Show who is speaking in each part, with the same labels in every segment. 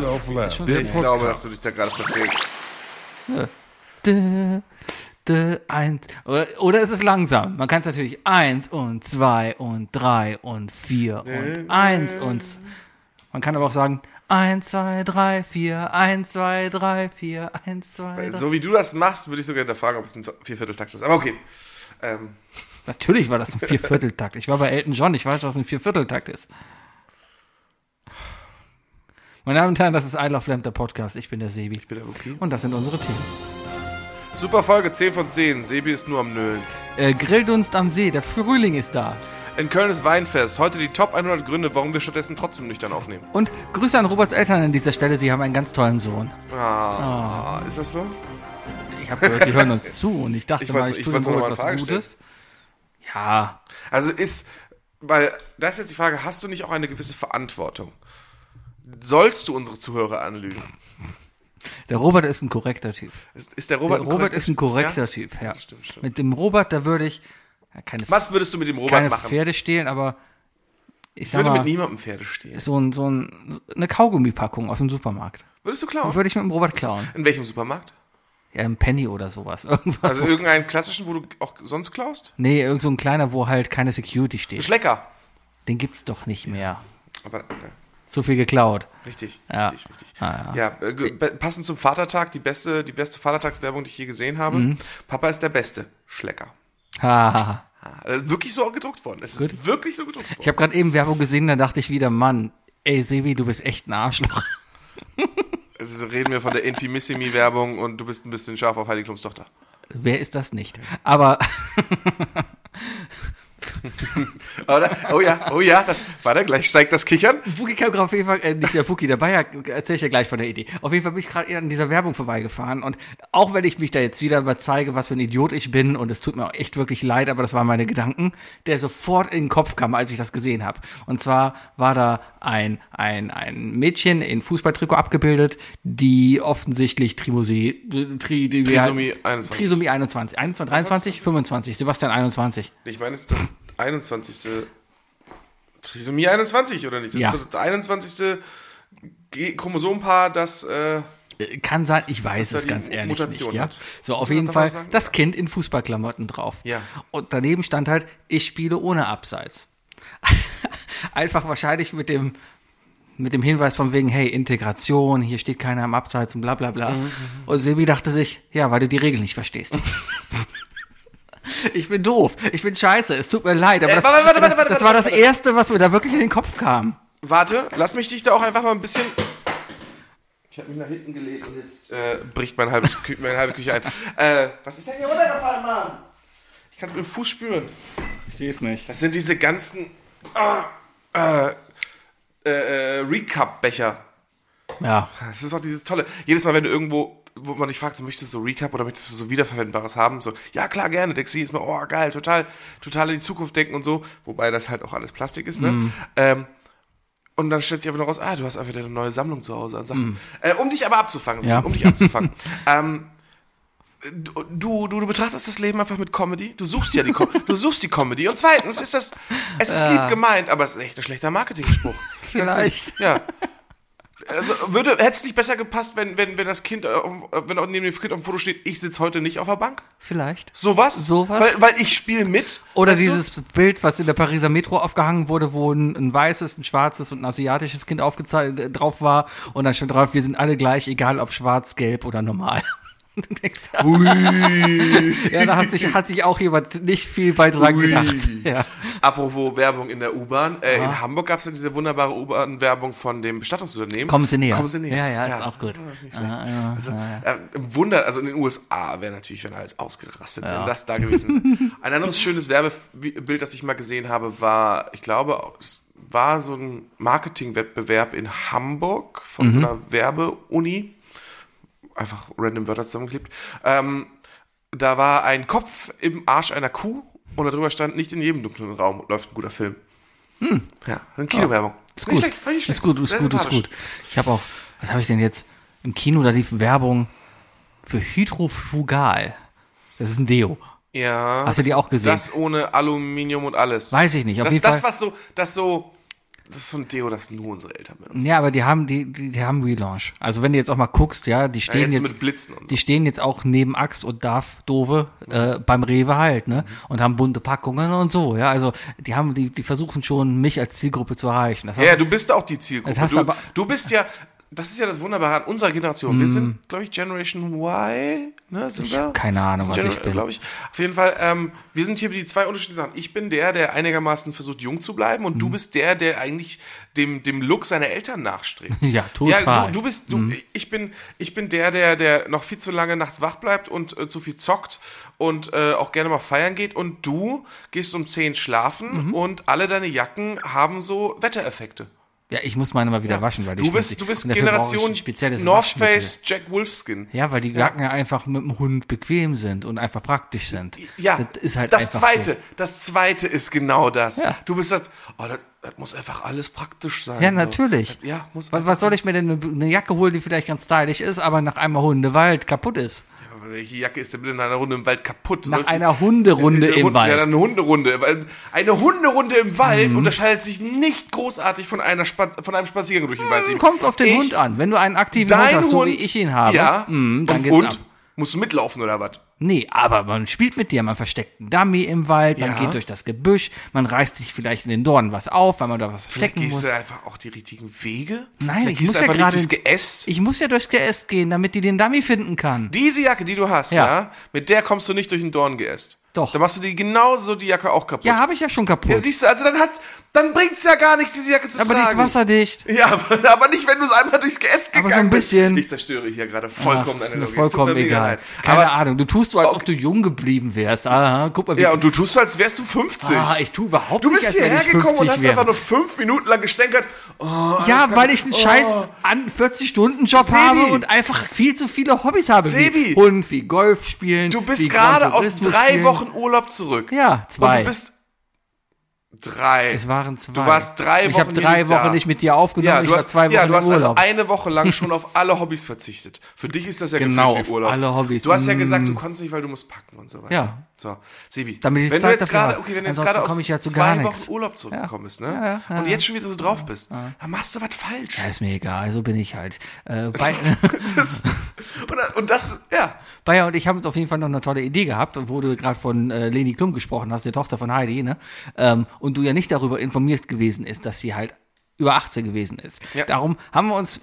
Speaker 1: Laufen lassen.
Speaker 2: Ich glaube, dass du dich da gerade verzählst.
Speaker 3: Dö, dö, eins. Oder, oder es ist langsam. Man kann es natürlich eins und zwei und drei und vier und eins und. Man kann aber auch sagen eins, zwei, drei, vier, eins, zwei, drei, vier, eins, zwei, drei.
Speaker 2: So wie du das machst, würde ich sogar hinterfragen, ob es ein Viervierteltakt ist. Aber okay. Ähm,
Speaker 3: Natürlich war das ein Viervierteltakt. Ich war bei Elton John, ich weiß, was ein Viervierteltakt ist. Meine Damen und Herren, das ist I Love Lamp, der Podcast. Ich bin der Sebi.
Speaker 2: bin der Wookie.
Speaker 3: Und das sind unsere Themen.
Speaker 2: Super Folge, 10 von 10. Sebi ist nur am Nölen.
Speaker 3: Äh, Grilldunst am See, der Frühling ist da.
Speaker 2: In Köln ist Weinfest. Heute die Top 100 Gründe, warum wir stattdessen trotzdem nüchtern aufnehmen.
Speaker 3: Und Grüße an Roberts Eltern an dieser Stelle, sie haben einen ganz tollen Sohn.
Speaker 2: Ah, ist das so?
Speaker 3: Ich habe gehört, die hören uns zu und ich dachte
Speaker 2: Ich
Speaker 3: mal,
Speaker 2: wollt's-
Speaker 3: ich
Speaker 2: ich
Speaker 3: tue
Speaker 2: wollt's
Speaker 3: dem Robert
Speaker 2: noch mal
Speaker 3: was
Speaker 2: fragen
Speaker 3: Gutes. Ja,
Speaker 2: Also ist, weil, da ist jetzt die Frage, hast du nicht auch eine gewisse Verantwortung? Sollst du unsere Zuhörer anlügen?
Speaker 3: der Robert ist ein korrekter Typ.
Speaker 2: Ist, ist der
Speaker 3: Der
Speaker 2: Robert,
Speaker 3: Robert ist ein korrekter Typ, ja.
Speaker 2: Stimmt, stimmt.
Speaker 3: Mit dem Robert, da würde ich ja, keine,
Speaker 2: Was würdest du mit dem Robert
Speaker 3: keine
Speaker 2: machen?
Speaker 3: Pferde stehlen, aber ich
Speaker 2: ich
Speaker 3: sag
Speaker 2: würde mit
Speaker 3: mal,
Speaker 2: niemandem Pferde stehlen.
Speaker 3: so, ein, so ein, eine Kaugummipackung aus dem Supermarkt.
Speaker 2: Würdest du
Speaker 3: Die
Speaker 2: klauen?
Speaker 3: würde ich mit dem Robert klauen.
Speaker 2: In welchem Supermarkt?
Speaker 3: Ja, ein Penny oder sowas. Irgendwas.
Speaker 2: Also irgendeinen klassischen, wo du auch sonst klaust?
Speaker 3: nee, irgend so ein kleiner, wo halt keine Security steht.
Speaker 2: Schlecker.
Speaker 3: Den gibt's doch nicht mehr.
Speaker 2: Aber, ja,
Speaker 3: Zu viel geklaut.
Speaker 2: richtig,
Speaker 3: Ja.
Speaker 2: richtig, richtig. ja, äh, ge- be- passend zum Vatertag, die beste, die beste Vatertagswerbung, die ich je gesehen habe. Papa ist der Beste. Schlecker.
Speaker 3: Haha.
Speaker 2: Ah, äh, wirklich so gedruckt worden. Es ist wirklich so gedruckt worden.
Speaker 3: Ich habe gerade eben Werbung gesehen, da dachte ich wieder, Mann, ey Sebi, du bist echt ein Arschloch.
Speaker 2: Also reden wir von der Intimissimi-Werbung und du bist ein bisschen scharf auf Heidi Klums Tochter.
Speaker 3: Wer ist das nicht? Aber
Speaker 2: Oder? Oh ja, oh ja, das, warte, gleich steigt das Kichern.
Speaker 3: Fuki kam gerade auf jeden Fall, äh, nicht der Fuki, der Bayer, erzähl ich ja gleich von der Idee. Auf jeden Fall bin ich gerade an dieser Werbung vorbeigefahren und auch wenn ich mich da jetzt wieder über zeige, was für ein Idiot ich bin und es tut mir auch echt wirklich leid, aber das waren meine Gedanken, der sofort in den Kopf kam, als ich das gesehen habe. Und zwar war da ein, ein, ein Mädchen in Fußballtrikot abgebildet, die offensichtlich Trimosi, Tri, die,
Speaker 2: Trisomie 21.
Speaker 3: Trisomie 21, 21, 23, 25, Sebastian 21.
Speaker 2: Ich meine, es ist das 21. Trisomie 21, oder nicht? Das
Speaker 3: Ja.
Speaker 2: ist doch das 21. Ge- Chromosompaar, das, äh,
Speaker 3: Äh, Kann sein, ich weiß
Speaker 2: Dass
Speaker 3: es
Speaker 2: da die
Speaker 3: ganz ehrlich
Speaker 2: Mutation
Speaker 3: nicht, ja.
Speaker 2: hat.
Speaker 3: So,
Speaker 2: Kann
Speaker 3: auf
Speaker 2: man
Speaker 3: jeden
Speaker 2: das
Speaker 3: Fall
Speaker 2: mal sagen?
Speaker 3: das Kind in Fußballklamotten drauf.
Speaker 2: Ja.
Speaker 3: Und daneben stand halt, ich spiele ohne Abseits. Einfach wahrscheinlich mit dem, mit dem Hinweis von wegen, hey, Integration, hier steht keiner am Abseits und bla bla bla.
Speaker 2: Mhm,
Speaker 3: Und Sebi dachte sich, ja, weil du die Regel nicht verstehst. Ich bin doof, ich bin scheiße, es tut mir leid, aber
Speaker 2: Äh,
Speaker 3: das,
Speaker 2: warte, warte, warte, warte,
Speaker 3: das
Speaker 2: warte,
Speaker 3: war das
Speaker 2: warte.
Speaker 3: Erste, was mir da wirklich in den Kopf kam.
Speaker 2: Warte, lass mich dich da auch einfach mal ein bisschen. Ich habe mich nach hinten gelegt und jetzt äh, bricht mein halbes Kü meine halbe Küche ein. Äh, was ist denn hier runtergefallen, Mann? Ich kann es mit dem Fuß spüren.
Speaker 3: Ich sehe es nicht.
Speaker 2: Das sind diese ganzen ah, äh, äh, Recap-Becher.
Speaker 3: Ja.
Speaker 2: Das ist auch dieses tolle. Jedes Mal, wenn du irgendwo, wo man dich fragt, so, möchtest du so Recap oder möchtest du so wiederverwendbares haben? So, ja klar, gerne. Denkst du jedes Mal, oh geil, total, total in die Zukunft denken und so. Wobei das halt auch alles Plastik ist, ne? Ähm, und dann stellt sich einfach noch raus, ah, du hast einfach deine neue Sammlung zu Hause an Sachen. Äh, um dich aber abzufangen,
Speaker 3: Ja.
Speaker 2: um dich abzufangen. ähm, du, du, du betrachtest das Leben einfach mit Comedy. Du suchst ja die, Com du suchst die Comedy. Und zweitens ist das, es ist lieb gemeint, aber es ist echt ein schlechter Marketingspruch.
Speaker 3: Vielleicht.
Speaker 2: Ja. Also würde, hätte es nicht besser gepasst, wenn, wenn, wenn das Kind, äh, auf- wenn auch neben dem Kind auf dem Foto steht, ich sitze heute nicht auf der Bank?
Speaker 3: Vielleicht.
Speaker 2: Sowas?
Speaker 3: Sowas?
Speaker 2: Weil, weil ich spiele mit.
Speaker 3: Oder
Speaker 2: weißt du?
Speaker 3: dieses Bild, was in der Pariser Metro aufgehangen wurde, wo ein, ein weißes, ein schwarzes und ein asiatisches Kind aufgezeichnet äh, drauf war und dann stand drauf, wir sind alle gleich, egal ob schwarz, gelb oder normal. Und du denkst, ja, da hat sich, hat sich auch jemand nicht viel bei dran
Speaker 2: Ui.
Speaker 3: gedacht. Ja.
Speaker 2: Apropos Werbung in der U-Bahn. Äh, in Hamburg gab es ja diese wunderbare U-Bahn-Werbung von dem Bestattungsunternehmen.
Speaker 3: Kommen Sie näher.
Speaker 2: Kommen Sie näher.
Speaker 3: Ja, ja, ist auch gut.
Speaker 2: Also, äh, Im Wunder, also in den USA wäre natürlich, wenn halt ausgerastet, wenn das da gewesen wäre. Ein anderes schönes Werbebild, das ich mal gesehen habe, war, ich glaube, es war so ein Marketingwettbewerb in Hamburg von
Speaker 3: Mhm.
Speaker 2: so einer Werbeuni. Einfach random Wörter zusammengeklebt. Ähm, da war ein Kopf im Arsch einer Kuh und darüber stand, nicht in jedem dunklen Raum läuft ein guter Film. Ja, eine Kinowerbung.
Speaker 3: Hm. Oh, Ist gut. ist gut, ist gut, ist gut. Ich habe auch, was habe ich denn jetzt? Im Kino, da lief Werbung für Hydrofugal. Das ist ein Deo.
Speaker 2: Ja.
Speaker 3: Hast du die
Speaker 2: das-
Speaker 3: auch gesehen?
Speaker 2: Das ohne Aluminium und alles.
Speaker 3: Weiß ich nicht, auf
Speaker 2: das,
Speaker 3: jeden
Speaker 2: das,
Speaker 3: Fall.
Speaker 2: was so, das so, das ist so ein Deo, das nur unsere Eltern benutzen.
Speaker 3: Ja, aber die haben, die, die, die haben Relaunch. Also wenn du jetzt auch mal guckst, ja, die
Speaker 2: jetzt
Speaker 3: stehen jetzt,
Speaker 2: mit Blitzen und so.
Speaker 3: die stehen jetzt auch neben Axt und Darf Dove äh, beim Rewe halt, ne?
Speaker 2: Mhm.
Speaker 3: Und haben bunte Packungen und so, ja. Also die haben, die, die versuchen schon, mich als Zielgruppe zu erreichen. Das
Speaker 2: Ja, ja, du bist auch die Zielgruppe.
Speaker 3: Jetzt hast
Speaker 2: du,
Speaker 3: du aber-
Speaker 2: du bist ja, das ist ja das Wunderbare an unserer Generation. Wir sind, glaube ich, Generation Y, ne? Sind ich wir?
Speaker 3: hab keine Ahnung,
Speaker 2: Sind
Speaker 3: was ich
Speaker 2: Gener-
Speaker 3: bin.
Speaker 2: Glaub ich. Auf jeden Fall, ähm, wir sind hier die zwei unterschiedlichen Sachen. Ich bin der, der einigermaßen versucht, jung zu bleiben und du
Speaker 3: Mhm.
Speaker 2: bist der, der eigentlich dem, dem Look seiner Eltern nachstrebt.
Speaker 3: Ja,
Speaker 2: Ja,
Speaker 3: total. Mhm.
Speaker 2: du, du bist, du, ich bin, ich bin der, der, der noch viel zu lange nachts wach bleibt und äh, zu viel zockt und äh, auch gerne mal feiern geht. Und du gehst um 10 schlafen
Speaker 3: Mhm.
Speaker 2: und alle deine Jacken haben so Wettereffekte.
Speaker 3: ja, ich muss meine mal wieder waschen, weil die
Speaker 2: Du
Speaker 3: schmutzig-
Speaker 2: bist, du bist
Speaker 3: und dafür brauche ich
Speaker 2: Generation
Speaker 3: ein spezielles
Speaker 2: North
Speaker 3: Waschmittel.
Speaker 2: Face Jack Wolfskin.
Speaker 3: Ja, weil die Jacken ja. einfach mit dem Hund bequem sind und einfach praktisch sind.
Speaker 2: Ja,
Speaker 3: das ist halt
Speaker 2: das
Speaker 3: einfach
Speaker 2: zweite,
Speaker 3: So.
Speaker 2: das zweite ist genau das.
Speaker 3: Ja.
Speaker 2: Du bist das, oh, das, das muss einfach alles praktisch sein.
Speaker 3: Ja,
Speaker 2: So.
Speaker 3: natürlich.
Speaker 2: Ja, muss
Speaker 3: Was, was soll ich mir denn eine, eine Jacke holen, die vielleicht ganz stylisch ist, aber nach einmal Hundewald kaputt ist?
Speaker 2: Aber Welche Jacke ist denn bitte nach einer Runde im Wald kaputt? Du
Speaker 3: Nach
Speaker 2: sollst-
Speaker 3: einer Hunderunde
Speaker 2: Eine
Speaker 3: im
Speaker 2: Hunde-
Speaker 3: Wald. Mhm.
Speaker 2: Ja, dann eine Hunderunde. Weil Eine Hunderunde im Wald unterscheidet sich nicht großartig von, einer Spaz von einem Spaziergang durch den Wald.
Speaker 3: Mhm, Kommt auf den
Speaker 2: Ich-
Speaker 3: Hund an. Wenn du einen aktiven Hund
Speaker 2: Dein Hund,
Speaker 3: hast, so wie ich ihn habe,
Speaker 2: ja,
Speaker 3: mm, dann
Speaker 2: und,
Speaker 3: geht's
Speaker 2: und
Speaker 3: ab.
Speaker 2: musst du mitlaufen oder was?
Speaker 3: Nee, aber man spielt mit dir, man versteckt einen Dummy im Wald, man
Speaker 2: Ja.
Speaker 3: geht durch das Gebüsch, man reißt sich vielleicht in den Dornen was auf, weil man da was
Speaker 2: Vielleicht
Speaker 3: verstecken
Speaker 2: gehst
Speaker 3: muss.
Speaker 2: du einfach auch die richtigen Wege.
Speaker 3: Nein,
Speaker 2: Vielleicht
Speaker 3: ich
Speaker 2: gehst
Speaker 3: muss
Speaker 2: du
Speaker 3: ja
Speaker 2: einfach
Speaker 3: gerade
Speaker 2: nicht durchs
Speaker 3: ins-
Speaker 2: Geäst.
Speaker 3: Ich muss ja durchs Geäst gehen, damit die den Dummy finden kann.
Speaker 2: Diese Jacke, die du hast, ja.
Speaker 3: Ja.
Speaker 2: mit der kommst du nicht durch den Dorngeäst.
Speaker 3: Doch.
Speaker 2: Dann machst du die genauso die Jacke auch kaputt.
Speaker 3: Ja, habe ich ja schon kaputt.
Speaker 2: Ja, siehst du, also dann hat, dann bringt's ja gar nichts, diese Jacke zu
Speaker 3: aber die
Speaker 2: tragen.
Speaker 3: ist wasserdicht.
Speaker 2: Ja, aber, aber nicht, wenn du es einmal durchs Geäst
Speaker 3: Aber so
Speaker 2: gegangen
Speaker 3: ein
Speaker 2: bist.
Speaker 3: bisschen.
Speaker 2: Ich zerstöre hier gerade
Speaker 3: Ach,
Speaker 2: vollkommen
Speaker 3: ist
Speaker 2: deine
Speaker 3: mir
Speaker 2: Logik. Es tut
Speaker 3: vollkommen
Speaker 2: mir mega
Speaker 3: egal.
Speaker 2: leid.
Speaker 3: Keine
Speaker 2: aber,
Speaker 3: Ahnung, du tust so, als ob du jung geblieben wärst. Aha, guck mal, wie
Speaker 2: Ja, und du tust so, als wärst du 50.
Speaker 3: Ah, ich tu überhaupt
Speaker 2: du
Speaker 3: nicht,
Speaker 2: bist
Speaker 3: als wenn
Speaker 2: hierher
Speaker 3: ich
Speaker 2: gekommen und
Speaker 3: 50
Speaker 2: hast
Speaker 3: wäre.
Speaker 2: einfach nur fünf Minuten lang gestänkert. Oh, alles
Speaker 3: Ja,
Speaker 2: kann-
Speaker 3: weil ich einen
Speaker 2: oh.
Speaker 3: scheiß an 40-Stunden-Job
Speaker 2: Sebi.
Speaker 3: habe und einfach viel zu viele Hobbys habe.
Speaker 2: Sebi.
Speaker 3: Wie Hund, wie Golf spielen.
Speaker 2: Du
Speaker 3: wie
Speaker 2: bist gerade
Speaker 3: Gran
Speaker 2: aus
Speaker 3: Turismo
Speaker 2: drei
Speaker 3: spielen.
Speaker 2: Wochen Urlaub zurück.
Speaker 3: Ja,
Speaker 2: Und
Speaker 3: zwei.
Speaker 2: du bist drei.
Speaker 3: es waren zwei.
Speaker 2: Du warst drei
Speaker 3: Ich habe
Speaker 2: Wochen
Speaker 3: drei
Speaker 2: nicht da.
Speaker 3: Wochen nicht mit dir aufgenommen.
Speaker 2: Ja,
Speaker 3: ich
Speaker 2: du
Speaker 3: war
Speaker 2: hast,
Speaker 3: zwei Wochen
Speaker 2: ja, du
Speaker 3: im
Speaker 2: hast also
Speaker 3: Urlaub.
Speaker 2: eine Woche lang schon auf alle Hobbys verzichtet. Für dich ist das ja
Speaker 3: Genau,
Speaker 2: gefühlt wie
Speaker 3: auf
Speaker 2: Urlaub.
Speaker 3: alle Hobbys. Mm.
Speaker 2: Du hast ja gesagt, du konntest nicht, weil du musst packen und so weiter.
Speaker 3: Ja.
Speaker 2: So, Sebi,
Speaker 3: Damit ich
Speaker 2: wenn, du
Speaker 3: Zeit
Speaker 2: jetzt
Speaker 3: dafür
Speaker 2: gerade,
Speaker 3: habe.
Speaker 2: okay, wenn du jetzt
Speaker 3: Ansonsten
Speaker 2: gerade aus
Speaker 3: komme ich ja zu gar
Speaker 2: zwei
Speaker 3: nichts.
Speaker 2: Wochen Urlaub zurückgekommen bist, ne?
Speaker 3: Ja, ja, ja,
Speaker 2: und jetzt schon wieder so drauf bist, dann machst du was falsch.
Speaker 3: Ja, ist mir egal, so bin ich halt. Äh, bei,
Speaker 2: Das, und, dann- und das, ja.
Speaker 3: Bayer und ich haben uns auf jeden Fall noch eine tolle Idee gehabt, wo du gerade von äh, Leni Klum gesprochen hast, der Tochter von Heidi, ne? Ähm, und du ja nicht darüber informiert gewesen ist, dass sie halt über 18 gewesen ist.
Speaker 2: Ja.
Speaker 3: Darum haben wir uns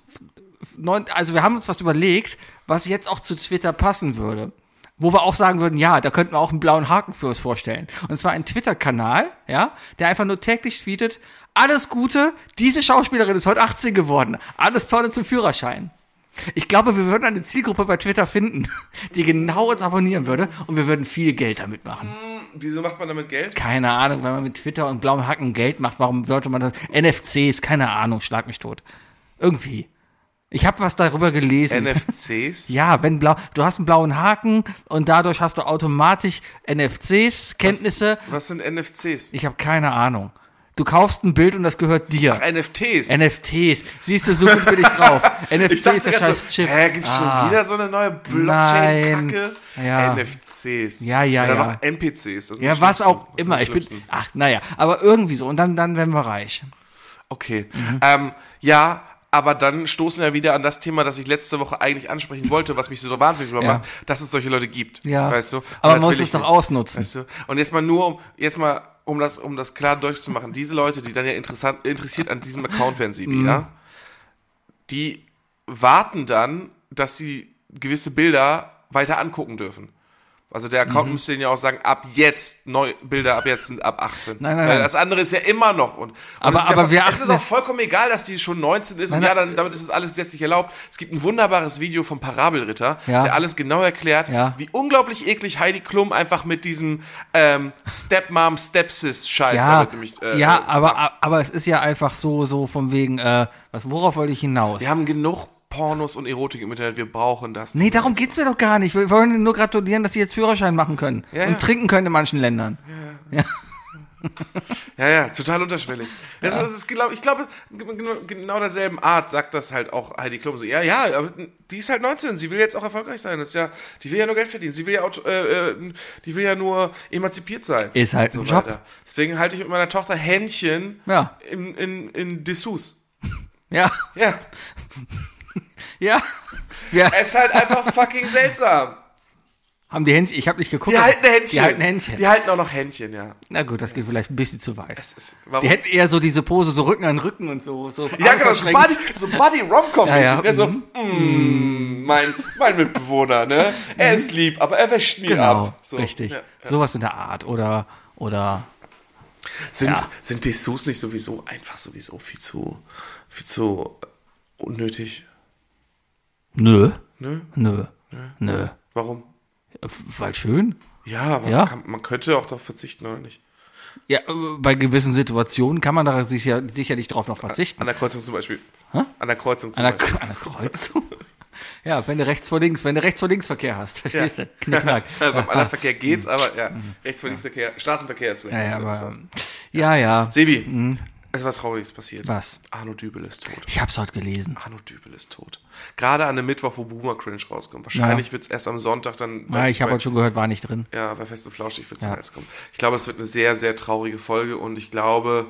Speaker 3: neun, also wir haben uns was überlegt, was jetzt auch zu Twitter passen würde. Wo wir auch sagen würden, ja, da könnten wir auch einen blauen Haken für uns vorstellen. Und zwar ein Twitter-Kanal, ja, der einfach nur täglich tweetet, alles Gute, diese Schauspielerin ist heute 18 geworden. Alles Tolle zum Führerschein. Ich glaube, wir würden eine Zielgruppe bei Twitter finden, die genau uns abonnieren würde und wir würden viel Geld damit machen.
Speaker 2: Wieso macht man damit Geld?
Speaker 3: Keine Ahnung, wenn man mit Twitter und blauem Hacken Geld macht, warum sollte man das? NFCs, keine Ahnung, schlag mich tot. Irgendwie. Ich habe was darüber gelesen.
Speaker 2: NFCs?
Speaker 3: ja, wenn blau, du hast einen blauen Haken und dadurch hast du automatisch NFCs, Kenntnisse.
Speaker 2: Was sind NFCs?
Speaker 3: Ich habe keine Ahnung. Du kaufst ein Bild und das gehört dir.
Speaker 2: NFTs.
Speaker 3: NFTs. Siehst du, so gut bin ich drauf. NFT
Speaker 2: Ich dachte
Speaker 3: ist der
Speaker 2: gerade
Speaker 3: scheiß
Speaker 2: so,
Speaker 3: Chip. Ah.
Speaker 2: Hä, gibt's schon wieder so eine neue Blockchain-Kacke?
Speaker 3: Nein. Ja.
Speaker 2: NFCs.
Speaker 3: Ja, ja,
Speaker 2: Oder
Speaker 3: ja.
Speaker 2: noch NPCs. Das ist
Speaker 3: Ja,
Speaker 2: am
Speaker 3: was
Speaker 2: schlimmsten.
Speaker 3: auch
Speaker 2: Das ist
Speaker 3: immer.
Speaker 2: am
Speaker 3: Ich bin,
Speaker 2: schlimmsten.
Speaker 3: ach, naja, aber irgendwie so. Und dann, dann werden wir reich.
Speaker 2: Okay. Ähm, ja, aber dann stoßen wir wieder an das Thema, das ich letzte Woche eigentlich ansprechen wollte, was mich so wahnsinnig übermacht, dass es solche Leute gibt.
Speaker 3: Ja.
Speaker 2: Weißt du? Und
Speaker 3: Aber
Speaker 2: das
Speaker 3: man muss
Speaker 2: will
Speaker 3: es
Speaker 2: ich
Speaker 3: doch
Speaker 2: nicht.
Speaker 3: ausnutzen.
Speaker 2: Weißt du? Und jetzt mal nur, um, jetzt mal, um das, um das klar deutlich zu machen, diese Leute, die dann ja interessant, interessiert an diesem Account werden, sie,
Speaker 3: Mhm.
Speaker 2: ja, die warten dann, dass sie gewisse Bilder weiter angucken dürfen. Also der Account
Speaker 3: Mhm.
Speaker 2: müsste denen ja auch sagen, ab jetzt, neue Bilder ab jetzt sind ab 18.
Speaker 3: Nein, nein,
Speaker 2: Weil
Speaker 3: nein.
Speaker 2: das andere ist ja immer noch. Und, und
Speaker 3: Aber-
Speaker 2: es ist ja,
Speaker 3: aber wir
Speaker 2: es ist
Speaker 3: achten-
Speaker 2: auch vollkommen egal, dass die schon 19 ist. und
Speaker 3: Nein,
Speaker 2: ja,
Speaker 3: nein.
Speaker 2: dann, damit ist es alles gesetzlich erlaubt. Es gibt ein wunderbares Video vom Parabelritter,
Speaker 3: Ja.
Speaker 2: der alles genau erklärt,
Speaker 3: Ja.
Speaker 2: wie unglaublich eklig Heidi Klum einfach mit diesem ähm, Stepmom, Stepsis-Scheiß
Speaker 3: Ja,
Speaker 2: damit nämlich. äh,
Speaker 3: ja,
Speaker 2: äh,
Speaker 3: aber, a- aber es ist ja einfach so, so von wegen, äh, was, worauf wollte ich hinaus?
Speaker 2: Wir haben genug Pornos und Erotik im Internet, wir brauchen das.
Speaker 3: Nee, darum geht's mir doch gar nicht. Wir wollen ihnen nur gratulieren, dass sie jetzt Führerschein machen können.
Speaker 2: Ja,
Speaker 3: und
Speaker 2: ja.
Speaker 3: trinken können in manchen Ländern.
Speaker 2: Ja, ja, total unterschwellig. Das ist, das ist, glaub, ich glaube, genau, genau derselben Art sagt das halt auch Heidi Klum. So, ja, ja, aber die ist halt 19, sie will jetzt auch erfolgreich sein. Das ist ja, die will ja nur Geld verdienen, sie will ja, auto- äh, äh, die will ja nur emanzipiert sein.
Speaker 3: Ist halt
Speaker 2: so
Speaker 3: ein Job.
Speaker 2: weiter. Deswegen halte ich mit meiner Tochter Händchen
Speaker 3: Ja.
Speaker 2: in, in, in Dessous.
Speaker 3: Ja,
Speaker 2: Ja,
Speaker 3: ja. Wir
Speaker 2: es ist halt einfach fucking seltsam.
Speaker 3: haben die Händchen, ich habe nicht geguckt.
Speaker 2: Die
Speaker 3: aber-
Speaker 2: halten Händchen.
Speaker 3: Die halten Händchen.
Speaker 2: Die halten auch noch Händchen, ja.
Speaker 3: Na gut, das geht vielleicht ein bisschen zu weit.
Speaker 2: Es ist, warum?
Speaker 3: Die hätten eher so diese Pose, so Rücken an Rücken und so. so
Speaker 2: ja, genau, so
Speaker 3: armverschränkt.
Speaker 2: Buddy, so Buddy Romcom
Speaker 3: Ja, ja.
Speaker 2: mäßig, ne? So, mm, mein, mein Mitbewohner, ne? Er ist lieb, aber er wäscht nie
Speaker 3: Genau,
Speaker 2: ab. So,
Speaker 3: richtig.
Speaker 2: ja.
Speaker 3: Sowas in der Art oder, oder
Speaker 2: Sind,
Speaker 3: Ja.
Speaker 2: sind Dessous nicht sowieso einfach sowieso viel zu, viel zu unnötig?
Speaker 3: nö.
Speaker 2: Nö?
Speaker 3: Nö. Nö.
Speaker 2: Warum?
Speaker 3: F- Weil schön.
Speaker 2: Ja, aber
Speaker 3: Ja.
Speaker 2: Man, kann, man könnte auch darauf verzichten, oder nicht?
Speaker 3: Ja, äh, bei gewissen Situationen kann man da sich ja sicherlich drauf noch verzichten.
Speaker 2: An der Kreuzung zum Beispiel. An der Kreuzung zum
Speaker 3: An der,
Speaker 2: Beispiel.
Speaker 3: K- an der Kreuzung. ja, wenn du rechts vor links, wenn du rechts vor links Verkehr hast, verstehst du? Knickknack.
Speaker 2: Ja, beim anderen Verkehr geht's, aber Mhm. ja, rechts vor links Verkehr, Straßenverkehr ist
Speaker 3: ja,
Speaker 2: vielleicht.
Speaker 3: ja,
Speaker 2: nicht so
Speaker 3: aber, ähm,
Speaker 2: interessant.
Speaker 3: ja, ja.
Speaker 2: Sebi, es ist was Trauriges passiert.
Speaker 3: Mhm. Was?
Speaker 2: Arno Dübel ist tot.
Speaker 3: Ich hab's heute gelesen.
Speaker 2: Arno Dübel ist tot. Gerade an einem Mittwoch, wo Boomer Cringe rauskommt. Wahrscheinlich wird's erst am Sonntag dann.
Speaker 3: Ja, ich habe
Speaker 2: bei-
Speaker 3: heute schon gehört, war nicht drin.
Speaker 2: Ja, bei Fest und Flauschig wird's
Speaker 3: Ja.
Speaker 2: dann erst kommen. Ich glaube, es wird eine sehr, sehr traurige Folge und ich glaube,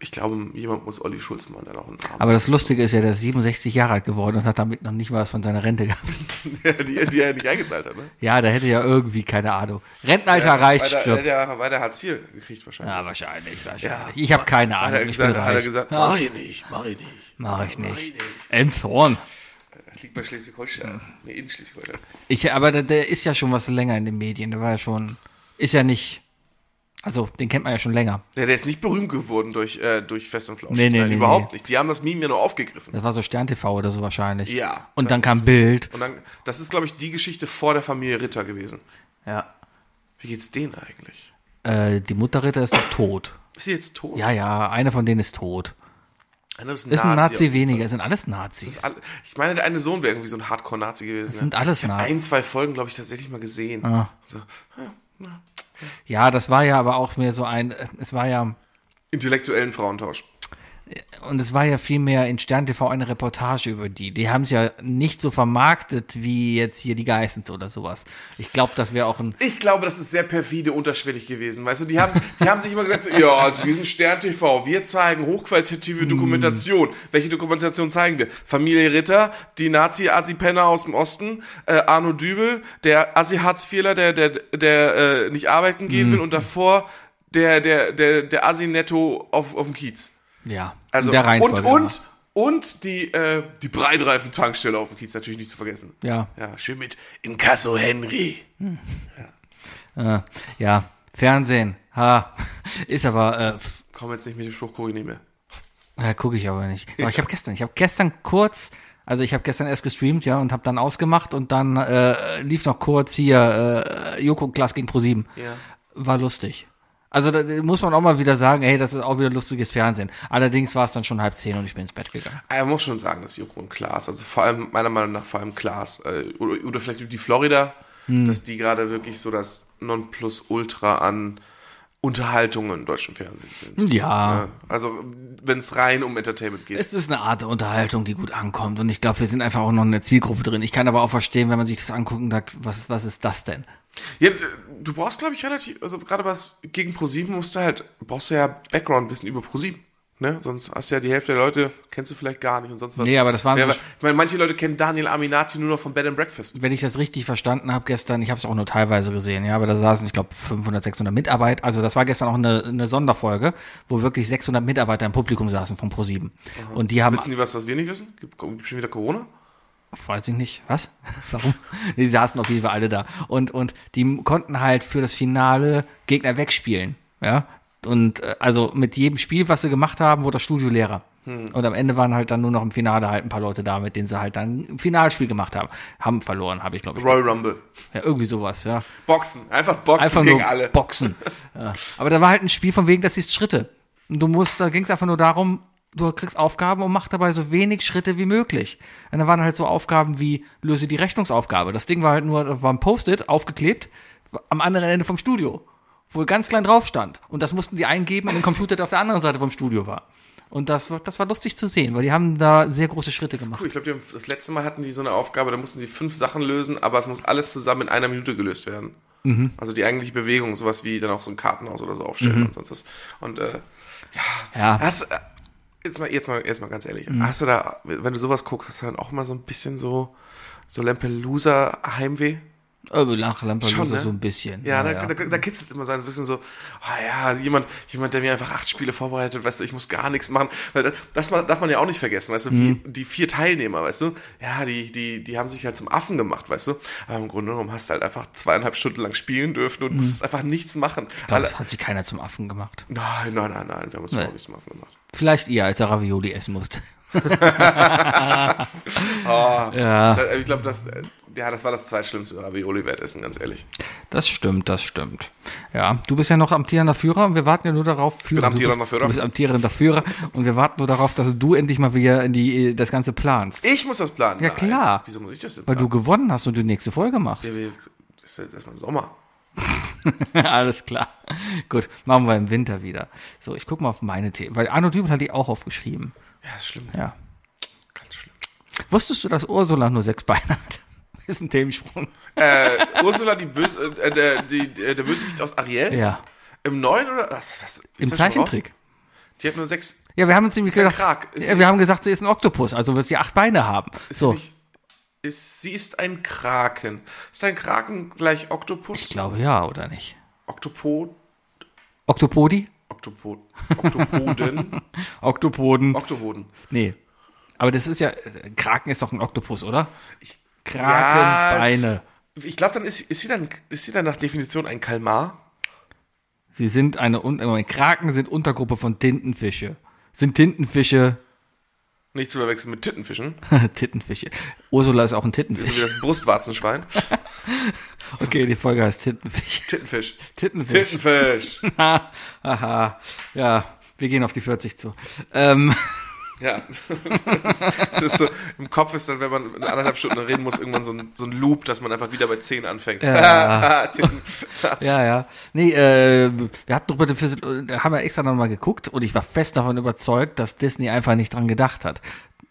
Speaker 2: ich glaube, jemand muss Olli Schulzmann dann auch einen Arm.
Speaker 3: Aber das Lustige ist ja, der ist 67 Jahre alt geworden und hat damit noch nicht mal was von seiner Rente gehabt.
Speaker 2: die, die er nicht eingezahlt hat, ne?
Speaker 3: Ja, da hätte ja irgendwie, keine Ahnung. Rentenalter reicht,
Speaker 2: weil der,
Speaker 3: stirbt.
Speaker 2: Der, weil der Hartz IV gekriegt wahrscheinlich.
Speaker 3: Ja, wahrscheinlich, wahrscheinlich. Ich habe keine
Speaker 2: Hat er
Speaker 3: Ahnung. Ich bin
Speaker 2: gesagt, hat er
Speaker 3: reich.
Speaker 2: gesagt,
Speaker 3: ja,
Speaker 2: mach ich nicht, mach ich nicht.
Speaker 3: mach ich nicht.
Speaker 2: nicht.
Speaker 3: Emthorn.
Speaker 2: Das liegt bei Schleswig-Holstein. Nee, in Schleswig-Holstein.
Speaker 3: Ich, aber der, der ist ja schon was länger in den Medien. Der war ja schon, ist ja nicht, also den kennt man ja schon länger.
Speaker 2: Ja, der ist nicht berühmt geworden durch, äh, durch Fest und Flauschig.
Speaker 3: Nee, nee,
Speaker 2: Nein,
Speaker 3: nee,
Speaker 2: überhaupt nicht. Die haben das Meme ja nur aufgegriffen.
Speaker 3: Das war so Stern TV oder so wahrscheinlich.
Speaker 2: Ja.
Speaker 3: Und dann kam Bild.
Speaker 2: Und dann, das ist, glaube ich, die Geschichte vor der Familie Ritter gewesen.
Speaker 3: Ja.
Speaker 2: Wie geht's denen eigentlich?
Speaker 3: Äh, die Mutterritter ist doch tot.
Speaker 2: Ist sie jetzt tot?
Speaker 3: Ja, ja, einer von denen ist tot.
Speaker 2: Einer ist ein
Speaker 3: Ist ein Nazi,
Speaker 2: Nazi
Speaker 3: weniger, sind alles Nazis.
Speaker 2: Alle- Ich meine, der eine Sohn wäre irgendwie so ein Hardcore-Nazi gewesen. Das
Speaker 3: sind alles Nazis. Ah.
Speaker 2: Ein, zwei Folgen, glaube ich, tatsächlich mal gesehen. So,
Speaker 3: Ja, das war ja aber auch mehr so ein, es war ja,
Speaker 2: intellektuellen Frauentausch.
Speaker 3: und es war ja vielmehr in Stern TV eine Reportage über die. Die haben es ja nicht so vermarktet wie jetzt hier die Geissens oder sowas. Ich glaube, das wäre auch ein,
Speaker 2: Ich glaube, das ist sehr perfide unterschwellig gewesen. Weißt du, die haben, die haben sich immer gesagt, so, ja, also wir sind Stern TV, wir zeigen hochqualitative Dokumentation. Welche Dokumentation zeigen wir? Familie Ritter, die Nazi-Azi-Penner aus dem Osten, äh, Arno Dübel, der Assi-Hartz-Vierler, der, der, der äh, nicht arbeiten gehen will und davor der, der, der, der Assi-Netto auf, auf dem Kiez.
Speaker 3: ja,
Speaker 2: Also,
Speaker 3: in der Reihenfolge.
Speaker 2: und, und, und die, äh, die Breitreifen-Tankstelle auf dem Kiez natürlich nicht zu vergessen.
Speaker 3: Ja,
Speaker 2: Ja, schön mit Inkasso Henry.
Speaker 3: äh, ja, Fernsehen, ha, ist aber, äh, pf,
Speaker 2: Komm jetzt nicht mit dem Spruch, guck ich nicht mehr.
Speaker 3: ja, gucke ich aber nicht. Aber ich habe gestern, ich habe gestern kurz, also ich habe gestern erst gestreamt, ja, und habe dann ausgemacht und dann äh, lief noch kurz hier äh, Joko und Klaas gegen ProSieben.
Speaker 2: Ja.
Speaker 3: War lustig. Also da muss man auch mal wieder sagen, hey, das ist auch wieder lustiges Fernsehen. Allerdings war es dann schon halb zehn und ich bin ins Bett gegangen.
Speaker 2: Ah, Man muss schon sagen, dass Joko und Klaas, also vor allem, meiner Meinung nach, vor allem Klaas, äh, oder, oder vielleicht die Florida,
Speaker 3: Hm.
Speaker 2: dass die gerade wirklich so das Nonplusultra an Unterhaltungen im deutschen Fernsehen sind.
Speaker 3: Ja.
Speaker 2: Ja, Also, wenn es rein um Entertainment geht.
Speaker 3: Hm. Ah. Es ist eine Art der Unterhaltung, die gut ankommt. Und ich glaube, wir sind einfach auch noch in der Zielgruppe drin. Ich kann aber auch verstehen, wenn man sich das anguckt und sagt, was, was ist das denn?
Speaker 2: Ja, d- du brauchst, glaube ich, relativ, also gerade was gegen ProSieben musst du halt, brauchst du ja Background-Wissen über ProSieben. Ne? Sonst hast du ja die Hälfte der Leute, kennst du vielleicht gar nicht und sonst was.
Speaker 3: Nee, aber das waren
Speaker 2: Wer
Speaker 3: so-
Speaker 2: war- Ich meine, manche Leute kennen Daniel Aminati nur noch von Bed and Breakfast.
Speaker 3: Wenn ich das richtig verstanden habe gestern, ich habe es auch nur teilweise gesehen, ja, aber da saßen, ich glaube, 500, 600 Mitarbeiter. Also das war gestern auch eine, eine Sonderfolge, wo wirklich 600 Mitarbeiter im Publikum saßen von ProSieben. Und die haben,
Speaker 2: Wissen die was, was wir nicht wissen? Gibt, gibt schon wieder Corona?
Speaker 3: weiß ich nicht, was? Warum? die saßen auf jeden Fall alle da. Und, und die konnten halt für das Finale Gegner wegspielen, ja. Und äh, also mit jedem Spiel, was wir gemacht haben, wurde das Studio leerer. Und am Ende waren halt dann nur noch im Finale halt ein paar Leute da, mit denen sie halt dann ein Finalspiel gemacht haben. Haben verloren, habe ich glaube ich.
Speaker 2: Royal Rumble.
Speaker 3: Ja, irgendwie sowas, ja.
Speaker 2: Boxen. Einfach Boxen
Speaker 3: einfach
Speaker 2: gegen
Speaker 3: nur
Speaker 2: alle.
Speaker 3: boxen. Ja. Aber da war halt ein Spiel von wegen, das ist Schritte. Und du musst, da ging es einfach nur darum, du kriegst Aufgaben und mach dabei so wenig Schritte wie möglich. Und da waren halt so Aufgaben wie, löse die Rechnungsaufgabe. Das Ding war halt nur, da war ein Post-it aufgeklebt, am anderen Ende vom Studio. wohl ganz klein drauf stand. Und das mussten die eingeben in den Computer, der auf der anderen Seite vom Studio war. Und das, war- das war lustig zu sehen, weil die haben da sehr große Schritte
Speaker 2: Das ist
Speaker 3: gemacht.
Speaker 2: cool. Ich glaube, die haben- das letzte Mal hatten die so eine Aufgabe, da mussten sie fünf Sachen lösen, aber es muss alles zusammen in einer Minute gelöst werden.
Speaker 3: Mhm.
Speaker 2: Also die eigentliche Bewegung, sowas wie dann auch so ein Kartenhaus oder so aufstellen und sonst was. Und äh,
Speaker 3: Ja.
Speaker 2: hast äh, jetzt mal, jetzt mal, jetzt mal ganz ehrlich,
Speaker 3: Mhm.
Speaker 2: hast du da, wenn du sowas guckst, hast du dann auch mal so ein bisschen so so Lampelusa Heimweh?
Speaker 3: Äh, Nach
Speaker 2: Schon,
Speaker 3: Lampedusa
Speaker 2: ne?
Speaker 3: so ein bisschen.
Speaker 2: Ja,
Speaker 3: Naja.
Speaker 2: da, da, da kitzelt immer so ein bisschen so, ah ja, jemand, jemand, der mir einfach acht Spiele vorbereitet, weißt du, ich muss gar nichts machen. Weil das, das man, darf man ja auch nicht vergessen, weißt du,
Speaker 3: Mhm.
Speaker 2: wie, die vier Teilnehmer, weißt du, ja, die, die, die haben sich halt zum Affen gemacht, weißt du. Aber im Grunde genommen hast du halt einfach zweieinhalb Stunden lang spielen dürfen und musstest einfach nichts machen.
Speaker 3: Ich glaub,
Speaker 2: Alle,
Speaker 3: Mhm. das hat sich keiner zum Affen gemacht.
Speaker 2: nein, nein, nein, nein, wir haben uns überhaupt nicht zum Affen gemacht.
Speaker 3: Vielleicht ihr, als er Ravioli essen musste.
Speaker 2: Ah,
Speaker 3: Ja.
Speaker 2: da- Ich glaube, das, äh, ja, das war das zweitschlimmste Ravioli-Wertessen, ganz ehrlich.
Speaker 3: Das stimmt, das stimmt. Ja, du bist ja noch amtierender Führer. Wir warten ja nur darauf. Führer, du
Speaker 2: amtierender
Speaker 3: bist,
Speaker 2: Führer.
Speaker 3: Du bist amtierender Führer und wir warten nur darauf, dass du endlich mal wieder in die, äh, das Ganze planst.
Speaker 2: Ich muss das planen.
Speaker 3: Ja,
Speaker 2: Nein.
Speaker 3: klar.
Speaker 2: Wieso muss ich das denn
Speaker 3: Weil
Speaker 2: planen?
Speaker 3: du gewonnen hast und du die nächste Folge machst.
Speaker 2: Weil du das ist jetzt erstmal Sommer.
Speaker 3: Alles klar. Gut, machen wir im Winter wieder. So, ich guck mal auf meine Themen. Weil Arno Dübel hat die auch aufgeschrieben.
Speaker 2: Ja, ist schlimm.
Speaker 3: Ja.
Speaker 2: Ganz schlimm.
Speaker 3: Wusstest du, dass Ursula nur sechs Beine hat? Ist ein Themensprung.
Speaker 2: äh, Ursula, die Böse, äh, der, die, der der Bösewicht aus Ariel?
Speaker 3: Ja.
Speaker 2: Im neuen oder? Was, ist das, ist
Speaker 3: Im
Speaker 2: das schon raus?
Speaker 3: Zeichentrick.
Speaker 2: Die hat nur sechs.
Speaker 3: Ja, wir haben uns nämlich
Speaker 2: ja
Speaker 3: gesagt,
Speaker 2: Krag. Ist
Speaker 3: ja,
Speaker 2: nicht-
Speaker 3: wir haben gesagt, sie ist ein Oktopus, also wird sie acht Beine haben.
Speaker 2: Ist
Speaker 3: so,
Speaker 2: sie nicht, ist, sie ist ein Kraken. Ist ein Kraken gleich Oktopus?
Speaker 3: ich glaube ja, oder nicht?
Speaker 2: Oktopod?
Speaker 3: Oktopodi?
Speaker 2: Oktopod? Oktopoden?
Speaker 3: Oktopoden.
Speaker 2: Oktopoden.
Speaker 3: nee. Aber das ist ja, äh, Kraken ist doch ein Oktopus, oder?
Speaker 2: Ich,
Speaker 3: Krakenbeine.
Speaker 2: ich glaube, dann ist, ist sie dann ist sie dann nach Definition ein Kalmar.
Speaker 3: Sie sind eine, Un- äh, Moment, Kraken sind Untergruppe von Tintenfische. Sind Tintenfische,
Speaker 2: Nicht zu verwechseln mit Tittenfischen.
Speaker 3: Tittenfische. Ursula ist auch
Speaker 2: So
Speaker 3: ein
Speaker 2: wie
Speaker 3: Tittenfisch.
Speaker 2: das Brustwarzenschwein.
Speaker 3: Okay, die Folge heißt Tittenfisch.
Speaker 2: Tittenfisch.
Speaker 3: Tittenfisch.
Speaker 2: Tittenfisch.
Speaker 3: Haha. ja, wir gehen auf die 40 zu. Ähm,
Speaker 2: Ja. Das ist so, Im Kopf ist dann, wenn man in anderthalb Stunden reden muss, irgendwann so ein, so ein Loop, dass man einfach wieder bei 10 anfängt.
Speaker 3: Ja.
Speaker 2: Tippen.
Speaker 3: ja, ja. Nee, äh, wir hatten drüber, da haben wir extra nochmal geguckt und ich war fest davon überzeugt, dass Disney einfach nicht dran gedacht hat,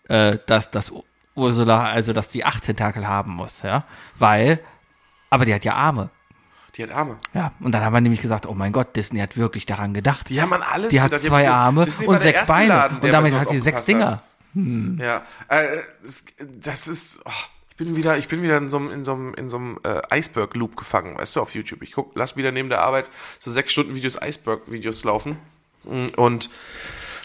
Speaker 3: äh, dass, dass U- Ursula, also dass die acht Tentakel haben muss, ja. Weil, aber die hat ja Arme.
Speaker 2: Die hat Arme.
Speaker 3: Ja, und dann haben wir nämlich gesagt, oh mein Gott, Disney hat wirklich daran gedacht.
Speaker 2: Die haben an alles
Speaker 3: Die hat
Speaker 2: gedacht.
Speaker 3: zwei
Speaker 2: haben so-
Speaker 3: Arme
Speaker 2: Disney war
Speaker 3: und
Speaker 2: der
Speaker 3: sechs
Speaker 2: erste
Speaker 3: Beine.
Speaker 2: Laden,
Speaker 3: und
Speaker 2: der
Speaker 3: damit
Speaker 2: bei sowas
Speaker 3: hat die sechs
Speaker 2: aufgepasst
Speaker 3: Dinger.
Speaker 2: hat.
Speaker 3: Hm.
Speaker 2: Ja. Äh, es- das ist. Oh, ich bin wieder, ich bin wieder in so einem, in so einem, in so einem äh, Iceberg-Loop gefangen, weißt du, auf YouTube. Ich guck, lass wieder neben der Arbeit so sechs Stunden Videos, Iceberg-Videos laufen. Mm, Und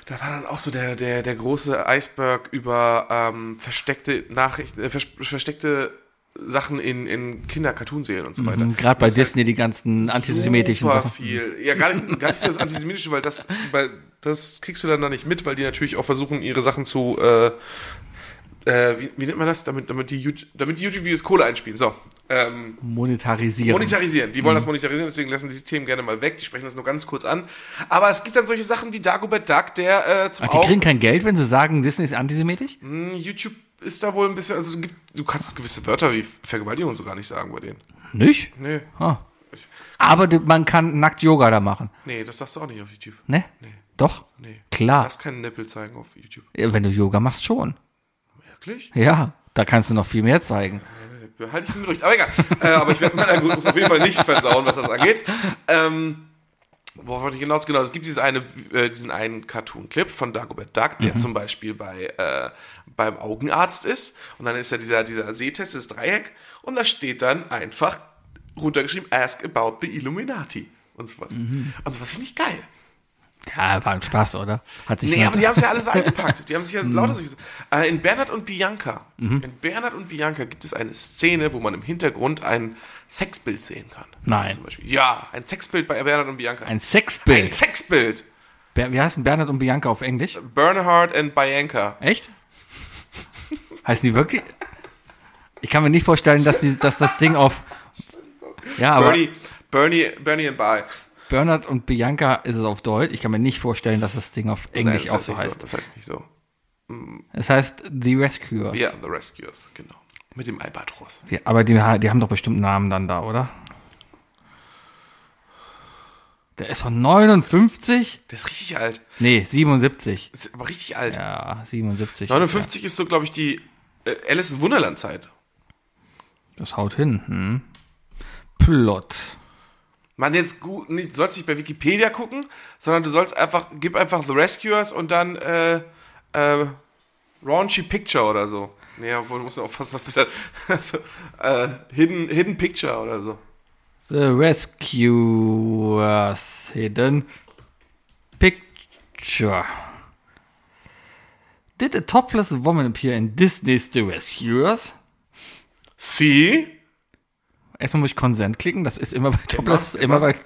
Speaker 2: da war dann auch so der, der, der große Iceberg über ähm, versteckte Nachrichten, äh, vers versteckte Sachen in, in Kinder-Cartoon-Serien und so weiter.
Speaker 3: Mhm, Gerade bei
Speaker 2: Das ist halt
Speaker 3: Disney die ganzen antisemitischen
Speaker 2: super
Speaker 3: Sachen.
Speaker 2: viel. Ja, gar nicht, gar nicht das Antisemitische, weil das, weil das kriegst du dann da nicht mit, weil die natürlich auch versuchen, ihre Sachen zu, äh, äh, wie, wie nennt man das? Damit, damit die, YouTube- damit die YouTube-Videos Kohle einspielen. So. Ähm,
Speaker 3: Monetarisieren.
Speaker 2: monetarisieren.
Speaker 3: Mhm.
Speaker 2: Die wollen das monetarisieren, deswegen lassen die Themen gerne mal weg. Die sprechen das nur ganz kurz an. Aber es gibt dann solche Sachen wie Dagobert Duck, der äh, zum
Speaker 3: Ach, die kriegen kein Geld, wenn sie sagen, Disney ist antisemitisch?
Speaker 2: Hm, YouTube ist da wohl ein bisschen, also es gibt, du kannst gewisse Wörter wie Vergewaltigung und so gar nicht sagen bei denen.
Speaker 3: Nicht?
Speaker 2: Nee,
Speaker 3: Ah. Aber d- man kann nackt Yoga da machen,
Speaker 2: nee, das sagst du auch nicht auf YouTube.
Speaker 3: ne? Doch?
Speaker 2: Nee.
Speaker 3: Klar.
Speaker 2: Darfst keinen Nippel zeigen auf YouTube.
Speaker 3: Ja, Wenn du Yoga machst, schon.
Speaker 2: Wirklich?
Speaker 3: Ja, da kannst du noch viel mehr zeigen.
Speaker 2: Halte ich für Gerücht. Aber egal. äh, aber ich werde meinen Algorithmus auf jeden Fall nicht versauen, was das angeht. Ähm, worauf wollte ich hinaus? Genau, es gibt dieses eine, äh, diesen einen Cartoon-Clip von Dagobert Duck, der zum Beispiel bei, äh, beim Augenarzt ist. Und dann ist ja dieser, dieser Sehtest, das Dreieck. Und da steht dann einfach runtergeschrieben, ask about the Illuminati. Und sowas. Und sowas finde ich geil.
Speaker 3: Ja, war ein Spaß, oder? Hat sich
Speaker 2: Nee,
Speaker 3: jemand-
Speaker 2: aber die haben es ja alles eingepackt. Die haben sich ja
Speaker 3: Mhm.
Speaker 2: lauter solche äh, In Bernhard und Bianca. In Bernhard und Bianca gibt es eine Szene, wo man im Hintergrund ein Sexbild sehen kann.
Speaker 3: Nein.
Speaker 2: Zum Beispiel. Ja, ein Sexbild bei Bernhard und Bianca.
Speaker 3: ein
Speaker 2: Ein
Speaker 3: Sexbild.
Speaker 2: Sexbild.
Speaker 3: Ber- Wie heißen Bernhard und Bianca auf Englisch?
Speaker 2: Bernhard and Bianca.
Speaker 3: Echt? Heißen die wirklich? Ich kann mir nicht vorstellen, dass, die, dass das Ding auf. Ja, aber
Speaker 2: Bernie, Bernie, Bernie and Bi.
Speaker 3: Bernhard und Bianca ist es auf Deutsch. Ich kann mir nicht vorstellen, dass das Ding auf Englisch
Speaker 2: das
Speaker 3: auch
Speaker 2: heißt
Speaker 3: so
Speaker 2: nicht
Speaker 3: heißt.
Speaker 2: Das heißt nicht so.
Speaker 3: Es heißt The Rescuers.
Speaker 2: Ja, The Rescuers, genau. Mit dem Albatros.
Speaker 3: Ja, aber die, ha- die haben doch bestimmt einen Namen dann da, oder? Der ist von 59?
Speaker 2: Der ist richtig alt.
Speaker 3: Nee, 77.
Speaker 2: Ist aber richtig alt.
Speaker 3: Ja, 77.
Speaker 2: 59 ist so, glaube ich, die äh, Alice in Wunderland-Zeit.
Speaker 3: Das haut hin. Hm. Plot.
Speaker 2: Man jetzt gut, nicht, du sollst nicht bei Wikipedia gucken, sondern du sollst einfach, gib einfach The Rescuers und dann äh, äh, Raunchy Picture oder so. Nee, obwohl du musst aufpassen, dass du dann also, äh, Hidden, Hidden Picture oder so.
Speaker 3: The Rescuers Hidden Picture. Did a topless woman appear in Disney's The Rescuers?
Speaker 2: See?
Speaker 3: Erstmal muss ich Consent klicken, das ist immer bei Topless, immer, bei,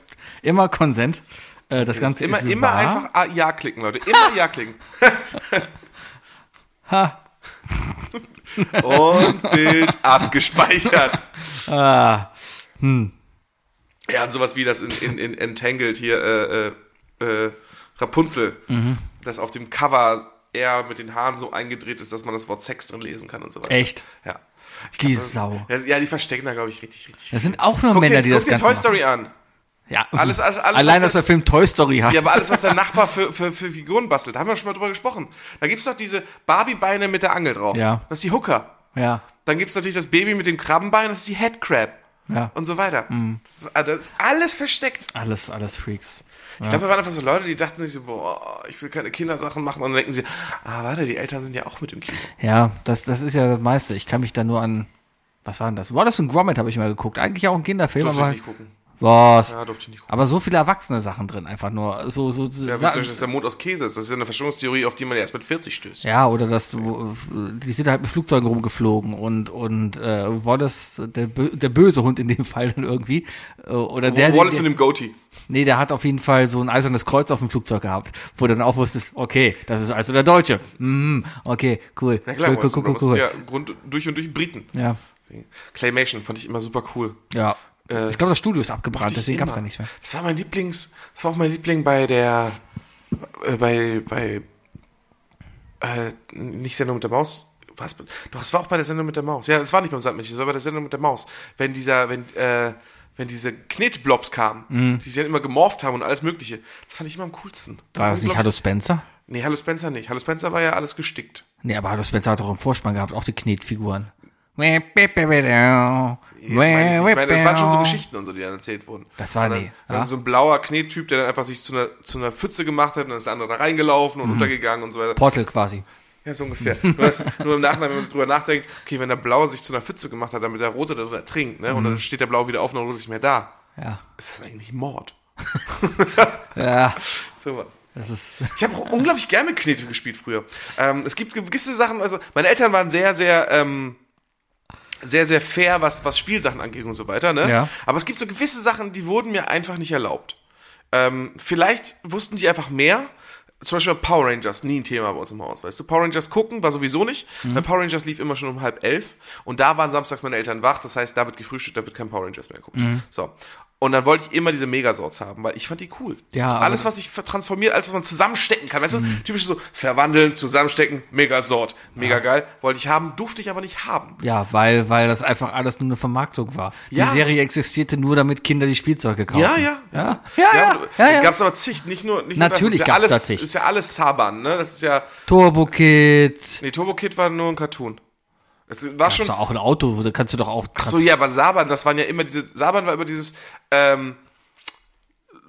Speaker 3: immer Consent. Äh, das Ganze
Speaker 2: Immer,
Speaker 3: ist
Speaker 2: immer
Speaker 3: wahr.
Speaker 2: einfach ah, Ja klicken, Leute. Immer Ja klicken.
Speaker 3: Ha,
Speaker 2: Und Bild abgespeichert.
Speaker 3: ah,
Speaker 2: Ja, und sowas wie das in, in, in Entangled hier, äh, äh, äh, Rapunzel,
Speaker 3: Mhm.
Speaker 2: das auf dem Cover eher mit den Haaren so eingedreht ist, dass man das Wort Sex drin lesen kann und so weiter.
Speaker 3: echt.
Speaker 2: Ja.
Speaker 3: Die Sau.
Speaker 2: Das- Ja, die verstecken da, glaube ich, richtig, richtig.
Speaker 3: Das sind auch nur
Speaker 2: Guck
Speaker 3: Männer,
Speaker 2: dir,
Speaker 3: die
Speaker 2: guck
Speaker 3: das
Speaker 2: dir
Speaker 3: Ganze
Speaker 2: Toy
Speaker 3: machen.
Speaker 2: Story an.
Speaker 3: Ja.
Speaker 2: Alles- alles- alles,
Speaker 3: Allein,
Speaker 2: was
Speaker 3: dass der Film Toy Story heißt.
Speaker 2: Ja, aber alles, was der Nachbar für, für, für Figuren bastelt, da haben wir schon mal drüber gesprochen. Da gibt's doch diese Barbie-Beine mit der Angel drauf.
Speaker 3: Ja.
Speaker 2: Das ist die Hooker.
Speaker 3: ja,
Speaker 2: Dann gibt's natürlich das Baby mit dem Krabbenbein, das ist die Headcrab.
Speaker 3: ja.
Speaker 2: Und so weiter.
Speaker 3: Mhm.
Speaker 2: Das, ist, also, das ist alles versteckt.
Speaker 3: Alles, alles Freaks.
Speaker 2: Ich glaube, da waren einfach so Leute, die dachten sich so, boah, ich will keine Kindersachen machen. Und dann denken sie, ah, warte, die Eltern sind ja auch mit im Kino.
Speaker 3: Ja, das, das ist ja das meiste. Ich kann mich da nur an. Was war denn das? Wallace und Gromit habe ich mal geguckt. Eigentlich auch ein Kinderfilm,
Speaker 2: Durfte ich
Speaker 3: aber.
Speaker 2: nicht gucken.
Speaker 3: Was?
Speaker 2: Ja, durfte ich nicht gucken.
Speaker 3: Aber so viele erwachsene Sachen drin, einfach nur. So, so, so
Speaker 2: Ja, wie zum Beispiel, dass der Mond aus Käse ist. Das ist ja eine Verschwörungstheorie, auf die man erst mit 40 stößt.
Speaker 3: Ja, oder dass du, die sind halt mit Flugzeugen rumgeflogen und und äh, Wallace, der, bö- der böse Hund in dem Fall dann irgendwie, äh, oder der,
Speaker 2: Wallace
Speaker 3: der,
Speaker 2: mit dem Goatee.
Speaker 3: nee, der hat auf jeden Fall so ein eisernes Kreuz auf dem Flugzeug gehabt, wo du dann auch wusstest, okay, das ist also der Deutsche, mm, okay, cool,
Speaker 2: Ja, klar,
Speaker 3: cool, cool,
Speaker 2: Wallace,
Speaker 3: cool, cool,
Speaker 2: Wallace ist
Speaker 3: cool.
Speaker 2: ja Grund, durch und durch Briten.
Speaker 3: ja,
Speaker 2: Claymation fand ich immer super cool.
Speaker 3: ja.
Speaker 2: Äh,
Speaker 3: ich glaube, das Studio ist abgebrannt,
Speaker 2: Mochte ich
Speaker 3: deswegen gab's
Speaker 2: immer.
Speaker 3: da nichts mehr.
Speaker 2: Das war mein Lieblings, das war auch mein Liebling bei der, äh, bei, bei, äh, nicht Sendung mit der Maus. Was? Doch, es war auch bei der Sendung mit der Maus. Ja, es war nicht beim Sandmännchen, es war bei der Sendung mit der Maus. Wenn dieser, wenn, äh, wenn diese Knetblobs kamen,
Speaker 3: Mhm.
Speaker 2: die sich dann immer gemorpht haben und alles Mögliche. Das fand ich immer am coolsten.
Speaker 3: War das nicht Hallo
Speaker 2: Unglaublich-
Speaker 3: Spencer?
Speaker 2: Nee, Hallo Spencer nicht. Hallo Spencer war ja alles gestickt.
Speaker 3: Nee, aber Hallo Spencer hat doch im Vorspann gehabt, auch die Knetfiguren. Das
Speaker 2: Nee, Das, meine ich nicht. Ich meine, das waren schon so
Speaker 3: Geschichten.
Speaker 2: Geschichten und so, die dann erzählt wurden.
Speaker 3: Das war
Speaker 2: Und dann,
Speaker 3: nie,
Speaker 2: dann
Speaker 3: ja.
Speaker 2: So ein blauer Knettyp, der dann einfach sich zu einer, zu einer Pfütze gemacht hat und dann ist der andere da reingelaufen
Speaker 3: Mhm.
Speaker 2: und untergegangen und so weiter.
Speaker 3: Portal quasi.
Speaker 2: Ja, so ungefähr. nur, das, nur im Nachhinein, wenn man sich drüber nachdenkt, okay, wenn der Blaue sich zu einer Pfütze gemacht hat, damit der Rote da drin ertrinkt, ne? Und
Speaker 3: Mhm.
Speaker 2: dann steht der Blaue wieder auf und der Rote ist nicht mehr da.
Speaker 3: Ja.
Speaker 2: Ist das eigentlich Mord?
Speaker 3: Ja,
Speaker 2: Sowas.
Speaker 3: das ist.
Speaker 2: Ich habe auch unglaublich gerne mit Knete gespielt früher. Ähm, es gibt gewisse Sachen, also meine Eltern waren sehr, sehr, ähm, sehr, sehr fair, was, was Spielsachen angeht und so weiter. Ne?
Speaker 3: Ja.
Speaker 2: Aber es gibt so gewisse Sachen, die wurden mir einfach nicht erlaubt. Ähm, vielleicht wussten die einfach mehr. Zum Beispiel Power Rangers, nie ein Thema bei uns im Haus, weißt du? Power Rangers gucken war sowieso nicht,
Speaker 3: Mhm.
Speaker 2: weil Power Rangers lief immer schon um halb elf und da waren samstags meine Eltern wach, das heißt, da wird gefrühstückt, da wird kein Power Rangers mehr geguckt.
Speaker 3: Mhm.
Speaker 2: So. Und dann wollte ich immer diese Megasorts haben, weil ich fand die cool.
Speaker 3: Ja, aber- Mhm.
Speaker 2: alles, was sich ver- transformiert, alles, was man zusammenstecken kann, weißt du? Typisch so, verwandeln, zusammenstecken, Megasort, mega geil, wollte ich haben, durfte ich aber nicht haben.
Speaker 3: Ja, weil, weil das einfach alles nur eine Vermarktung war. Die
Speaker 2: Ja.
Speaker 3: Serie existierte nur, damit Kinder die Spielzeuge kaufen.
Speaker 2: Ja, ja,
Speaker 3: Ja, ja, ja.
Speaker 2: ja,
Speaker 3: ja, ja.
Speaker 2: Gab es aber zig, nicht nur, nicht
Speaker 3: Natürlich
Speaker 2: nur das.
Speaker 3: gab's
Speaker 2: Ist ja
Speaker 3: da
Speaker 2: alles,
Speaker 3: zig.
Speaker 2: ist ja alles Saban, ne? Das ist ja,
Speaker 3: Turbo Kid.
Speaker 2: nee, Turbo Kid war nur ein Cartoon. Es war
Speaker 3: Hast
Speaker 2: schon,
Speaker 3: du auch ein Auto, da kannst du doch auch.
Speaker 2: Ach so, ja, aber Saban, das waren ja immer diese, Saban war immer dieses, ähm,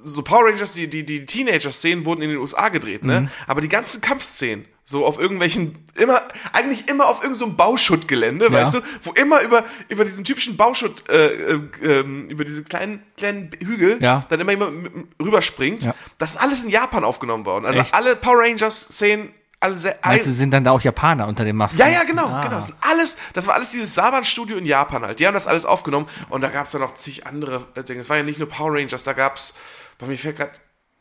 Speaker 2: so Power Rangers, die, die, die Teenager-Szenen wurden in den USA gedreht, ne?
Speaker 3: Mhm.
Speaker 2: Aber die ganzen Kampfszenen, so auf irgendwelchen, immer, eigentlich immer auf irgendeinem so einem Bauschuttgelände, weißt du, wo immer über, über diesen typischen Bauschutt, äh, äh, ähm, über diese kleinen, kleinen Hügel,
Speaker 3: Ja.
Speaker 2: dann immer jemand mit- mit- rüberspringt.
Speaker 3: Ja.
Speaker 2: Das ist alles in Japan aufgenommen worden. Also
Speaker 3: Echt?
Speaker 2: alle Power Rangers-Szenen, alle, sehr- alle,
Speaker 3: Also sind dann da auch Japaner unter den Masken.
Speaker 2: ja, ja, genau,
Speaker 3: Ah.
Speaker 2: genau. Das, sind alles, das war alles dieses Saban-Studio in Japan halt. Die haben das alles aufgenommen und da gab's dann noch zig andere äh, Dinge. Es war ja nicht nur Power Rangers, da gab's, bei mir fällt gerade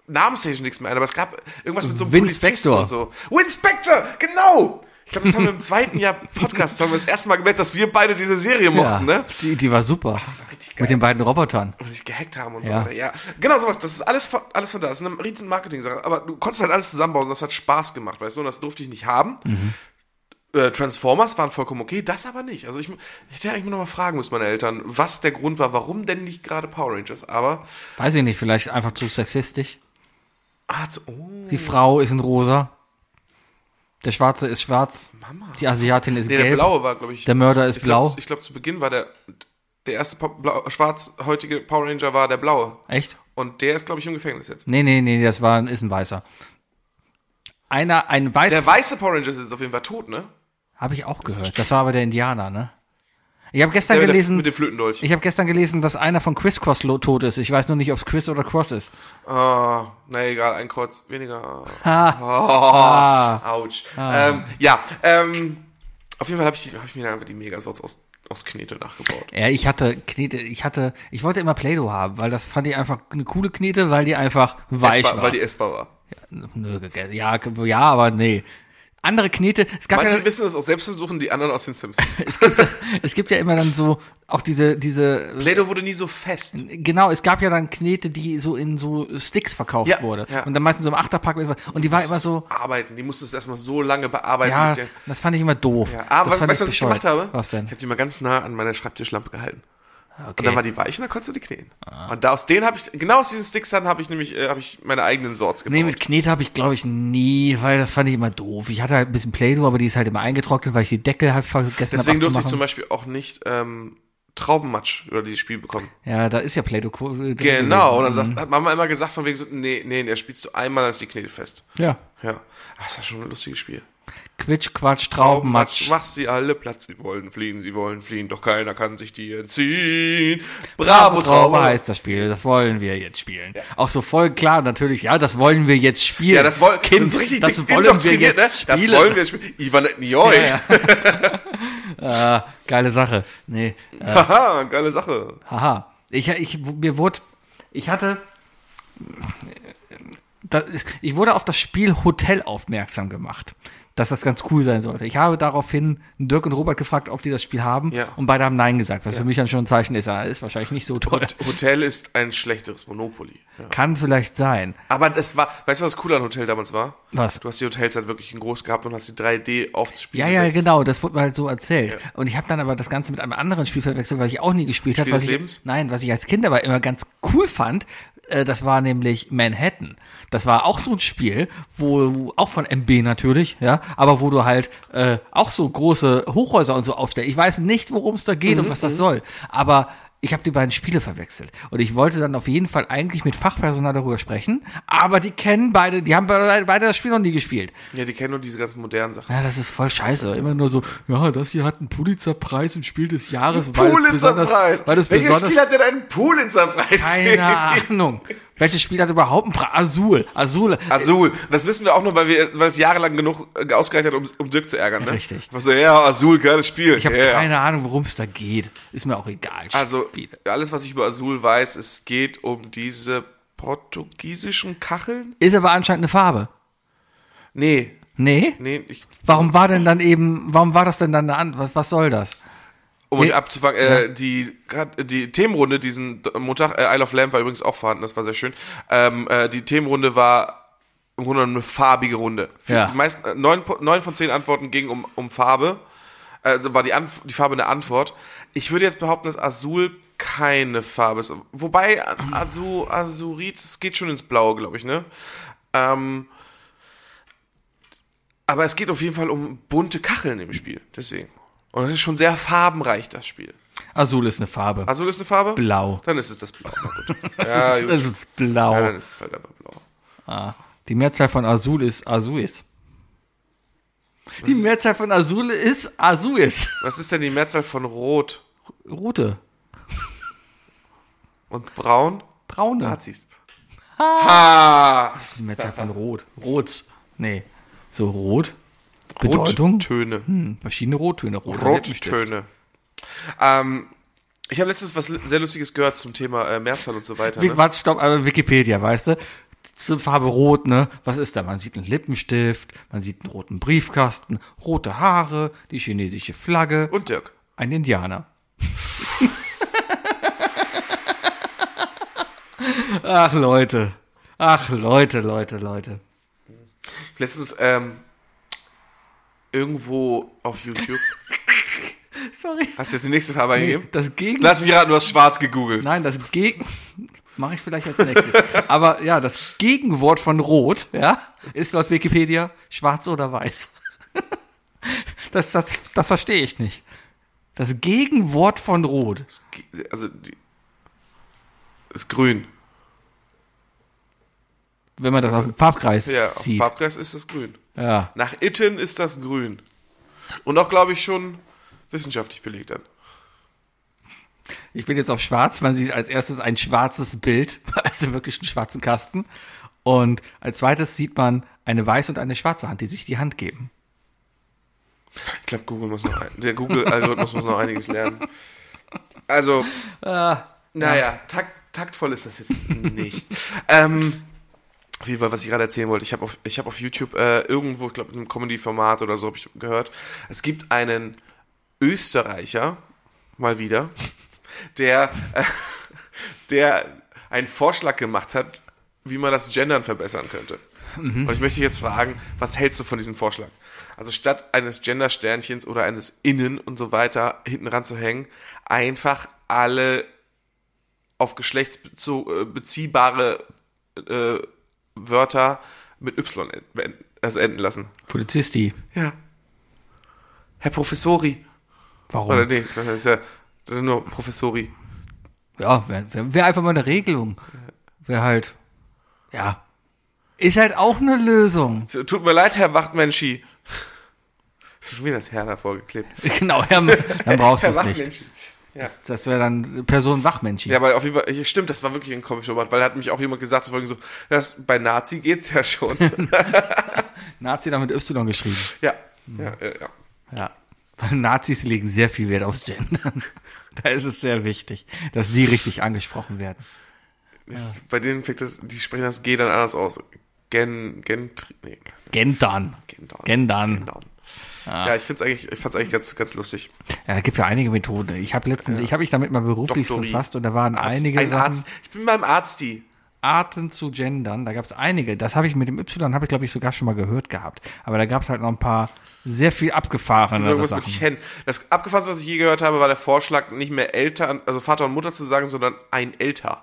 Speaker 2: namenstechnisch nichts mehr ein, aber es gab irgendwas mit so einem
Speaker 3: Win
Speaker 2: Polizisten
Speaker 3: Spector.
Speaker 2: und so. Win Spector, genau! Ich glaube, das haben wir im zweiten Jahr Podcast, haben wir das erste Mal gemerkt, dass wir beide diese Serie
Speaker 3: Ja,
Speaker 2: mochten, ne?
Speaker 3: die, die war super.
Speaker 2: richtig geil.
Speaker 3: Mit den beiden Robotern.
Speaker 2: Und sich gehackt haben und so
Speaker 3: Ja.
Speaker 2: weiter. Ja, genau sowas. Das ist alles von, alles von da. Das ist eine
Speaker 3: Mhm.
Speaker 2: riesen Marketing-Sache. Aber du konntest halt alles zusammenbauen und das hat Spaß gemacht, weißt du? Und das durfte ich nicht haben. Äh, Transformers waren vollkommen okay, das aber nicht. Also ich, ich hätte eigentlich nur noch mal fragen müssen, meine Eltern, was der Grund war, warum denn nicht gerade Power Rangers, aber.
Speaker 3: Weiß ich nicht, vielleicht einfach zu sexistisch.
Speaker 2: Ah, zu, oh.
Speaker 3: Die Frau ist in rosa. Der Schwarze ist schwarz.
Speaker 2: Mama.
Speaker 3: Die Asiatin ist
Speaker 2: Nee,
Speaker 3: gelb.
Speaker 2: der blaue war, glaube ich.
Speaker 3: Der Mörder ist
Speaker 2: ich glaub,
Speaker 3: blau.
Speaker 2: Ich glaube, zu Beginn war der, der erste Pa- blau, schwarzhäutige Power Ranger war der blaue.
Speaker 3: Echt?
Speaker 2: Und der ist, glaube ich, im Gefängnis jetzt.
Speaker 3: Nee, nee, nee, das war, ist ein Weißer. Einer, ein Weißer.
Speaker 2: Der weiße Power Ranger ist jetzt auf jeden Fall tot, ne?
Speaker 3: Habe ich auch gehört. Das war aber der Indianer, ne? Ich habe gestern
Speaker 2: Der mit, der,
Speaker 3: gelesen,
Speaker 2: mit dem Flötendolch.
Speaker 3: ich habe gestern gelesen, dass einer von Chris Cross lo- tot ist. Ich weiß nur nicht, ob es Chris oder Cross ist.
Speaker 2: Ah, na egal, ein Kreuz weniger.
Speaker 3: Ha.
Speaker 2: Ah, ouch. Ähm, ja, ähm, auf jeden Fall habe ich, die- hab ich mir dann einfach die Megasorts aus, aus Knete nachgebaut.
Speaker 3: Ja, ich hatte Knete, ich hatte, ich wollte immer Play-Doh haben, weil das fand ich einfach eine coole Knete, weil die einfach weich
Speaker 2: Essbar,
Speaker 3: war.
Speaker 2: Weil die essbar war.
Speaker 3: Nö, ge- ja, ge- ja, aber nee. Andere Knete, es gab, ja,
Speaker 2: Manche wissen es aus Selbstversuchen, die anderen aus den Simpsons.
Speaker 3: es, gibt, ja- es gibt ja immer dann so, auch diese, diese,
Speaker 2: Play-Doh wurde nie so fest.
Speaker 3: genau, es gab ja dann Knete, die so in so Sticks verkauft
Speaker 2: Ja,
Speaker 3: wurde.
Speaker 2: ja.
Speaker 3: Und dann meistens so im Achterpack. Und die war immer so,
Speaker 2: Arbeiten, die musstest du erstmal so lange bearbeiten.
Speaker 3: Ja,
Speaker 2: bis der,
Speaker 3: das fand ich immer doof.
Speaker 2: ja. Aber
Speaker 3: das fand
Speaker 2: weißt du, was ich
Speaker 3: bescheuert.
Speaker 2: gemacht habe?
Speaker 3: Was denn?
Speaker 2: Ich habe die mal ganz nah an meiner Schreibtischlampe gehalten. Und
Speaker 3: Okay. Ah.
Speaker 2: dann war die weich und dann konntest du die kneten. Und da aus denen habe ich, genau aus diesen Sticks dann habe ich nämlich, äh, habe ich meine eigenen Sorts gebaut.
Speaker 3: nee, mit Knete habe ich, glaube ich, nie, weil das fand ich immer doof. Ich hatte halt ein bisschen Play-Doh, aber die ist halt immer eingetrocknet, weil ich die Deckel halt vergessen
Speaker 2: Deswegen
Speaker 3: habe
Speaker 2: durfte ich zum
Speaker 3: abzumachen.
Speaker 2: Beispiel auch nicht ähm, Traubenmatsch oder dieses Spiel bekommen.
Speaker 3: Ja, da ist ja Play-Doh. äh, drin
Speaker 2: Genau, und dann
Speaker 3: gewesen.
Speaker 2: sagt, hat Mama immer gesagt, von wegen so, nee, nee, da spielst du einmal, dann ist die Knete fest.
Speaker 3: Ja.
Speaker 2: Ja, das ist schon ein lustiges Spiel.
Speaker 3: Quitsch, Quatsch, Traubenmatsch.
Speaker 2: mach sie alle Platz, sie wollen fliehen, sie wollen fliehen, doch keiner kann sich dir entziehen. Bravo, Ah,
Speaker 3: Traube
Speaker 2: Traube.
Speaker 3: heißt das Spiel, das wollen wir jetzt spielen. Auch so voll klar, natürlich, ja, das wollen wir jetzt spielen.
Speaker 2: Ja, das, woll,
Speaker 3: Kind,
Speaker 2: das ist richtig
Speaker 3: das
Speaker 2: dick
Speaker 3: wollen wir
Speaker 2: indoktriniert,
Speaker 3: jetzt
Speaker 2: ne?
Speaker 3: spielen.
Speaker 2: Das wollen wir jetzt spielen. Ivan Nioi.
Speaker 3: Ja, ja. ah, geile Sache. Nee,
Speaker 2: Haha, geile Sache.
Speaker 3: Haha. Ich, ich, mir wurde, ich hatte, da, ich wurde auf das Spiel Hotel aufmerksam gemacht, dass das ganz cool sein sollte. Ich habe daraufhin Dirk und Robert gefragt, ob die das Spiel haben,
Speaker 2: Ja.
Speaker 3: und beide haben Nein gesagt, was für mich dann schon ein Zeichen ist. Ja, Ist wahrscheinlich nicht so toll.
Speaker 2: Hotel ist ein schlechteres Monopoly. Ja.
Speaker 3: Kann vielleicht sein.
Speaker 2: Aber das war, weißt du, was cool an Hotel damals war?
Speaker 3: Was?
Speaker 2: Du hast die Hotels halt wirklich in groß gehabt und hast die 3D aufs Spiel
Speaker 3: Ja, ja,
Speaker 2: gesetzt.
Speaker 3: genau, das wurde mir halt so erzählt. Und ich habe dann aber das Ganze mit einem anderen Spiel verwechselt, weil ich auch nie gespielt habe.
Speaker 2: Spiel
Speaker 3: Was
Speaker 2: des
Speaker 3: ich,
Speaker 2: Lebens?
Speaker 3: nein, was ich als Kind aber immer ganz cool fand, äh, das war nämlich Manhattan. Das war auch so ein Spiel, wo auch von MB natürlich, ja, aber wo du halt äh, auch so große Hochhäuser und so aufstellst. Ich weiß nicht, worum es da geht
Speaker 2: Mhm,
Speaker 3: und was das soll, aber ich habe die beiden Spiele verwechselt und ich wollte dann auf jeden Fall eigentlich mit Fachpersonal darüber sprechen, aber die kennen beide, die haben beide beide das Spiel noch nie gespielt.
Speaker 2: Ja, die kennen nur diese ganzen modernen Sachen.
Speaker 3: Ja, das ist voll scheiße. Immer nur so, ja, das hier hat einen Pulitzer-Preis im Spiel des Jahres.
Speaker 2: Pulitzer-Preis!
Speaker 3: Weil das
Speaker 2: Welches
Speaker 3: besonders...
Speaker 2: Spiel hat denn einen Pulitzer-Preis?
Speaker 3: keine Ahnung. Welches Spiel hat überhaupt einen Preis? Azul. Azul.
Speaker 2: Azul. Das wissen wir auch nur, weil wir weil es jahrelang genug äh, ausgereicht hat, um, um Dirk zu ärgern. Ne?
Speaker 3: Richtig.
Speaker 2: Was so, ja, Azul, geiles Spiel.
Speaker 3: Ich habe
Speaker 2: ja.
Speaker 3: keine Ahnung, worum es da geht. Ist mir auch egal.
Speaker 2: Also,
Speaker 3: Spiele.
Speaker 2: alles, was ich über Azul weiß, es geht um diese portugiesischen Kacheln?
Speaker 3: Ist aber anscheinend eine Farbe.
Speaker 2: Nee,
Speaker 3: Nee?
Speaker 2: nee, ich,
Speaker 3: Warum war denn dann eben, warum war das denn dann eine an? Was, was soll das?
Speaker 2: um
Speaker 3: Nee.
Speaker 2: nee. abzufangen, äh, die, die Themenrunde diesen Montag, äh, Isle of Lamb war übrigens auch vorhanden, das war sehr schön. Ähm, äh, die Themenrunde war im Grunde eine farbige Runde. Für
Speaker 3: Ja.
Speaker 2: Die meisten, äh, neun, Po- neun von zehn Antworten gingen um, um Farbe. Also war die, Anf die Farbe eine Antwort. Ich würde jetzt behaupten, dass Azul keine Farbe ist. Wobei Azul, Azurit, es geht schon ins Blaue, glaube ich, ne? Ähm, aber es geht auf jeden Fall um bunte Kacheln im Spiel. Deswegen. Und es ist schon sehr farbenreich, das Spiel.
Speaker 3: Azul ist eine Farbe.
Speaker 2: Azul ist eine Farbe?
Speaker 3: Blau.
Speaker 2: Dann ist es das Blau. Na gut. Ah, Ja, gut.
Speaker 3: Es ist blau.
Speaker 2: Ja, dann ist es halt einfach blau.
Speaker 3: Die Mehrzahl von Azul ist Azuis. Die Mehrzahl von Azul ist Azuis.
Speaker 2: Was ist denn die Mehrzahl von Rot
Speaker 3: Rote.
Speaker 2: und Braun?
Speaker 3: Braune.
Speaker 2: Nazis. Ha!
Speaker 3: Die Mehrzahl von Rot. Rots. Nee. So rot. Bedeutung?
Speaker 2: Rottöne.
Speaker 3: Hm, verschiedene Rottöne. Roter Lippenstift.
Speaker 2: Rottöne. Ähm, ich habe letztens was sehr Lustiges gehört zum Thema äh, Mehrzahl und so weiter.
Speaker 3: Wik-
Speaker 2: Ne?
Speaker 3: Warte, stopp, aber Wikipedia, weißt du? Zur Farbe Rot, ne? Was ist da? Man sieht einen Lippenstift, man sieht einen roten Briefkasten, rote Haare, die chinesische Flagge,
Speaker 2: Und Dirk.
Speaker 3: ein Indianer. Ach, Leute. Ach, Leute, Leute, Leute.
Speaker 2: Letztens ähm, irgendwo auf YouTube.
Speaker 3: Sorry.
Speaker 2: Hast du jetzt die nächste Farbe eingegeben?
Speaker 3: Das Gegenteil.
Speaker 2: Lass mich raten, du hast schwarz gegoogelt.
Speaker 3: Nein, das Gegen. Mache ich vielleicht als nächstes. Aber ja, das Gegenwort von Rot, ja, ist laut Wikipedia schwarz oder weiß. Das, das, das verstehe ich nicht. Das Gegenwort von Rot.
Speaker 2: Also, die, ist grün.
Speaker 3: Wenn man das auf dem Farbkreis
Speaker 2: Ja, auf dem
Speaker 3: sieht.
Speaker 2: Farbkreis ist das grün.
Speaker 3: ja.
Speaker 2: Nach Itten ist das grün. Und auch, glaube ich, schon wissenschaftlich belegt dann.
Speaker 3: Ich bin jetzt auf schwarz. Man sieht als erstes ein schwarzes Bild, also wirklich einen schwarzen Kasten. Und als zweites sieht man eine weiße und eine schwarze Hand, die sich die Hand geben.
Speaker 2: Ich glaube, Google muss noch ein, der Google-Algorithmus muss noch einiges lernen. Also, naja, tak, taktvoll ist das jetzt nicht. ähm, auf jeden Fall, was ich gerade erzählen wollte, ich habe auf, ich hab auf YouTube äh, irgendwo, ich glaube, in einem Comedy-Format oder so, habe ich gehört, es gibt einen Österreicher, mal wieder, der, äh, der einen Vorschlag gemacht hat, wie man das Gendern verbessern könnte. Und ich möchte dich jetzt fragen, was hältst du von diesem Vorschlag? Also statt eines Gender-Sternchens oder eines Innen und so weiter hinten ranzuhängen, einfach alle auf geschlechtsbeziehbare äh, Wörter mit Y en- beenden- also enden lassen.
Speaker 3: Polizisti.
Speaker 2: Ja. Herr Professori.
Speaker 3: Warum?
Speaker 2: Oder nee, das ist ja das ist nur Professori.
Speaker 3: ja, wäre wär, wär einfach mal eine Regelung. Wäre halt, ja. Ist halt auch eine Lösung.
Speaker 2: So, Tut mir leid, Herr Wachtmenschi. Ist schon wieder das Herr davor geklebt.
Speaker 3: Genau, ja, dann brauchst du es nicht.
Speaker 2: Wachtmenschi.
Speaker 3: Das, das wäre dann Person Wachmensch.
Speaker 2: Ja, aber auf jeden Fall, hier stimmt, das war wirklich ein komischer Wort, weil da hat mich auch jemand gesagt, so, so das, bei Nazi geht's ja schon.
Speaker 3: Nazi dann mit Y geschrieben.
Speaker 2: ja, ja, ja, ja.
Speaker 3: Ja. Weil Nazis legen sehr viel Wert aufs Gendern. Da ist es sehr wichtig, dass die richtig angesprochen werden.
Speaker 2: Das, Bei denen fängt das, die sprechen das G dann anders aus. Gen, gen, nee,
Speaker 3: Gendern.
Speaker 2: Gendern. genau.
Speaker 3: Gendern.
Speaker 2: Gendern. Ja, ich find's eigentlich, ich fand's eigentlich ganz, ganz lustig.
Speaker 3: Ja, es gibt ja einige Methoden. Ich habe letztens, ich habe mich damit mal beruflich
Speaker 2: Doktori.
Speaker 3: befasst und da waren
Speaker 2: Arzt-
Speaker 3: einige
Speaker 2: ein
Speaker 3: Sachen,
Speaker 2: Arzt, ich bin beim Arzti.
Speaker 3: Arten zu gendern. Da gab es einige. Das habe ich mit dem Y, habe ich glaube ich sogar schon mal gehört gehabt. Aber da gab es halt noch ein paar sehr viel abgefahrene
Speaker 2: Irgendwas mit
Speaker 3: Sachen.
Speaker 2: Hen. Das abgefasst, was ich je gehört habe, war der Vorschlag, nicht mehr Eltern, also Vater und Mutter zu sagen, sondern ein Älter.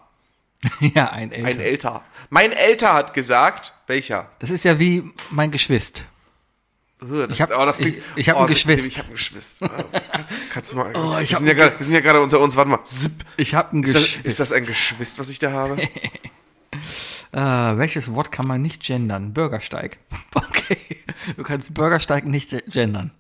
Speaker 3: Ja, ein
Speaker 2: Ein
Speaker 3: Eltern.
Speaker 2: Älter. Mein Älter hat gesagt, welcher?
Speaker 3: Das ist ja wie mein Geschwist.
Speaker 2: Ugh, Das,
Speaker 3: Ich hab-
Speaker 2: oh, das
Speaker 3: ich-
Speaker 2: klingt,
Speaker 3: ich hab
Speaker 2: oh,
Speaker 3: ein
Speaker 2: das-
Speaker 3: Geschwist.
Speaker 2: Ich habe ein Geschwist. Oh, Kannst du mal.
Speaker 3: ich
Speaker 2: wir,
Speaker 3: hab
Speaker 2: sind ja
Speaker 3: ein
Speaker 2: gerade, wir sind ja gerade unter uns. Warte mal. Zip.
Speaker 3: Ich habe ein
Speaker 2: Ist, das,
Speaker 3: Geschwist.
Speaker 2: ist das ein Geschwist, was ich da habe?
Speaker 3: Äh, welches Wort kann man nicht gendern? Bürgersteig. Okay. Du kannst Bürgersteig nicht se- gendern.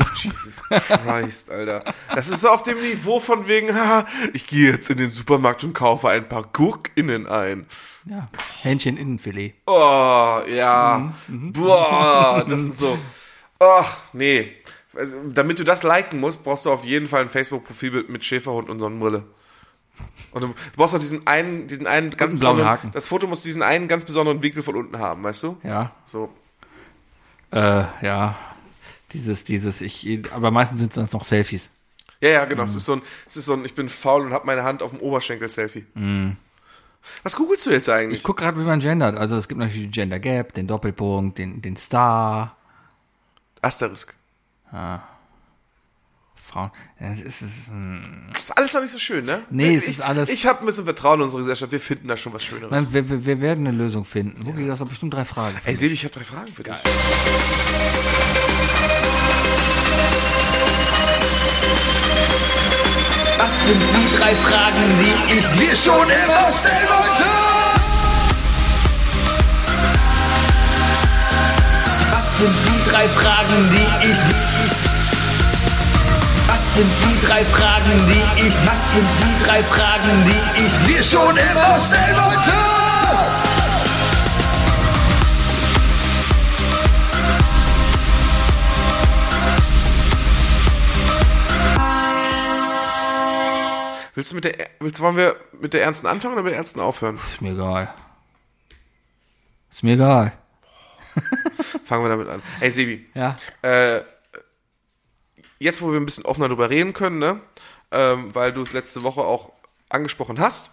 Speaker 2: Oh, Jesus Christ, Alter. Das ist so auf dem Niveau von wegen, haha, ich gehe jetzt in den Supermarkt und kaufe ein paar Gurkinnen ein.
Speaker 3: Ja. Hähnchen Innenfilet.
Speaker 2: Oh, ja.
Speaker 3: Mhm,
Speaker 2: Boah, das sind so. Ach, nee. Also, damit du das liken musst, brauchst du auf jeden Fall ein Facebook-Profilbild mit Schäferhund und Sonnenbrille. Und du brauchst auch diesen einen, diesen einen ganz
Speaker 3: Guten blauen
Speaker 2: besonderen.
Speaker 3: Haken.
Speaker 2: Das Foto muss diesen einen ganz besonderen Winkel von unten haben, weißt du?
Speaker 3: Ja.
Speaker 2: So.
Speaker 3: Äh, ja. Dieses, dieses, ich, aber meistens sind es noch Selfies.
Speaker 2: Ja, ja, genau.
Speaker 3: Mhm.
Speaker 2: Es ist so ein, es ist so ein, ich bin faul und habe meine Hand auf dem Oberschenkel-Selfie. Was googelst du jetzt eigentlich?
Speaker 3: Mhm. Ich guck gerade, wie man gendert. Also es gibt natürlich den Gender Gap, den Doppelpunkt, den, den Star,
Speaker 2: Asterisk.
Speaker 3: Frauen. Es ist, es ist, hm.
Speaker 2: Ist alles noch nicht so schön, ne?
Speaker 3: Nee, es
Speaker 2: ich,
Speaker 3: ist alles-
Speaker 2: Ich habe ein bisschen Vertrauen in unsere Gesellschaft. Wir finden da schon was Schöneres.
Speaker 3: Nein, wir, wir, wir werden eine Lösung finden. Guck, das sind bestimmt drei Fragen.
Speaker 2: Ey, Sebi, ich habe drei Fragen für dich.
Speaker 1: Was sind die drei Fragen, die ich dir schon immer stellen wollte? Was sind die drei Fragen, die ich dir... Was sind die drei Fragen, die ich... Was sind die drei Fragen, die ich dir schon immer stellen wollte?
Speaker 2: Willst du mit der, willst, wollen wir mit der ernsten anfangen oder mit der ernsten aufhören?
Speaker 3: Ist mir egal. Ist mir egal.
Speaker 2: Fangen wir damit an. Ey, Sebi,
Speaker 3: Ja.
Speaker 2: äh, jetzt, wo wir ein bisschen offener drüber reden können, ne, ähm, weil du es letzte Woche auch angesprochen hast,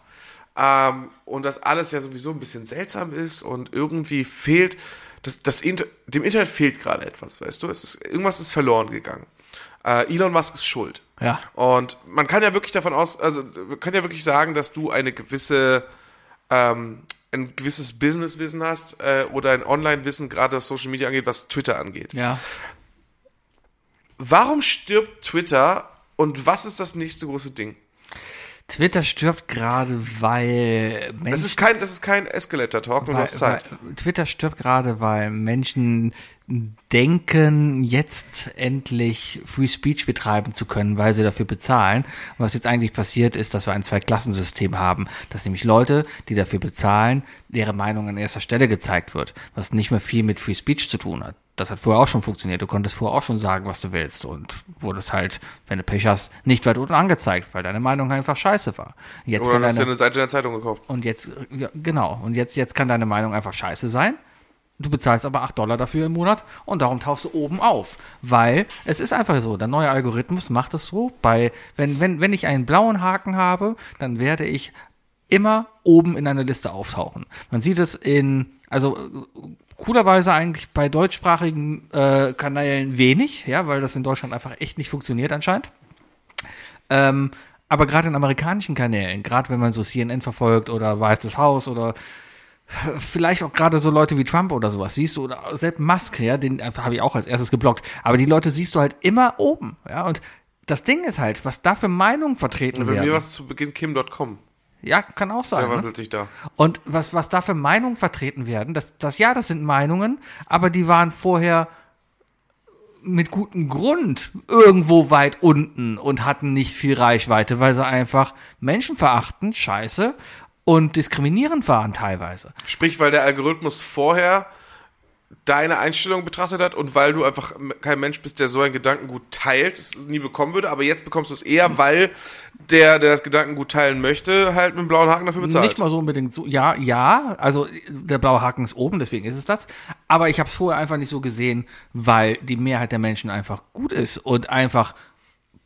Speaker 2: ähm, und das alles ja sowieso ein bisschen seltsam ist und irgendwie fehlt das, das Inter dem Internet fehlt gerade etwas, weißt du? Es ist, irgendwas ist verloren gegangen. Äh, Elon Musk ist schuld.
Speaker 3: Ja.
Speaker 2: Und man kann ja wirklich davon aus, also man kann ja wirklich sagen, dass du eine gewisse, ähm, ein gewisses Businesswissen hast äh, oder ein Online-Wissen, gerade was Social Media angeht, was Twitter angeht.
Speaker 3: Ja.
Speaker 2: Warum stirbt Twitter und was ist das nächste große Ding?
Speaker 3: Twitter stirbt gerade, weil Menschen.
Speaker 2: Das ist kein, das ist kein Escalator-Talk, du
Speaker 3: weil,
Speaker 2: hast Zeit.
Speaker 3: weil Twitter stirbt gerade, weil Menschen denken, jetzt endlich Free Speech betreiben zu können, weil sie dafür bezahlen. Und was jetzt eigentlich passiert ist, dass wir ein Zweiklassensystem haben, dass nämlich Leute, die dafür bezahlen, ihre Meinung an erster Stelle gezeigt wird, was nicht mehr viel mit Free Speech zu tun hat. Das hat vorher auch schon funktioniert. Du konntest vorher auch schon sagen, was du willst und wurdest halt, wenn du Pech hast, nicht weit unten angezeigt, weil deine Meinung einfach scheiße war. Jetzt
Speaker 2: Oder
Speaker 3: kann
Speaker 2: du hast
Speaker 3: deine
Speaker 2: dir eine Seite in der Zeitung gekauft.
Speaker 3: und jetzt, äh, ja, genau, und jetzt, jetzt kann deine Meinung einfach scheiße sein. Du bezahlst aber 8 Dollar dafür im Monat und darum tauchst du oben auf. Weil es ist einfach so, der neue Algorithmus macht es so, bei, wenn, wenn, wenn ich einen blauen Haken habe, dann werde ich immer oben in einer Liste auftauchen. Man sieht es in, also äh, coolerweise eigentlich bei deutschsprachigen äh, Kanälen wenig, ja, weil das in Deutschland einfach echt nicht funktioniert anscheinend. Ähm, aber gerade in amerikanischen Kanälen, gerade wenn man so CNN verfolgt oder Weißes Haus oder vielleicht auch gerade so Leute wie Trump oder sowas siehst du oder selbst Musk, ja, den habe ich auch als erstes geblockt. Aber die Leute siehst du halt immer oben, ja. Und das Ding ist halt, was da für Meinungen vertreten
Speaker 2: Bei mir war
Speaker 3: werden.
Speaker 2: es zu Beginn Kim.com.
Speaker 3: Ja, kann auch sein.
Speaker 2: Der war
Speaker 3: ne?
Speaker 2: plötzlich da.
Speaker 3: Und was, was da für Meinungen vertreten werden, das, das, ja, das sind Meinungen, aber die waren vorher mit gutem Grund irgendwo weit unten und hatten nicht viel Reichweite, weil sie einfach Menschen verachten, scheiße, und diskriminierend waren teilweise.
Speaker 2: Sprich, weil der Algorithmus vorher deine Einstellung betrachtet hat und weil du einfach kein Mensch bist, der so ein Gedankengut teilt, es nie bekommen würde, aber jetzt bekommst du es eher, weil der, der das Gedankengut teilen möchte, halt mit dem blauen Haken dafür bezahlt.
Speaker 3: Nicht mal so unbedingt so. Ja, ja, also der blaue Haken ist oben, deswegen ist es das. Aber ich habe es vorher einfach nicht so gesehen, weil die Mehrheit der Menschen einfach gut ist und einfach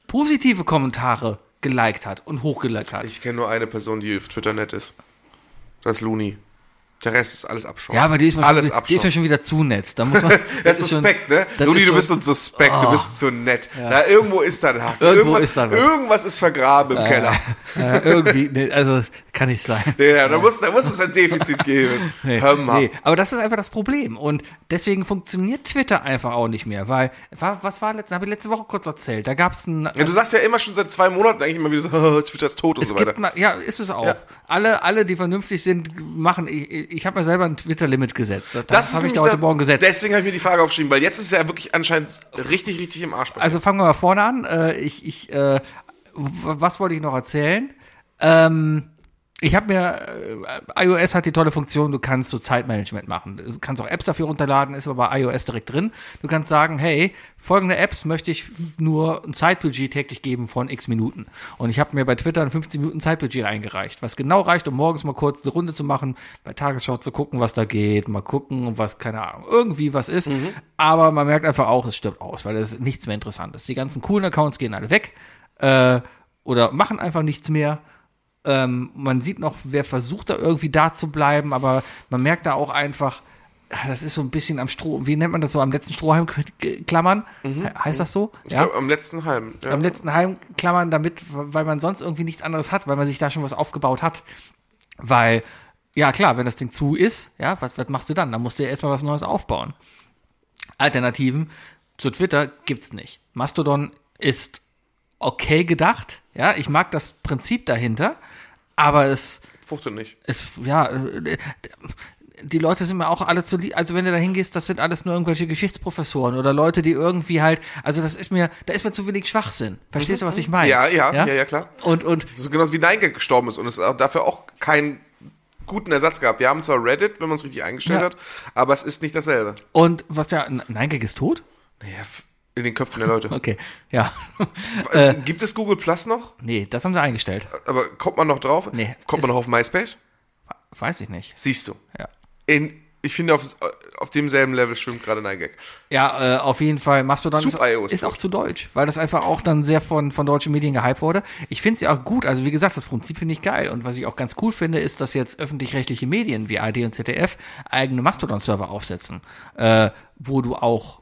Speaker 3: positive Kommentare geliked hat und hochgeliked hat.
Speaker 2: Ich kenne nur eine Person, die auf Twitter nett ist. Das ist Looney. Der Rest ist alles Abschaum.
Speaker 3: Ja, aber die ist mir,
Speaker 2: alles
Speaker 3: schon, die ist mir
Speaker 2: Abschaum.
Speaker 3: schon wieder zu nett. Da muss man,
Speaker 2: Das
Speaker 3: ist
Speaker 2: ist
Speaker 3: schon-
Speaker 2: suspekt, ne?
Speaker 3: das
Speaker 2: Ludi,
Speaker 3: ist
Speaker 2: du
Speaker 3: schon- Ah.
Speaker 2: bist so suspekt, du bist so nett. Na, irgendwo ist da ein Haken.
Speaker 3: Irgendwo
Speaker 2: irgendwas,
Speaker 3: ist da was.
Speaker 2: irgendwas ist vergraben im Keller.
Speaker 3: Äh, irgendwie, ne, also kann nicht sein.
Speaker 2: Nee, ja, da, muss, da muss es ein Defizit geben.
Speaker 3: Nee,
Speaker 2: Hör mal.
Speaker 3: nee, aber das ist einfach das Problem. Und deswegen funktioniert Twitter einfach auch nicht mehr, weil, wa- was war letzte, habe ich letzte Woche kurz erzählt, da gab es ein,
Speaker 2: Ja, du sagst ja immer schon seit zwei Monaten eigentlich immer wieder so, oh, Twitter ist tot und
Speaker 3: es
Speaker 2: so
Speaker 3: gibt
Speaker 2: weiter.
Speaker 3: Mal, ja, ist es auch. Alle, alle, die vernünftig sind, machen, ich, ich habe mir selber ein Twitter-Limit gesetzt. Das, das habe ich
Speaker 2: nämlich
Speaker 3: da heute
Speaker 2: das-
Speaker 3: Morgen gesetzt.
Speaker 2: Deswegen habe ich mir die Frage aufgeschrieben, weil jetzt ist ja wirklich anscheinend richtig, richtig im Arsch.
Speaker 3: also fangen wir mal vorne an. Äh, ich, ich, äh, w- was wollte ich noch erzählen? Ähm, ich habe mir, äh, iOS hat die tolle Funktion, du kannst so Zeitmanagement machen. Du kannst auch Apps dafür runterladen, ist aber bei iOS direkt drin. Du kannst sagen, hey, folgende Apps möchte ich nur ein Zeitbudget täglich geben von x Minuten. Und ich habe mir bei Twitter ein 15 Minuten Zeitbudget eingereicht, was genau reicht, um morgens mal kurz eine Runde zu machen, bei Tagesschau zu gucken, was da geht, mal gucken, was, keine Ahnung, irgendwie was ist. Aber man merkt einfach auch, es stirbt aus, weil es ist nichts mehr interessant ist. Die ganzen coolen Accounts gehen alle weg äh, oder machen einfach nichts mehr. Ähm, man sieht noch, wer versucht da irgendwie da zu bleiben, aber man merkt da auch einfach, das ist so ein bisschen am Stroh, wie nennt man das so, am letzten Strohhalm k- klammern? He- Heißt das so?
Speaker 2: Mhm. Ich glaub, am letzten halben. Ja.
Speaker 3: am letzten Heim klammern, damit, weil man sonst irgendwie nichts anderes hat, weil man sich da schon was aufgebaut hat. Weil, ja klar, wenn das Ding zu ist, ja, was, was machst du dann? Da musst du ja erstmal was Neues aufbauen. Alternativen zu Twitter gibt's nicht. Mastodon ist okay gedacht, ja, ich mag das Prinzip dahinter, aber es,
Speaker 2: Fruchtet nicht.
Speaker 3: es, ja, äh, die Leute sind mir auch alle zu lieb. Also wenn du da hingehst, das sind alles nur irgendwelche Geschichtsprofessoren oder Leute, die irgendwie halt, also das ist mir, da ist mir zu wenig Schwachsinn. Verstehst du, was ich meine?
Speaker 2: Mhm. Ja, ja, ja, ja, klar.
Speaker 3: Und, und,
Speaker 2: Das ist genauso wie Nike gestorben ist und es hat dafür auch keinen guten Ersatz gehabt. Wir haben zwar Reddit, wenn man es richtig eingestellt
Speaker 3: Ja.
Speaker 2: hat, aber es ist nicht dasselbe.
Speaker 3: und was ja, nein, Gag ist tot?
Speaker 2: Naja, f- in den Köpfen der Leute.
Speaker 3: Okay, ja.
Speaker 2: Äh, Gibt es Google Plus noch?
Speaker 3: nee, das haben sie eingestellt.
Speaker 2: Aber kommt man noch drauf?
Speaker 3: Nee.
Speaker 2: kommt man
Speaker 3: Ist-
Speaker 2: noch auf MySpace?
Speaker 3: Weiß ich nicht.
Speaker 2: Siehst du.
Speaker 3: Ja.
Speaker 2: In, ich finde, auf, auf demselben Level schwimmt gerade Nein Gag.
Speaker 3: Ja, äh, auf jeden Fall. Mastodon ist,
Speaker 2: Super IO ist
Speaker 3: ist
Speaker 2: gut.
Speaker 3: auch zu deutsch, weil das einfach auch dann sehr von, von deutschen Medien gehypt wurde. Ich finde es ja auch gut. Also, wie gesagt, das Prinzip finde ich geil. Und was ich auch ganz cool finde, ist, dass jetzt öffentlich-rechtliche Medien wie ARD und ZDF eigene Mastodon-Server aufsetzen, äh, wo du auch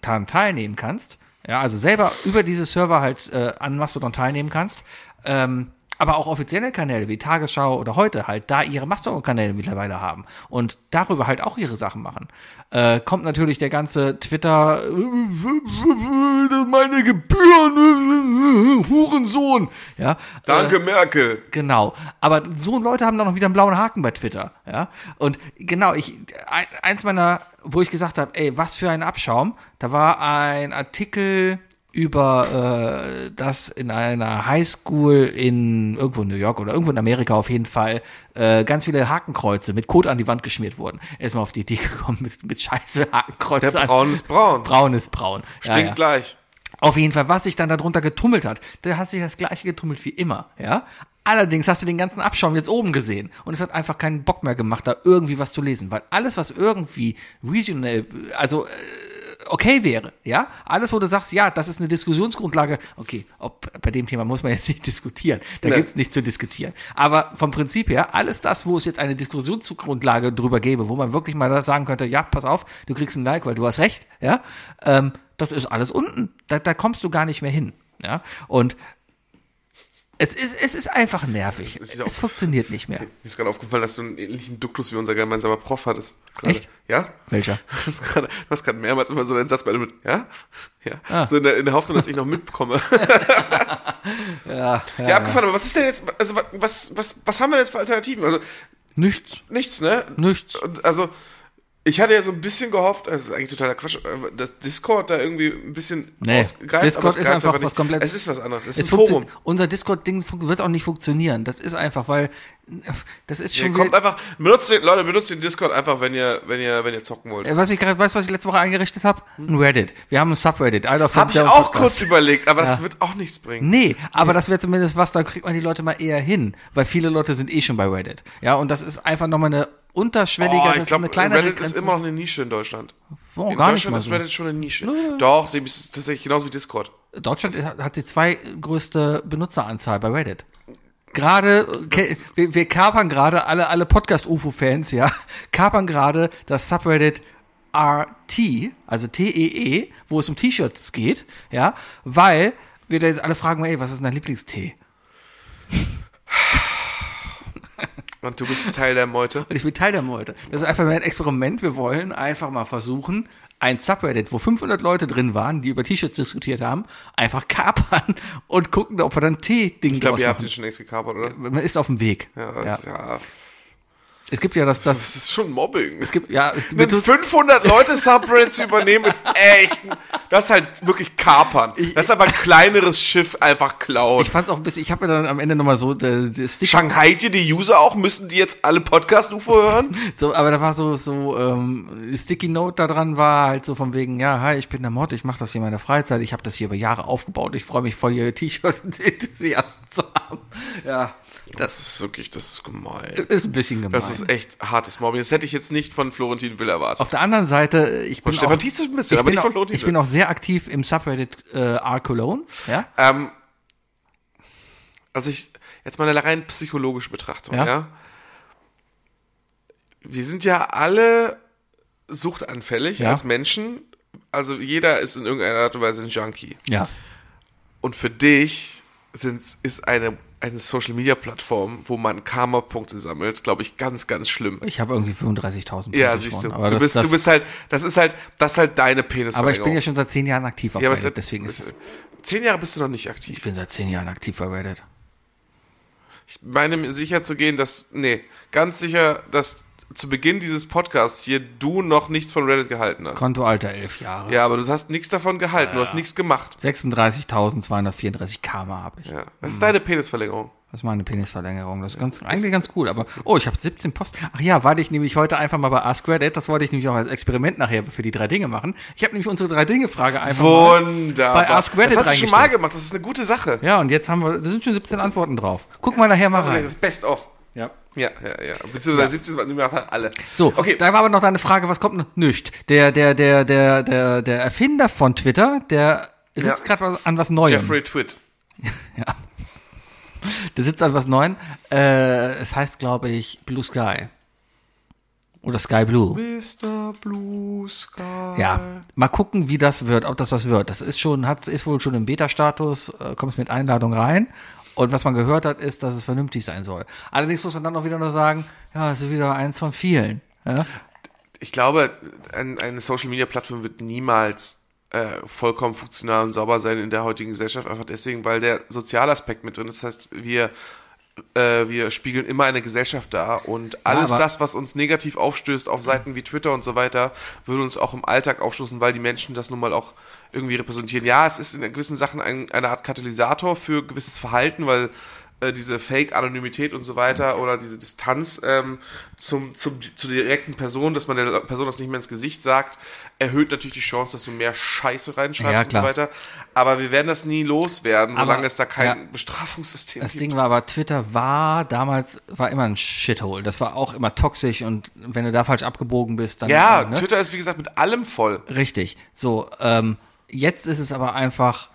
Speaker 3: daran teilnehmen kannst. Ja, also selber über diese Server halt äh, an Mastodon teilnehmen kannst. Ähm, aber auch offizielle Kanäle wie Tagesschau oder heute halt da ihre Mastodon-Kanäle mittlerweile haben und darüber halt auch ihre Sachen machen. Äh, kommt natürlich der ganze Twitter, äh, meine Gebühren, äh, Hurensohn. Ja, äh,
Speaker 2: Danke, Merkel.
Speaker 3: Genau. Aber so Leute haben da noch wieder einen blauen Haken bei Twitter. Ja. Und genau, ich, ein, eins meiner, wo ich gesagt habe, ey, was für ein Abschaum, da war ein Artikel über äh, das in einer Highschool in irgendwo in New York oder irgendwo in Amerika auf jeden Fall äh, ganz viele Hakenkreuze mit Kot an die Wand geschmiert wurden. Erstmal auf die Idee gekommen mit, mit scheiße
Speaker 2: Der
Speaker 3: Hakenkreuze an.
Speaker 2: Braun ist braun.
Speaker 3: braun ist braun. Ja,
Speaker 2: Klingt
Speaker 3: ja.
Speaker 2: gleich.
Speaker 3: Auf jeden Fall, was sich dann darunter getummelt hat, da hat sich das gleiche getummelt wie immer, ja. Allerdings hast du den ganzen Abschaum jetzt oben gesehen und es hat einfach keinen Bock mehr gemacht, da irgendwie was zu lesen, weil alles, was irgendwie regional, also äh, okay wäre, ja, alles, wo du sagst, ja, das ist eine Diskussionsgrundlage, okay, ob, bei dem Thema muss man jetzt nicht diskutieren, da
Speaker 2: Nee.
Speaker 3: gibt's nichts zu diskutieren, aber vom Prinzip her, alles das, wo es jetzt eine Diskussionsgrundlage drüber gäbe, wo man wirklich mal sagen könnte, ja, pass auf, du kriegst ein Like, weil du hast recht, ja, ähm, das ist alles unten. Da, da kommst du gar nicht mehr hin. Ja? Und es ist, es ist einfach nervig.
Speaker 2: Es
Speaker 3: Es,
Speaker 2: ist auch-
Speaker 3: funktioniert nicht mehr.
Speaker 2: Mir ist gerade aufgefallen, dass du einen ähnlichen Duktus wie unser gemeinsamer Prof hattest. Gerade.
Speaker 3: Echt?
Speaker 2: Ja?
Speaker 3: Welcher?
Speaker 2: Du hast gerade- du hast gerade mehrmals immer so einen Satz bei dem, ja? Ja.
Speaker 3: Ah.
Speaker 2: So in der, in der Hoffnung, dass ich noch mitbekomme.
Speaker 3: Ja, ja,
Speaker 2: Ja, abgefahren, aber was ist denn jetzt, also wa- was, was, was haben wir denn jetzt für Alternativen? Also
Speaker 3: Nichts.
Speaker 2: nichts, ne?
Speaker 3: Nichts.
Speaker 2: Und also ich hatte ja so ein bisschen gehofft, also das ist eigentlich totaler Quatsch, aber dass Discord da irgendwie ein bisschen
Speaker 3: Nee,
Speaker 2: ausgreift, aber
Speaker 3: Discord
Speaker 2: es
Speaker 3: ist
Speaker 2: greift
Speaker 3: einfach was
Speaker 2: nicht.
Speaker 3: komplett-
Speaker 2: Es ist was anderes, es
Speaker 3: Es
Speaker 2: ist ein Forum.
Speaker 3: funktio- Unser Discord-Ding fun- wird auch nicht funktionieren. Das ist einfach, weil das ist
Speaker 2: Ihr
Speaker 3: schon.
Speaker 2: kommt
Speaker 3: wieder-
Speaker 2: einfach, benutzt den, Leute, benutzt den Discord einfach, wenn ihr, wenn ihr, wenn ihr zocken wollt.
Speaker 3: Äh, was ich gerade weiß, was ich letzte Woche eingerichtet habe? Ein Reddit. Wir haben ein Subreddit. Alter,
Speaker 2: Hab ich auch kurz überlegt, aber das wird auch nichts bringen.
Speaker 3: Nee, aber das wäre zumindest was, da kriegt man die Leute mal eher hin, weil viele Leute sind eh schon bei Reddit. Ja, und das ist einfach nochmal eine unterschwellige,
Speaker 2: Oh,
Speaker 3: das
Speaker 2: ich
Speaker 3: ist
Speaker 2: glaube,
Speaker 3: eine kleinere
Speaker 2: Reddit
Speaker 3: Grenze.
Speaker 2: ist immer noch eine Nische in Deutschland.
Speaker 3: oh,
Speaker 2: in
Speaker 3: gar nicht
Speaker 2: Deutschland
Speaker 3: mal
Speaker 2: ist
Speaker 3: so.
Speaker 2: Reddit schon eine Nische. Doch, sie ist tatsächlich genauso wie Discord.
Speaker 3: Deutschland ist- hat die zweitgrößte Benutzeranzahl bei Reddit. Gerade, äh, ke- wir, wir kapern gerade, alle, alle Podcast-UFO-Fans, ja, kapern gerade das Subreddit RT, also TEE, wo es um T-Shirts geht, ja, weil wir da jetzt alle fragen, ey, was ist dein Lieblingstee?
Speaker 2: Und du bist Teil der Meute.
Speaker 3: Und ich bin Teil der Meute. Das ist einfach mal ein Experiment. Wir wollen einfach mal versuchen, ein Subreddit, wo 500 Leute drin waren, die über T-Shirts diskutiert haben, einfach kapern und gucken, ob wir dann Tee-Ding
Speaker 2: Ich glaube,
Speaker 3: draus
Speaker 2: ihr habt
Speaker 3: machen.
Speaker 2: den schon längst gekapert, oder?
Speaker 3: Man ist auf dem Weg.
Speaker 2: Ja,
Speaker 3: Ja.
Speaker 2: Das, ja.
Speaker 3: Es gibt ja das, das,
Speaker 2: das ist schon Mobbing.
Speaker 3: es gibt, ja, es
Speaker 2: Einen
Speaker 3: gibt,
Speaker 2: 500 Leute Subreddit zu übernehmen ist echt, das ist halt wirklich kapern. Das ist aber ein kleineres Schiff einfach klauen.
Speaker 3: ich fand's auch ein bisschen, ich habe mir dann am Ende nochmal so, äh, die Stick,
Speaker 2: Shanghai dir die User auch, müssen die jetzt alle Podcast-UFO hören?
Speaker 3: so, aber da war so, so, ähm, Sticky Note da dran war halt so von wegen, ja, hi, ich bin der Mod, ich mache das hier in meiner Freizeit, ich habe das hier über Jahre aufgebaut, ich freue mich voll, hier T-Shirt-Enthusiasten zu haben. Ja, das
Speaker 2: Das ist wirklich, das ist gemein.
Speaker 3: ist ein bisschen gemein.
Speaker 2: Das ist echt hartes Mobbing. Das hätte ich jetzt nicht von Florentin Will erwartet.
Speaker 3: Auf der anderen Seite, ich bin,
Speaker 2: Stefan
Speaker 3: auch,
Speaker 2: Tietze ein bisschen,
Speaker 3: ich,
Speaker 2: aber
Speaker 3: bin
Speaker 2: nicht von
Speaker 3: auch,
Speaker 2: Florentin
Speaker 3: ich bin
Speaker 2: Will.
Speaker 3: auch sehr aktiv im Subreddit äh, R Cologne. Ja?
Speaker 2: Ähm, also ich, jetzt mal eine rein psychologische Betrachtung, ja.
Speaker 3: Ja.
Speaker 2: Wir sind ja alle suchtanfällig
Speaker 3: Ja.
Speaker 2: als Menschen. Also jeder ist in irgendeiner Art und Weise ein Junkie.
Speaker 3: ja.
Speaker 2: Und für dich sind, ist eine, eine Social-Media-Plattform, wo man Karma-Punkte sammelt, glaube ich, ganz, ganz schlimm.
Speaker 3: Ich habe irgendwie 35.000
Speaker 2: Ja,
Speaker 3: Punkte
Speaker 2: siehst du.
Speaker 3: schon, Aber,
Speaker 2: du,
Speaker 3: das,
Speaker 2: bist,
Speaker 3: das,
Speaker 2: du bist halt, das ist halt, das ist halt deine Penis.
Speaker 3: aber ich bin ja schon seit zehn Jahren aktiv auf
Speaker 2: ja, aber
Speaker 3: Reddit.
Speaker 2: seit-
Speaker 3: Deswegen ist es.
Speaker 2: Zehn Jahre bist du noch nicht
Speaker 3: Ich
Speaker 2: aktiv.
Speaker 3: bin seit zehn Jahren aktiv bei Reddit.
Speaker 2: Ich meine, mir sicher zu gehen, dass, nee, ganz sicher, dass zu Beginn dieses Podcasts hier du noch nichts von Reddit gehalten hast.
Speaker 3: Konto Alter elf Jahre.
Speaker 2: Ja, aber du hast nichts davon gehalten, du hast nichts gemacht.
Speaker 3: 36.234 Karma habe ich.
Speaker 2: Ja. Das ist deine
Speaker 3: Mhm.
Speaker 2: Penisverlängerung.
Speaker 3: Das ist meine Penisverlängerung. Das ist ganz, eigentlich ganz cool. Aber, oh, ich habe 17 Post. Ach ja, warte ich nämlich heute einfach mal bei Ask Reddit. Das wollte ich nämlich auch als Experiment nachher für die drei Dinge machen. Ich habe nämlich unsere drei Dinge-Frage einfach mal-
Speaker 2: Wunderbar.
Speaker 3: Bei Ask Reddit
Speaker 2: das hast du schon mal
Speaker 3: reingestellt.
Speaker 2: gemacht, das ist eine gute Sache.
Speaker 3: Ja, und jetzt haben wir, da sind schon 17 Antworten drauf. Guck mal nachher mal
Speaker 2: Das
Speaker 3: rein.
Speaker 2: ist best of.
Speaker 3: Ja.
Speaker 2: Ja, ja, ja. Beziehungsweise 17 waren wir einfach alle.
Speaker 3: So,
Speaker 2: okay.
Speaker 3: da war aber noch deine Frage, was kommt noch? Nicht. Der, der, der, der, der, der Erfinder von Twitter, der sitzt
Speaker 2: Ja.
Speaker 3: gerade an was Neuem.
Speaker 2: Jeffrey Twitt.
Speaker 3: Ja. Der sitzt an was Neuem. Äh, es heißt, glaube ich, Blue Sky. Oder Sky Blue.
Speaker 2: Mr. Blue Sky.
Speaker 3: Ja. Mal gucken, wie das wird, ob das was wird. Das ist schon, hat, ist wohl schon im Beta-Status, äh, kommst mit Einladung rein. Und was man gehört hat, ist, dass es vernünftig sein soll. Allerdings muss man dann auch wieder nur sagen, ja, es ist wieder eins von vielen. Ja?
Speaker 2: Ich glaube, ein, eine Social-Media-Plattform wird niemals äh, vollkommen funktional und sauber sein in der heutigen Gesellschaft, einfach deswegen, weil der Sozialaspekt mit drin ist. Das heißt, wir, äh, wir spiegeln immer eine Gesellschaft dar und alles
Speaker 3: aber-
Speaker 2: das, was uns negativ aufstößt auf Seiten wie Twitter und so weiter, würde uns auch im Alltag aufstoßen, weil die Menschen das nun mal auch irgendwie repräsentieren. Ja, es ist in gewissen Sachen ein, eine Art Katalysator für gewisses Verhalten, weil äh, diese Fake-Anonymität und so weiter oder diese Distanz ähm, zum, zum, zur direkten Person, dass man der Person das nicht mehr ins Gesicht sagt, erhöht natürlich die Chance, dass du mehr Scheiße reinschreibst
Speaker 3: Ja,
Speaker 2: und so
Speaker 3: klar.
Speaker 2: weiter. Aber wir werden das nie loswerden,
Speaker 3: Aber-
Speaker 2: solange es da kein
Speaker 3: ja.
Speaker 2: Bestrafungssystem
Speaker 3: Das
Speaker 2: gibt.
Speaker 3: Ding war aber, Twitter war damals, war immer ein Shithole. Das war auch immer toxisch und wenn du da falsch abgebogen bist, dann.
Speaker 2: ja,
Speaker 3: ne?
Speaker 2: Twitter ist wie gesagt mit allem voll.
Speaker 3: Richtig. So, ähm, jetzt ist es aber einfach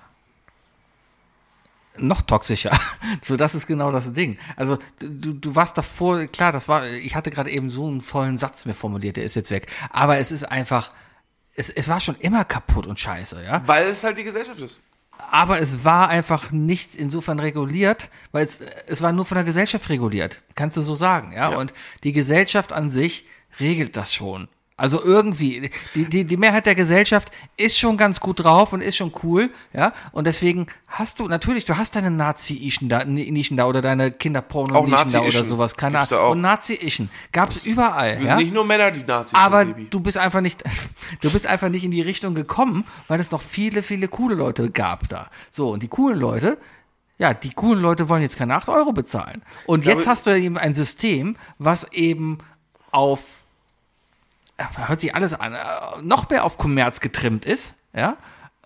Speaker 3: noch toxischer. So, das ist genau das Ding. Also, du, du warst davor, klar, das war, ich hatte gerade eben so einen vollen Satz mir formuliert, der ist jetzt weg. Aber es ist einfach, es, es war schon immer kaputt und scheiße, ja.
Speaker 2: Weil es halt die Gesellschaft ist.
Speaker 3: Aber es war einfach nicht insofern reguliert, weil es, es war nur von der Gesellschaft reguliert. Kannst du so sagen, ja? Und die Gesellschaft an sich regelt das schon. Also irgendwie, die, die, die Mehrheit der Gesellschaft ist schon ganz gut drauf und ist schon cool, ja. Und deswegen hast du, natürlich, du hast deine Nazi-Ischen da, Nischen da oder deine
Speaker 2: Auch
Speaker 3: Kinderporno-Nischen da oder
Speaker 2: Nazi-Ischen
Speaker 3: sowas. Keine
Speaker 2: gibt's da
Speaker 3: Ahnung.
Speaker 2: auch.
Speaker 3: Und Nazi-Ischen gab's überall, ja.
Speaker 2: Nicht nur Männer, die Nazis sind,
Speaker 3: Aber
Speaker 2: Sebi.
Speaker 3: du bist einfach nicht, du bist einfach nicht in die Richtung gekommen, weil es noch viele, viele coole Leute gab da. So, und die coolen Leute, ja, die coolen Leute wollen jetzt keine 8 Euro bezahlen. Und jetzt
Speaker 2: glaube-
Speaker 3: hast du eben ein System, was eben auf, hört sich alles an, äh, noch mehr auf Kommerz getrimmt ist, ja.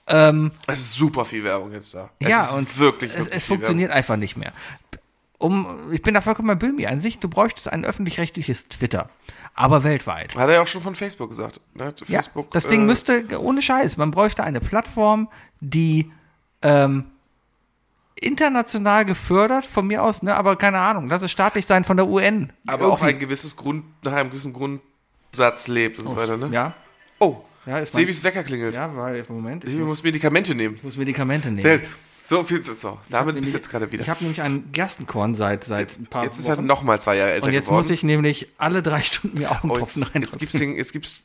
Speaker 3: Ähm,
Speaker 2: Es ist super viel Werbung jetzt da. Es
Speaker 3: ja,
Speaker 2: ist
Speaker 3: und
Speaker 2: wirklich,
Speaker 3: es,
Speaker 2: wirklich
Speaker 3: es
Speaker 2: viel
Speaker 3: funktioniert einfach nicht mehr. Um, ich bin da vollkommen bei Böhmi an sich, du bräuchtest ein öffentlich-rechtliches Twitter, aber weltweit.
Speaker 2: Werbung. Hat er ja auch schon von Facebook gesagt. Ne? Zu
Speaker 3: Ja,
Speaker 2: Facebook,
Speaker 3: das Ding
Speaker 2: äh,
Speaker 3: müsste, ohne Scheiß, man bräuchte eine Plattform, die ähm, international gefördert, von mir aus, ne, aber keine Ahnung, lass es staatlich sein von der UN.
Speaker 2: Aber auch ein gewisses Grund, nach einem gewissen Grundsatz lebt und so weiter, ne?
Speaker 3: Ja,
Speaker 2: Oh,
Speaker 3: Ja, ist mein-
Speaker 2: Sebis Wecker klingelt.
Speaker 3: ja, weil, Moment, ich
Speaker 2: Sebi
Speaker 3: muss,
Speaker 2: muss Medikamente nehmen.
Speaker 3: ich muss Medikamente nehmen.
Speaker 2: Der- So viel zu so. Damit bist
Speaker 3: Nämlich-
Speaker 2: du jetzt gerade wieder.
Speaker 3: Ich habe nämlich einen Gerstenkorn seit, seit ein paar
Speaker 2: jetzt ist er
Speaker 3: Wochen.
Speaker 2: nochmal zwei Jahre älter
Speaker 3: und jetzt
Speaker 2: geworden.
Speaker 3: muss ich nämlich alle drei Stunden mir
Speaker 2: Oh,
Speaker 3: Augentropfen
Speaker 2: jetzt, jetzt gibt's
Speaker 3: reinrücken.
Speaker 2: den, jetzt gibt's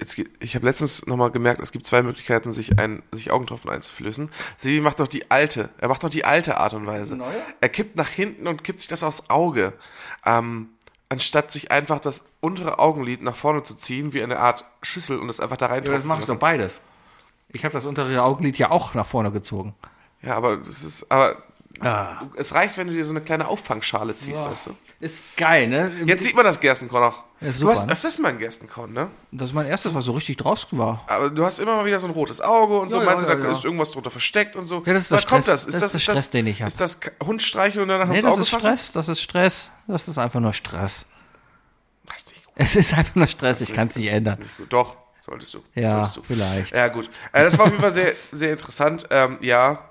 Speaker 2: jetzt, gibt- ich habe letztens nochmal gemerkt, es gibt zwei Möglichkeiten, sich ein, sich Augentropfen einzuflößen. Sebi macht noch die alte, er macht noch die alte Art und Weise.
Speaker 3: Neue?
Speaker 2: Er kippt nach hinten und kippt sich das aufs Auge, ähm, anstatt sich einfach das untere Augenlid nach vorne zu ziehen wie eine Art Schüssel und das einfach da rein.
Speaker 3: Ja, das mache ich
Speaker 2: zu lassen.
Speaker 3: doch beides. Ich habe das untere Augenlid ja auch nach vorne gezogen.
Speaker 2: Ja, aber das ist, aber
Speaker 3: Ah.
Speaker 2: du- es reicht, wenn du dir so eine kleine Auffangschale ziehst, weißt du.
Speaker 3: Ist geil, ne?
Speaker 2: Jetzt sieht man das Gerstenkorn auch.
Speaker 3: ist
Speaker 2: du
Speaker 3: super,
Speaker 2: hast
Speaker 3: ne?
Speaker 2: öfters mal ein Gerstenkorn, ne?
Speaker 3: Das ist mein erstes, was so richtig draus war.
Speaker 2: Aber du hast immer mal wieder so ein rotes Auge und so,
Speaker 3: Ja,
Speaker 2: meinst
Speaker 3: ja,
Speaker 2: du, da
Speaker 3: ja, ja.
Speaker 2: ist irgendwas drunter versteckt und so.
Speaker 3: Ja, das ist
Speaker 2: Woher
Speaker 3: der
Speaker 2: kommt
Speaker 3: Stress.
Speaker 2: das? Ist
Speaker 3: Das
Speaker 2: das,
Speaker 3: ist der
Speaker 2: ist
Speaker 3: Stress,
Speaker 2: das,
Speaker 3: den ich hab.
Speaker 2: Ist das K- Hund streicheln und danach
Speaker 3: Nee,
Speaker 2: ins
Speaker 3: das
Speaker 2: Auge
Speaker 3: ist
Speaker 2: fassen?
Speaker 3: Stress, das ist Stress, das ist einfach nur Stress.
Speaker 2: Das ist nicht gut.
Speaker 3: Es ist einfach nur Stress, ich kann es nicht
Speaker 2: Das ist
Speaker 3: ändern.
Speaker 2: nicht gut. Doch, solltest du.
Speaker 3: Ja,
Speaker 2: solltest du.
Speaker 3: vielleicht.
Speaker 2: Ja, gut. Äh, das war auf jeden Fall sehr, sehr interessant. Ähm, ja.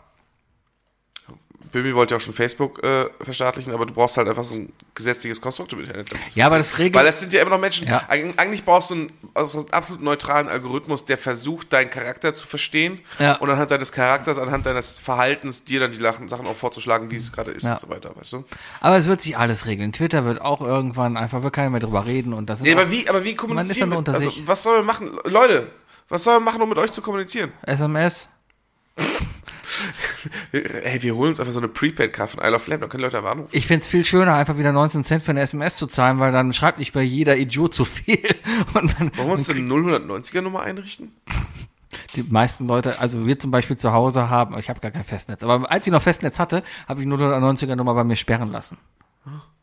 Speaker 2: Bömi wollte ja auch schon Facebook äh, verstaatlichen, aber du brauchst halt einfach so ein gesetzliches Konstrukt im Internet.
Speaker 3: Ja, aber das regelt-
Speaker 2: Weil das sind ja immer noch Menschen.
Speaker 3: Ja.
Speaker 2: Eig- Eigentlich brauchst du einen, also einen absolut neutralen Algorithmus, der versucht, deinen Charakter zu verstehen
Speaker 3: Ja.
Speaker 2: und anhand deines Charakters, anhand deines Verhaltens dir dann die Lachen- Sachen auch vorzuschlagen, wie es gerade ist
Speaker 3: Ja.
Speaker 2: und so weiter, weißt du?
Speaker 3: Aber es wird sich alles regeln. Twitter wird auch irgendwann einfach, wird keiner mehr drüber reden und das ist
Speaker 2: Ja,
Speaker 3: auch-
Speaker 2: aber wie, aber wie kommunizieren?
Speaker 3: dann unter
Speaker 2: also,
Speaker 3: sich.
Speaker 2: was soll man machen? Leute, was soll man machen, um mit euch zu kommunizieren?
Speaker 3: SMS.
Speaker 2: Hey, wir holen uns einfach so eine Prepaid-Card von Isle of Lamb, dann können Leute einfach anrufen.
Speaker 3: Ich find's viel schöner, einfach wieder 19 Cent für eine SMS zu zahlen, weil dann schreibt nicht bei jeder Idiot zu viel. Und dann
Speaker 2: Wollen wir uns eine 090er-Nummer einrichten?
Speaker 3: die meisten Leute, also wir zum Beispiel zu Hause haben, ich habe gar kein Festnetz, aber als ich noch Festnetz hatte, habe ich 090er Nummer bei mir sperren lassen.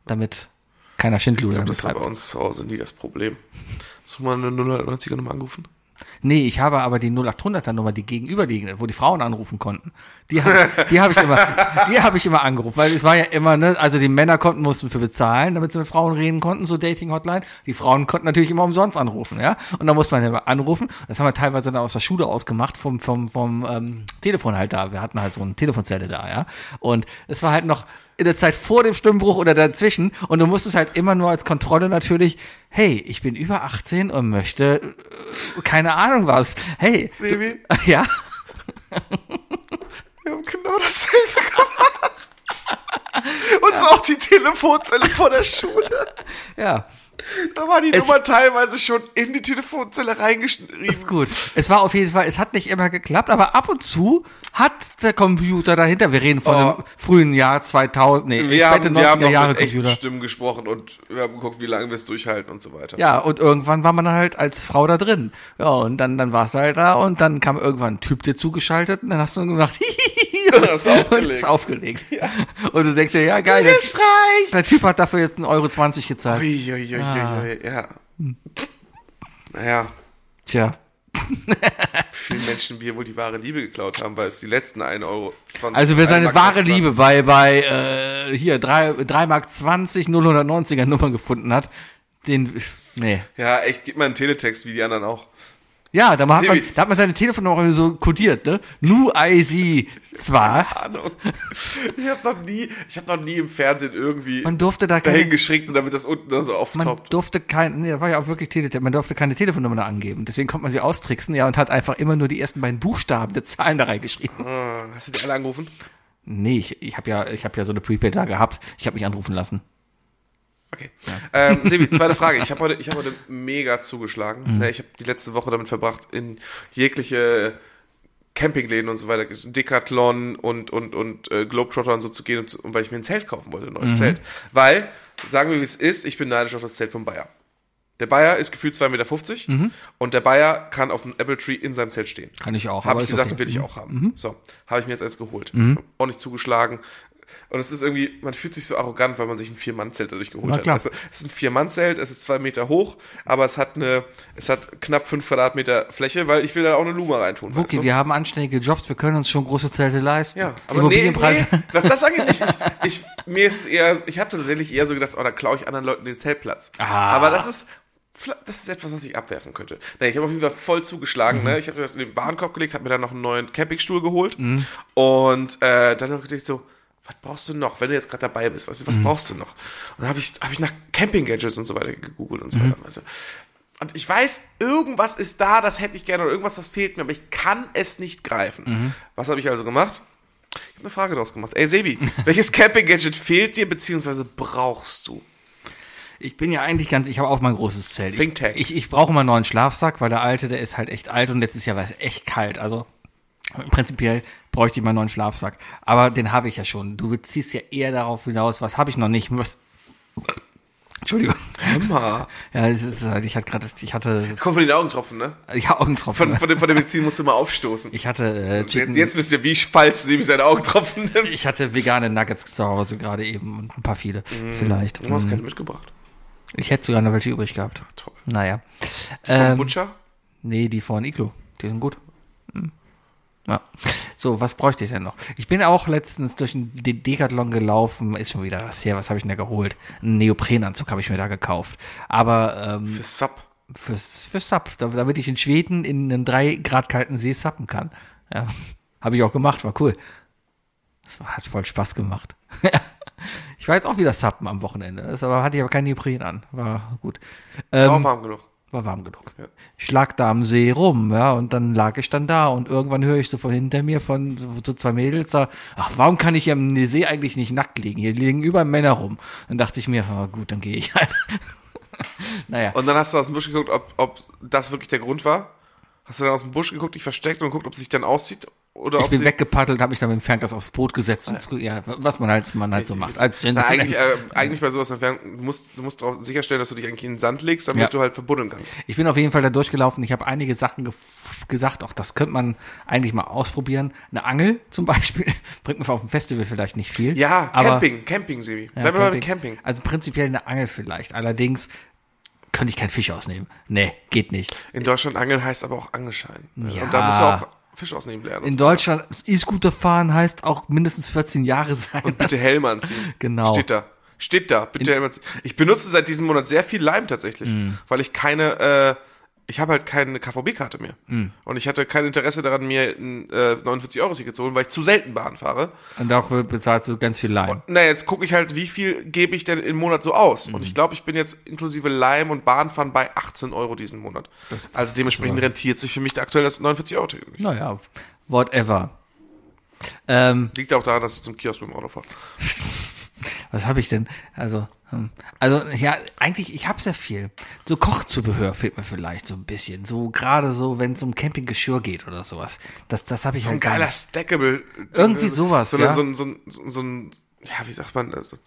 Speaker 3: Damit keiner Schindluder
Speaker 2: Das war
Speaker 3: betreibt.
Speaker 2: bei uns zu Hause nie das Problem. Hast du mal eine 090er-Nummer angerufen?
Speaker 3: Nee, ich habe aber die 0800er Nummer, die gegenüberliegende, wo die Frauen anrufen konnten. Die habe ich, die habe ich immer, die habe ich immer angerufen, weil es war ja immer, ne, also die Männer konnten, mussten für bezahlen, damit sie mit Frauen reden konnten, so Dating Hotline. Die Frauen konnten natürlich immer umsonst anrufen, ja. Und da musste man ja anrufen. Das haben wir teilweise dann aus der Schule ausgemacht vom, vom, vom, ähm, Telefon halt da. Wir hatten halt so eine Telefonzelle da, ja. Und es war halt noch, in der Zeit vor dem Stimmbruch oder dazwischen und du musstest halt immer nur als Kontrolle natürlich, hey, ich bin über 18 und möchte äh, keine Ahnung was. Hey, du,
Speaker 2: Sebi?
Speaker 3: ja,
Speaker 2: Wir haben genau dasselbe gemacht. Und so auch die Telefonzelle vor der Schule.
Speaker 3: ja,
Speaker 2: Da war die
Speaker 3: Es-
Speaker 2: Nummer teilweise schon in die Telefonzelle reingeschrieben.
Speaker 3: ist gut. Es war auf jeden Fall, es hat nicht immer geklappt, aber ab und zu hat der Computer dahinter, wir reden von
Speaker 2: Oh.
Speaker 3: dem frühen Jahr 2000, nee,
Speaker 2: Wir
Speaker 3: späte
Speaker 2: haben, wir haben
Speaker 3: 90er
Speaker 2: noch
Speaker 3: Jahre
Speaker 2: mit echten
Speaker 3: Computer.
Speaker 2: Stimmen gesprochen und wir haben geguckt, wie lange wir es durchhalten und so weiter.
Speaker 3: Ja, und irgendwann war man halt als Frau da drin. Ja, und dann, dann warst du halt da und dann kam irgendwann ein Typ dir zugeschaltet und dann hast du gemacht, hihihi.
Speaker 2: Und hast aufgelegt.
Speaker 3: Und hast aufgelegt. Und du denkst dir, ja, geil. Der,
Speaker 2: Streich!
Speaker 3: der Typ hat dafür jetzt 1,20 Euro gezahlt.
Speaker 2: Uiuiui,
Speaker 3: Ah.
Speaker 2: ja. Naja,
Speaker 3: Tja.
Speaker 2: vielen Menschen, die wohl die wahre Liebe geklaut haben, weil es die letzten 1 Euro. 20
Speaker 3: Also wer seine
Speaker 2: Mark
Speaker 3: wahre
Speaker 2: waren.
Speaker 3: Liebe bei, bei äh, hier drei drei Mark 20 090er Nummer gefunden hat, den, nee.
Speaker 2: Ja, echt, gib mal einen Teletext wie die anderen auch.
Speaker 3: Ja, da hat, man,
Speaker 2: Sebi.
Speaker 3: da hat man seine Telefonnummer so kodiert, ne? Nu IC 2.
Speaker 2: Ahnung. Ich hab noch nie, ich hab noch nie im Fernsehen irgendwie
Speaker 3: Man durfte da keine
Speaker 2: dahin geschickt und damit das unten dann so
Speaker 3: Man
Speaker 2: auftoppt.
Speaker 3: durfte kein, nee, da war ja auch wirklich Teletext, man durfte keine Telefonnummer da angeben. Deswegen konnte man sie austricksen, ja, und hat einfach immer nur die ersten beiden Buchstaben der Zahlen da reingeschrieben.
Speaker 2: Ah, Hast du die alle angerufen?
Speaker 3: Nee, ich, ich habe ja, ich habe ja so eine Prepaid da gehabt. Ich habe mich anrufen lassen.
Speaker 2: Okay. Ähm, Sebi, zweite Frage. Ich habe heute, ich hab heute mega zugeschlagen. Ne, Ich habe die letzte Woche damit verbracht, in jegliche Campingläden und so weiter, Decathlon und, und, und äh, Globetrotter und so zu gehen, und, zu- und weil ich mir ein Zelt kaufen wollte, ein neues Zelt. Weil, sagen wir wie es ist, ich bin neidisch auf das Zelt von Bayer. Der Bayer ist gefühlt 2,50 Meter und der Bayer kann auf dem Apple Tree in seinem Zelt stehen.
Speaker 3: Kann ich auch,
Speaker 2: Habe
Speaker 3: aber
Speaker 2: ich
Speaker 3: ist
Speaker 2: gesagt,
Speaker 3: okay. Mhm.
Speaker 2: will ich auch haben. So, habe ich mir jetzt eins geholt. Auch nicht zugeschlagen. Und es ist irgendwie, man fühlt sich so arrogant, weil man sich ein Vier-Mann-Zelt dadurch geholt
Speaker 3: Na
Speaker 2: hat.
Speaker 3: klar.
Speaker 2: Also, es ist ein Vier-Mann-Zelt, es ist zwei Meter hoch, aber es hat eine, es hat knapp fünf Quadratmeter Fläche, weil ich will da auch eine Luma reintun. weißt
Speaker 3: Okay,
Speaker 2: du?
Speaker 3: wir haben anständige Jobs, wir können uns schon große Zelte leisten.
Speaker 2: Ja, aber nee,
Speaker 3: Immobilienpreise.
Speaker 2: nee, was das angeht, ich, ich, ich mir ist eher, ich habe tatsächlich eher so gedacht, oh, da klaue ich anderen Leuten den Zeltplatz.
Speaker 3: Ah.
Speaker 2: Aber das ist, fla- das ist etwas, was ich abwerfen könnte. Nee, ich habe auf jeden Fall voll zugeschlagen. Ne? Ich habe mir das in den Warenkorb gelegt, habe mir dann noch einen neuen Campingstuhl geholt und äh, dann habe ich gedacht so, was brauchst du noch, wenn du jetzt gerade dabei bist? Weißt du, was brauchst du noch? Und dann habe ich, hab ich nach Camping-Gadgets und so weiter gegoogelt und so weiter. Weißt du. Und ich weiß, irgendwas ist da, das hätte ich gerne oder irgendwas, das fehlt mir, aber ich kann es nicht greifen. Was habe ich also gemacht? Ich habe eine Frage draus gemacht. Ey, Sebi, welches Camping-Gadget fehlt dir beziehungsweise brauchst du?
Speaker 3: Ich bin ja eigentlich ganz, ich habe auch mein großes Zelt.
Speaker 2: Think Tank.
Speaker 3: Ich, ich, ich brauche immer einen neuen Schlafsack, weil der alte, der ist halt echt alt und letztes Jahr war es echt kalt. Also prinzipiell bräuchte ich mal einen neuen Schlafsack. Aber den habe ich ja schon. Du ziehst ja eher darauf hinaus, was habe ich noch nicht? Was Entschuldigung.
Speaker 2: Emma.
Speaker 3: Ja, es ist, halt- ich hatte gerade, ich hatte,
Speaker 2: Kommt von den Augentropfen, ne?
Speaker 3: ich hatte Augentropfen.
Speaker 2: Von, von, dem, von dem Benzin musst du mal aufstoßen.
Speaker 3: ich hatte äh, Chicken,
Speaker 2: Jetzt, jetzt wisst ihr, wie falsch Sebi seine Augentropfen nimmt.
Speaker 3: ich hatte vegane Nuggets zu Hause gerade eben und ein paar viele
Speaker 2: Mm,
Speaker 3: vielleicht. Mm.
Speaker 2: Du hast keine mitgebracht.
Speaker 3: Ich hätte sogar noch welche übrig gehabt.
Speaker 2: Toll.
Speaker 3: Naja.
Speaker 2: Vom
Speaker 3: Ähm,
Speaker 2: Butcher?
Speaker 3: Nee, die von Iglo. Die sind gut. Hm. Ja. So, was bräuchte ich denn noch? Ich bin auch letztens durch den De- Decathlon gelaufen. Ist schon wieder das her. Was habe ich denn da geholt? Einen Neoprenanzug habe ich mir da gekauft. Aber ähm,
Speaker 2: Für Sub.
Speaker 3: fürs, fürs Sub, da- damit ich in Schweden in einen drei Grad kalten See sappen kann. Ja. Habe ich auch gemacht, war cool. Das war, hat voll Spaß gemacht. ich war jetzt auch wieder sappen am Wochenende. Das, aber hatte ich aber keinen Neopren an. War gut. Ähm,
Speaker 2: Auch warm genug.
Speaker 3: war warm genug.
Speaker 2: Ja.
Speaker 3: Ich lag da am See rum, ja, und dann lag ich dann da und irgendwann höre ich so von hinter mir von so, so zwei Mädels da, ach, warum kann ich hier am See eigentlich nicht nackt liegen? Hier liegen überall Männer rum. Dann dachte ich mir, ah, gut, dann gehe ich halt. naja.
Speaker 2: Und dann hast du aus dem Busch geguckt, ob, ob das wirklich der Grund war. Hast du dann aus dem Busch geguckt, dich versteckt und geguckt, ob sie sich dann auszieht? Oder
Speaker 3: ich
Speaker 2: ob
Speaker 3: bin
Speaker 2: sie Ah.
Speaker 3: weggepaddelt, habe mich dann mit dem Fernglas aufs Boot gesetzt und so- ja, was man halt, man halt so macht. Als Gender
Speaker 2: Na, eigentlich, äh, eigentlich bei sowas, du musst, du musst auch sicherstellen, dass du dich eigentlich in den Sand legst, damit
Speaker 3: Ja.
Speaker 2: du halt verbuddeln kannst.
Speaker 3: Ich bin auf jeden Fall da durchgelaufen. Ich habe einige Sachen gef- gesagt, auch das könnte man eigentlich mal ausprobieren. Eine Angel zum Beispiel bringt mir auf dem Festival vielleicht nicht viel.
Speaker 2: Ja,
Speaker 3: aber
Speaker 2: Camping, Camping, Sebi.
Speaker 3: Ja,
Speaker 2: Bleib mal beim
Speaker 3: Camping.
Speaker 2: Camping.
Speaker 3: Also prinzipiell eine Angel vielleicht. Allerdings könnte ich keinen Fisch ausnehmen. Nee, geht nicht.
Speaker 2: In Deutschland angeln heißt aber auch Angelschein.
Speaker 3: Ja.
Speaker 2: Und da musst du auch Fisch ausnehmen lernen. Also,
Speaker 3: In Deutschland, E-Scooter fahren heißt auch mindestens 14 Jahre sein.
Speaker 2: Und bitte Helm anziehen.
Speaker 3: Genau.
Speaker 2: Steht da. Steht da, bitte Helm anziehen. Ich benutze seit diesem Monat sehr viel Leim tatsächlich,
Speaker 3: Mhm.
Speaker 2: weil ich keine, äh, ich habe halt keine KVB-Karte mehr.
Speaker 3: Mhm.
Speaker 2: Und ich hatte kein Interesse daran, mir ein äh, 49-Euro-Ticket zu holen, weil ich zu selten Bahn fahre.
Speaker 3: Und dafür bezahlst du ganz viel Leim.
Speaker 2: Na, jetzt gucke ich halt, wie viel gebe ich denn im Monat so aus?
Speaker 3: Mhm.
Speaker 2: Und ich glaube, ich bin jetzt inklusive Leim und Bahnfahren bei 18 Euro diesen Monat. also dementsprechend rentiert sich für mich aktuell das 49-Euro-Ticket nicht.
Speaker 3: Naja, whatever. Ähm,
Speaker 2: Liegt auch daran, dass ich zum Kiosk mit dem Auto fahre.
Speaker 3: was habe ich denn? Also, hm, also ja, eigentlich, ich habe sehr viel. So Kochzubehör fehlt mir vielleicht so ein bisschen. So gerade so, wenn es um Campinggeschirr geht oder sowas. Das, das habe ich
Speaker 2: Ein
Speaker 3: halt gar
Speaker 2: geiler
Speaker 3: nicht.
Speaker 2: Stackable. äh,
Speaker 3: Irgendwie sowas,
Speaker 2: so, eine-
Speaker 3: ja.
Speaker 2: So ein, so, ein, so, ein, so ein, ja, wie sagt man das? So-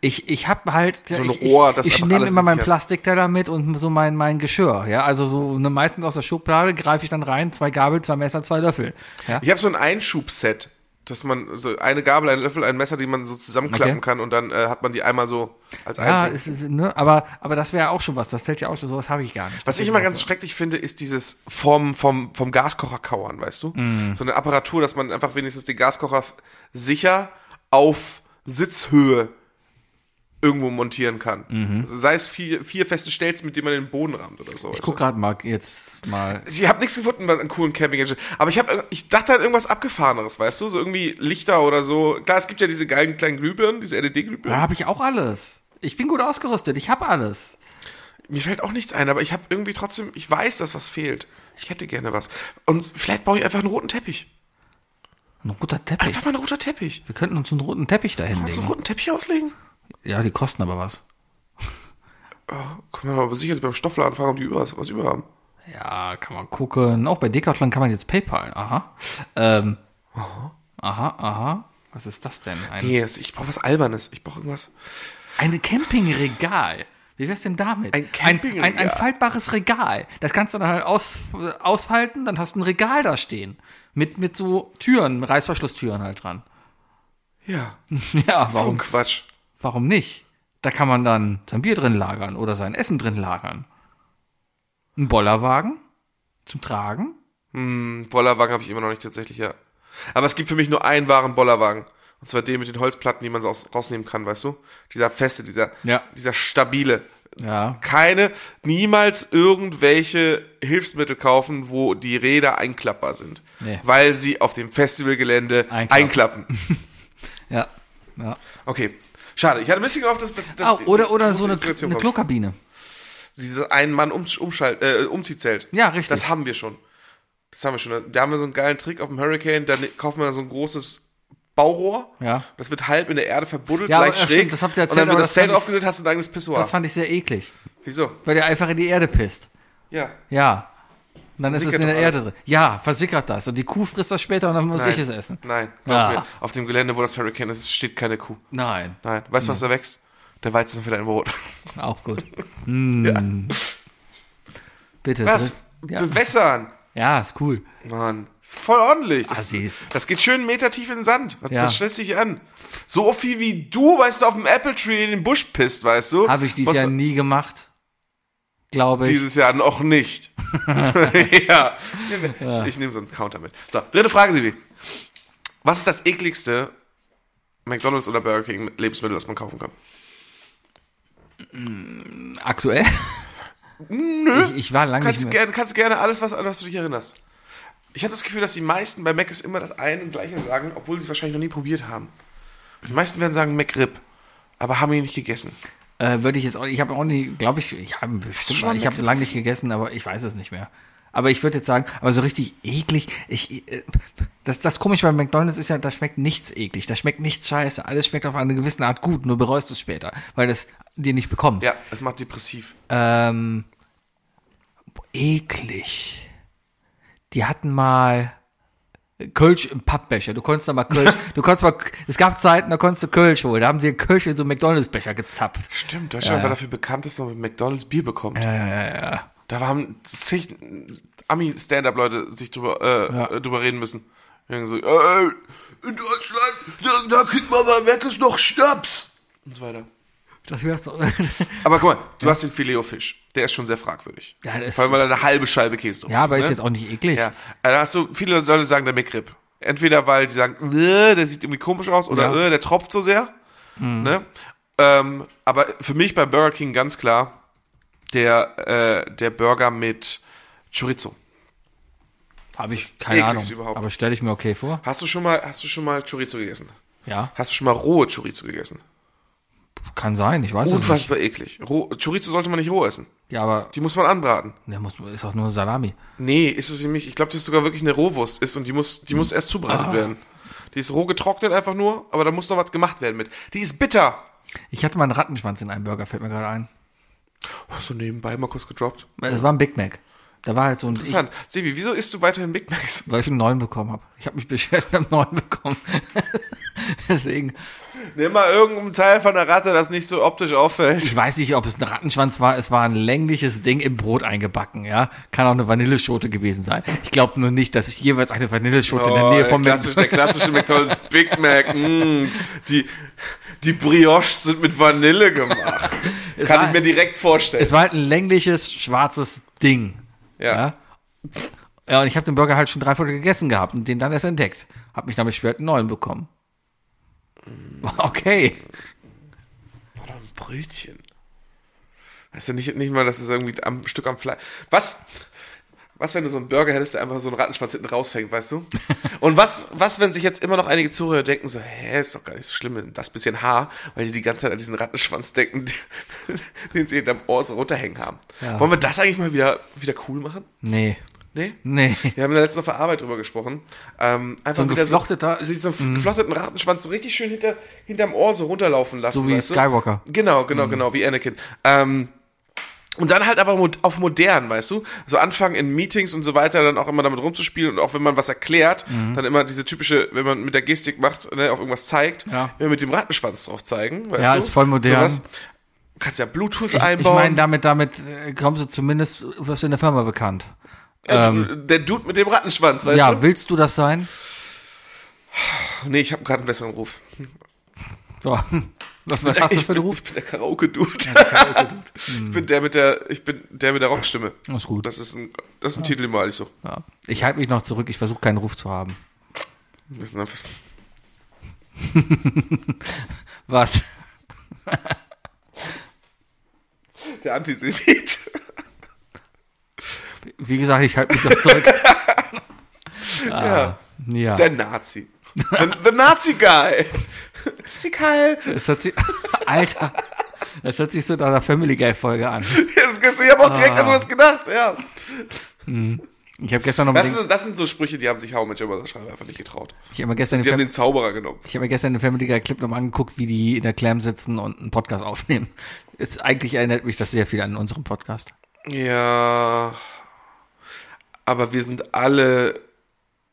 Speaker 3: Ich, ich habe halt,
Speaker 2: ein
Speaker 3: ich,
Speaker 2: Rohr, das
Speaker 3: ich, ich
Speaker 2: einfach
Speaker 3: nehme
Speaker 2: alles
Speaker 3: immer
Speaker 2: in
Speaker 3: meinen
Speaker 2: sich hat.
Speaker 3: Plastikteller mit und so mein, mein Geschirr. Ja, also so ne, meistens aus der Schublade greife ich dann rein, zwei Gabel, zwei Messer, zwei Löffel. Ja,
Speaker 2: Ich habe so ein Einschubset, dass man so eine Gabel, ein Löffel, ein Messer, die man so zusammenklappen
Speaker 3: Okay.
Speaker 2: kann und dann äh, hat man die einmal so als
Speaker 3: ja
Speaker 2: Einheit.
Speaker 3: ist, ne, aber, aber das wäre auch schon was. Das zählt ja auch schon, sowas habe ich gar nicht.
Speaker 2: Was ich immer ganz schrecklich finde, ist dieses vom, vom, vom Gaskocher kauern, weißt du?
Speaker 3: Mhm.
Speaker 2: So eine Apparatur, dass man einfach wenigstens den Gaskocher f- sicher auf Sitzhöhe irgendwo montieren kann. Also sei es vier, vier feste Stelzen, mit denen man den Boden rahmt oder so. weißt
Speaker 3: Mhm. Ich
Speaker 2: du?
Speaker 3: guck gerade mal jetzt mal.
Speaker 2: Ich habe nichts gefunden, was an coolen camping Aber ich habe, ich dachte an irgendwas abgefahreneres, weißt du, so irgendwie Lichter oder so. Klar, es gibt ja diese geilen kleinen Glühbirnen, diese E
Speaker 3: Da
Speaker 2: LED-Glühbirnen.
Speaker 3: habe ich auch alles. Ich bin gut ausgerüstet. Ich habe alles.
Speaker 2: Mir fällt auch nichts ein, aber ich habe irgendwie trotzdem, ich weiß, dass was fehlt. Ich hätte gerne was. Und vielleicht baue ich einfach einen roten Teppich.
Speaker 3: Ein roter Teppich.
Speaker 2: Einfach mal einen roten Teppich.
Speaker 3: Wir könnten uns einen roten Teppich da
Speaker 2: Kannst du einen
Speaker 3: hinlegen.
Speaker 2: roten Teppich auslegen?
Speaker 3: Ja, die kosten aber was.
Speaker 2: Oh, Können wir mal sicherlich beim Stoffladen fragen, ob die über, was über haben.
Speaker 3: Ja, kann man gucken. Auch bei Decathlon kann man jetzt PayPal. Aha. Ähm, aha, aha. Was ist das denn? Ein,
Speaker 2: Nee, es- ich brauche was Albernes. Ich brauche irgendwas.
Speaker 3: ein Campingregal. Wie wär's denn damit?
Speaker 2: Ein Campingregal.
Speaker 3: Ein, ein, ein faltbares Regal. Das kannst du dann halt aus, ausfalten, dann hast du ein Regal da stehen. Mit, mit so Türen, Reißverschlusstüren halt dran.
Speaker 2: Ja,
Speaker 3: Ja,
Speaker 2: so
Speaker 3: warum
Speaker 2: ein Quatsch.
Speaker 3: Warum nicht? Da kann man dann sein Bier drin lagern oder sein Essen drin lagern. Ein Bollerwagen zum Tragen.
Speaker 2: Einen Bollerwagen habe ich immer noch nicht tatsächlich, ja. Aber es gibt für mich nur einen wahren Bollerwagen. Und zwar den mit den Holzplatten, die man so aus- rausnehmen kann, weißt du? Dieser feste, dieser,
Speaker 3: Ja.
Speaker 2: dieser stabile.
Speaker 3: Ja.
Speaker 2: Keine, niemals irgendwelche Hilfsmittel kaufen, wo die Räder einklappbar sind.
Speaker 3: Nee.
Speaker 2: Weil sie auf dem Festivalgelände
Speaker 3: Einklappen.
Speaker 2: einklappen.
Speaker 3: Ja. ja.
Speaker 2: Okay. Schade. Ich hatte ein bisschen gehofft, dass das.
Speaker 3: Ah, oder oder so eine,
Speaker 2: Integration
Speaker 3: eine
Speaker 2: kommt.
Speaker 3: Klokabine.
Speaker 2: Dieses Ein-Mann-Umschalt, äh, Umziehzelt.
Speaker 3: Ja, richtig.
Speaker 2: Das haben wir schon. Das haben wir schon. Da haben wir so einen geilen Trick auf dem Hurricane, da ne- kaufen wir so ein großes Baurohr.
Speaker 3: Ja.
Speaker 2: Das wird halb in der Erde verbuddelt,
Speaker 3: Ja, aber-
Speaker 2: gleich
Speaker 3: ja,
Speaker 2: schräg.
Speaker 3: stimmt, das habt ihr
Speaker 2: Und
Speaker 3: erzählt,
Speaker 2: dann wird
Speaker 3: aber
Speaker 2: das
Speaker 3: das
Speaker 2: Zelt
Speaker 3: fand ich-
Speaker 2: aufgelöst, hast du ein eigenes Pissoir.
Speaker 3: Das fand ich sehr eklig,
Speaker 2: Wieso?
Speaker 3: weil der einfach in die Erde pisst.
Speaker 2: Ja.
Speaker 3: Ja. Und dann ist es
Speaker 2: Versickert
Speaker 3: in der
Speaker 2: doch
Speaker 3: Erde drin. Ja, versickert das. Und die Kuh frisst das später und dann muss ich es essen.
Speaker 2: Nein.
Speaker 3: Ja.
Speaker 2: glaub mir. Auf dem Gelände, wo das Hurricane ist, steht keine Kuh.
Speaker 3: Nein,
Speaker 2: Nein. Weißt du, was
Speaker 3: Hm.
Speaker 2: da wächst? Der Weizen für dein Brot.
Speaker 3: auch gut. mm. Bitte.
Speaker 2: Was?
Speaker 3: Ja.
Speaker 2: Bewässern.
Speaker 3: ja, ist cool.
Speaker 2: Mann, ist voll ordentlich. Das,
Speaker 3: Assis.
Speaker 2: das geht schön einen Meter tief in den Sand. Das,
Speaker 3: Ah, Ja.
Speaker 2: das stellst dich an. So viel wie du, weißt du, auf dem Apple Tree in den Busch pisst, weißt du.
Speaker 3: Habe ich dieses
Speaker 2: Was-
Speaker 3: Jahr nie gemacht. Glaube ich.
Speaker 2: Dieses Jahr noch nicht. ja. Ich, ich nehme so einen Counter mit. So, dritte Frage, Sibi. Was ist das ekligste McDonalds oder Burger King Lebensmittel, das man kaufen kann?
Speaker 3: Aktuell? Nö. Ich, ich war lange nicht
Speaker 2: Kannst
Speaker 3: mehr.
Speaker 2: gerne, kannst gerne alles, was, an was du dich erinnerst. Ich habe das Gefühl, dass die meisten bei Mac ist immer das eine und gleiche sagen, obwohl sie es wahrscheinlich noch nie probiert haben. Die meisten werden sagen McRib, aber haben ihn nicht gegessen.
Speaker 3: Äh, würde ich jetzt auch, ich habe auch nie, glaube ich, ich habe bestimmt,
Speaker 2: schon
Speaker 3: mal- ich habe
Speaker 2: lecker
Speaker 3: lange nicht gegessen, aber ich weiß es nicht mehr. Aber ich würde jetzt sagen, aber so richtig eklig, ich, äh, das, das komische bei McDonalds ist ja, da schmeckt nichts eklig, da schmeckt nichts scheiße, alles schmeckt auf eine gewisse Art gut, nur bereust du es später, weil du es dir nicht bekommst.
Speaker 2: Ja, das macht depressiv.
Speaker 3: Ähm, eklig. Die hatten mal Kölsch im Pappbecher. Du konntest da mal Kölsch, du konntest mal, es gab Zeiten, da konntest du Kölsch holen. Da haben sie Kölsch in so einen McDonalds-Becher gezapft.
Speaker 2: Stimmt, Deutschland war dafür bekannt, dass man mit McDonalds Bier bekommt.
Speaker 3: Ja, ja, ja, ja.
Speaker 2: Da haben zig Ami-Stand-Up-Leute sich drüber, äh,
Speaker 3: Ja.
Speaker 2: äh, drüber reden müssen. Irgendwie so, äh, in Deutschland, da, da kriegt man bei Mac ist noch Schnaps. Und so weiter.
Speaker 3: Das wär's doch.
Speaker 2: Aber guck mal, du hast den Filet-O-Fisch. Der ist schon sehr fragwürdig.
Speaker 3: Ja, der ist-
Speaker 2: Vor allem, weil er eine halbe Scheibe Käse drauf
Speaker 3: ja, aber
Speaker 2: hat,
Speaker 3: ist
Speaker 2: ne?
Speaker 3: jetzt auch nicht eklig.
Speaker 2: Ja, Äh, da hast du, viele Leute sagen der Mikrib. Entweder, weil sie sagen, "Nö, der sieht irgendwie komisch aus oder
Speaker 3: Ja. Hm.
Speaker 2: "Äh, der tropft so sehr. Ne? Ähm, aber für mich bei Burger King ganz klar der, äh, der Burger mit Chorizo.
Speaker 3: Habe ich
Speaker 2: das
Speaker 3: keine Ahnung.
Speaker 2: ekligste überhaupt.
Speaker 3: Aber stelle ich mir okay vor.
Speaker 2: Hast du schon mal, hast du schon mal Chorizo gegessen?
Speaker 3: Ja,
Speaker 2: Hast du schon mal rohe Chorizo gegessen?
Speaker 3: kann sein. Ich weiß es nicht.
Speaker 2: Unfassbar eklig. Roh, Chorizo sollte man nicht roh essen.
Speaker 3: Ja, aber
Speaker 2: Die muss man anbraten.
Speaker 3: der muss, ist auch nur Salami.
Speaker 2: Nee, ist es nämlich. Ich glaube, das ist sogar wirklich eine Rohwurst ist und die muss,
Speaker 3: Hm.
Speaker 2: die muss erst zubereitet
Speaker 3: Ah.
Speaker 2: werden. Die ist roh getrocknet einfach nur, aber da muss noch was gemacht werden mit. Die ist bitter.
Speaker 3: Ich hatte mal einen Rattenschwanz in einem Burger, fällt mir gerade ein.
Speaker 2: Oh, so nebenbei mal kurz gedroppt.
Speaker 3: Es war ein Big Mac. Da war halt so ein. Ich,
Speaker 2: Interessant. Sebi, wieso isst du weiterhin Big Macs?
Speaker 3: weil ich einen neuen bekommen habe. Ich habe mich beschwert, ich habe einen neuen bekommen. Deswegen,
Speaker 2: Nimm mal irgendeinen Teil von der Ratte, das nicht so optisch auffällt.
Speaker 3: ich weiß nicht, ob es ein Rattenschwanz war. Es war ein längliches Ding im Brot eingebacken, ja. Kann auch eine Vanilleschote gewesen sein. Ich glaube nur nicht, dass ich jeweils eine Vanilleschote in
Speaker 2: Oh,
Speaker 3: der Nähe vom
Speaker 2: der, klassische,
Speaker 3: Menschen.
Speaker 2: der klassische McDonald's Big Mac. Mm, die, die Brioches sind mit Vanille gemacht. Kann
Speaker 3: war-
Speaker 2: ich mir direkt vorstellen.
Speaker 3: Es war halt ein längliches, schwarzes Ding.
Speaker 2: Ja.
Speaker 3: Ja, ja und ich habe den Burger halt schon drei Viertel gegessen gehabt und den dann erst entdeckt. Hab mich damit schwer einen neuen bekommen. Okay.
Speaker 2: Oder ein Brötchen. Weißt du, nicht, nicht mal, dass es irgendwie am Stück am Fleisch. Was? Was, wenn du so einen Burger hättest, der einfach so einen Rattenschwanz hinten raushängt, weißt du? Und was, was, wenn sich jetzt immer noch einige Zuhörer denken, so, hä, ist doch gar nicht so schlimm, das bisschen Haar, weil die die ganze Zeit an diesen Rattenschwanz denken, den sie hinterm Ohr so runterhängen haben.
Speaker 3: Ja.
Speaker 2: Wollen wir das eigentlich mal wieder, wieder cool machen?
Speaker 3: Nee.
Speaker 2: Nee?
Speaker 3: Nee.
Speaker 2: Wir haben da letztens auf der Arbeit drüber gesprochen. Ähm, einfach
Speaker 3: So ein
Speaker 2: wieder
Speaker 3: geflochteter- Mhm.
Speaker 2: so, so einen geflochteten Rattenschwanz so richtig schön hinter, hinterm Ohr so runterlaufen lassen.
Speaker 3: So wie
Speaker 2: weißt du?
Speaker 3: Skywalker. Mhm.
Speaker 2: Genau, genau, genau, wie Anakin. Ähm, und dann halt aber mo- auf modern, weißt du? So anfangen in Meetings und so weiter, dann auch immer damit rumzuspielen und auch wenn man was erklärt,
Speaker 3: Mhm.
Speaker 2: dann immer diese typische, wenn man mit der Gestik macht, ne, auf irgendwas zeigt,
Speaker 3: Ja.
Speaker 2: immer mit dem Rattenschwanz drauf zeigen, weißt
Speaker 3: Ja,
Speaker 2: du?
Speaker 3: ist voll modern.
Speaker 2: Sowas. Kannst ja Bluetooth
Speaker 3: Ich, ich
Speaker 2: einbauen.
Speaker 3: meine, damit, damit äh, kommst du zumindest, wirst du in der Firma bekannt.
Speaker 2: Der Du- der Dude mit dem Rattenschwanz, weißt
Speaker 3: ähm, ja,
Speaker 2: du?
Speaker 3: willst du das sein?
Speaker 2: Nee, ich habe gerade einen besseren Ruf.
Speaker 3: So. Was, was hast du
Speaker 2: Ich
Speaker 3: für einen
Speaker 2: bin-
Speaker 3: Ruf?
Speaker 2: Ich bin der Karaoke-Dude. Hm. ich bin der mit der, ich bin der mit der Rockstimme.
Speaker 3: Das ist gut.
Speaker 2: Das ist ein, das ist ein Titel, den mal ich so.
Speaker 3: Ja. Ich halte mich noch zurück, ich versuche keinen Ruf zu haben.
Speaker 2: Das ist einfach-
Speaker 3: Was?
Speaker 2: Der Antisemit.
Speaker 3: Wie gesagt, ich halte mich noch zurück.
Speaker 2: Ja.
Speaker 3: Ja.
Speaker 2: Der Nazi. The, the Nazi Guy. Sie geil.
Speaker 3: Das hört sich, Alter, das hört sich so nach einer Family Guy Folge an.
Speaker 2: Jetzt- Ich habe auch direkt an sowas gedacht, ja.
Speaker 3: Ich habe gestern noch mal
Speaker 2: Das,
Speaker 3: den,
Speaker 2: ist, das sind so Sprüche, die haben sich Hau mit Jabba Schreiber einfach nicht getraut.
Speaker 3: ich habe mir gestern
Speaker 2: Die
Speaker 3: den,
Speaker 2: haben
Speaker 3: Fam-
Speaker 2: den Zauberer genommen.
Speaker 3: ich habe mir gestern den Family Guy Clip nochmal angeguckt, wie die in der Clam sitzen und einen Podcast aufnehmen. Ist, eigentlich erinnert mich das sehr viel an unseren Podcast.
Speaker 2: Ja. Aber wir sind alle.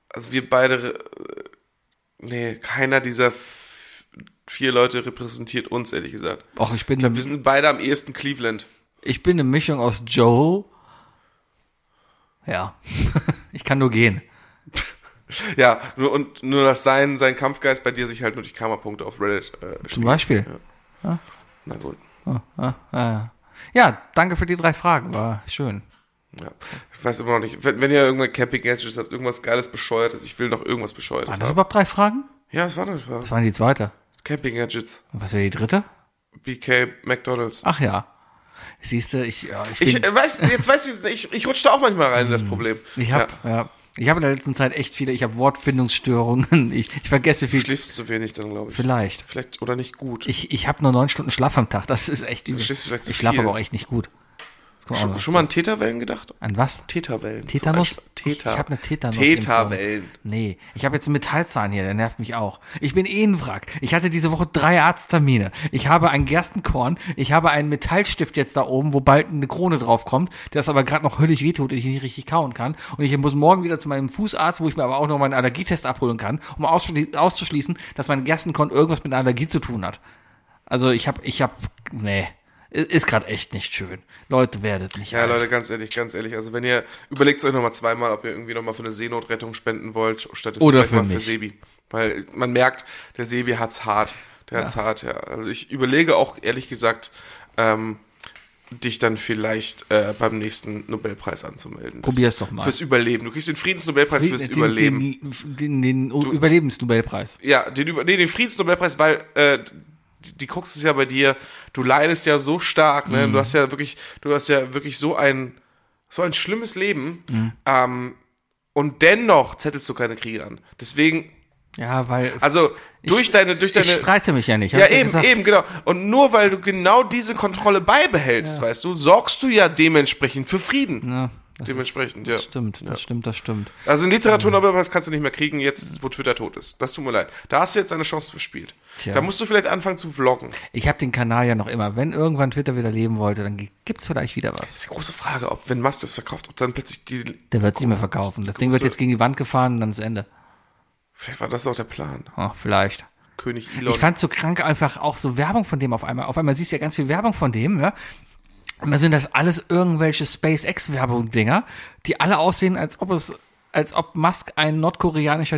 Speaker 2: Also wir beide. äh, Nee, keiner dieser f- vier Leute repräsentiert uns, ehrlich gesagt.
Speaker 3: Och, ich bin, eine,
Speaker 2: Wir sind beide am ehesten Cleveland.
Speaker 3: ich bin eine Mischung aus Joe. Ja. ich kann nur gehen.
Speaker 2: Ja, nur, und nur dass sein, sein Kampfgeist bei dir sich halt nur durch Karma-Punkte auf Reddit äh,
Speaker 3: Zum
Speaker 2: spielt.
Speaker 3: Beispiel.
Speaker 2: Na gut.
Speaker 3: Ah. Ja, danke für die drei Fragen. War schön.
Speaker 2: Ja. Ich weiß immer noch nicht. Wenn, wenn ihr irgendwann Camping Gadgets habt, irgendwas Geiles Bescheuertes, ich will noch irgendwas Bescheuertes
Speaker 3: Waren Ah, das
Speaker 2: haben.
Speaker 3: überhaupt drei Fragen?
Speaker 2: Ja, es war das. War
Speaker 3: Was waren die zweite?
Speaker 2: Camping Gadgets.
Speaker 3: Und was wäre die dritte?
Speaker 2: BK McDonalds.
Speaker 3: Ach ja. Siehst du, ich, ja, ich bin, Hm.
Speaker 2: Ich äh, weiß, jetzt weiß ich, ich, ich rutsche da auch manchmal rein in das Problem.
Speaker 3: Ich habe ja. ich habe in der letzten Zeit echt viele, ich habe Wortfindungsstörungen, ich, ich vergesse
Speaker 2: Du
Speaker 3: viel.
Speaker 2: schläfst zu wenig dann, glaube ich.
Speaker 3: Vielleicht.
Speaker 2: Vielleicht oder nicht gut.
Speaker 3: Ich, ich habe nur neun Stunden Schlaf am Tag, das ist echt übel.
Speaker 2: schläfst vielleicht zu
Speaker 3: Ich schlafe
Speaker 2: viel.
Speaker 3: aber auch echt nicht gut. Das kommt auch noch
Speaker 2: schon,
Speaker 3: dazu.
Speaker 2: schon mal an Täterwellen gedacht?
Speaker 3: An was?
Speaker 2: Täterwellen.
Speaker 3: Tetanus?
Speaker 2: So ein- Täter.
Speaker 3: Ich, ich habe eine Tetanus.
Speaker 2: Täterwellen.
Speaker 3: Impfung. Nee, ich habe jetzt einen Metallzahn hier, der nervt mich auch. Ich bin eh ein Wrack. Ich hatte diese Woche drei Arzttermine. Ich habe ein Gerstenkorn, ich habe einen Metallstift jetzt da oben, wo bald eine Krone draufkommt, der es aber gerade noch höllisch wehtut und ich nicht richtig kauen kann. Und ich muss morgen wieder zu meinem Fußarzt, wo ich mir aber auch noch meinen Allergietest abholen kann, um ausschli- auszuschließen, dass mein Gerstenkorn irgendwas mit einer Allergie zu tun hat. Also ich habe, ich habe, nee. Ist gerade echt nicht schön. Leute, werdet nicht
Speaker 2: Ja,
Speaker 3: alt.
Speaker 2: Leute, ganz ehrlich, ganz ehrlich. Also wenn ihr überlegt euch nochmal zweimal, ob ihr irgendwie nochmal für eine Seenotrettung spenden wollt, statt
Speaker 3: Oder
Speaker 2: vielleicht
Speaker 3: für
Speaker 2: mal
Speaker 3: mich.
Speaker 2: für Sebi. Weil man merkt, der Sebi hat's hart. Der hat's hart, ja. Also ich überlege auch ehrlich gesagt, ähm, dich dann vielleicht äh, beim nächsten Nobelpreis anzumelden. Das-
Speaker 3: Probier's doch mal.
Speaker 2: Fürs Überleben. Du kriegst den Friedensnobelpreis fürs Überleben.
Speaker 3: Den, den, den Überlebensnobelpreis.
Speaker 2: Ja, den, Über nee, den Friedensnobelpreis, weil äh, die, die Krux ist ja bei dir, du leidest ja so stark,
Speaker 3: Mhm.
Speaker 2: ne? Du hast ja wirklich, du hast ja wirklich so ein so ein schlimmes Leben.
Speaker 3: Mhm.
Speaker 2: Ähm, und dennoch zettelst du keine Kriege an. Deswegen,
Speaker 3: Ja, weil
Speaker 2: also durch deine, durch deine.
Speaker 3: ich streite mich ja nicht. hab
Speaker 2: ja,
Speaker 3: ich
Speaker 2: eben,
Speaker 3: gesagt.
Speaker 2: eben, genau. Und nur weil du genau diese Kontrolle beibehältst, weißt du, sorgst du ja dementsprechend für Frieden.
Speaker 3: Ja, das
Speaker 2: Dementsprechend,
Speaker 3: ist, das
Speaker 2: ja.
Speaker 3: Stimmt, das stimmt, das stimmt.
Speaker 2: Also einen Literaturnobelpreis kannst du nicht mehr kriegen, jetzt wo Twitter tot ist. Das tut mir leid. Da hast du jetzt deine Chance verspielt.
Speaker 3: Tja.
Speaker 2: Da musst du vielleicht anfangen zu vloggen.
Speaker 3: Ich habe den Kanal ja noch immer. Wenn irgendwann Twitter wieder leben wollte, dann gi- gibt's vielleicht wieder was.
Speaker 2: Das ist die große Frage, ob wenn Musk das verkauft, ob dann plötzlich die.
Speaker 3: Der wird's nicht mehr verkaufen. Das Ding wird
Speaker 2: große-
Speaker 3: jetzt gegen die Wand gefahren und dann ist Ende.
Speaker 2: Vielleicht war das auch der Plan.
Speaker 3: Oh, vielleicht.
Speaker 2: König Elon.
Speaker 3: Ich fand's so krank einfach auch so Werbung von dem auf einmal. Auf einmal siehst du ja ganz viel Werbung von dem, ja. Immer sind das alles irgendwelche SpaceX-Werbung-Dinger, die alle aussehen, als ob es als ob Musk ein nordkoreanischer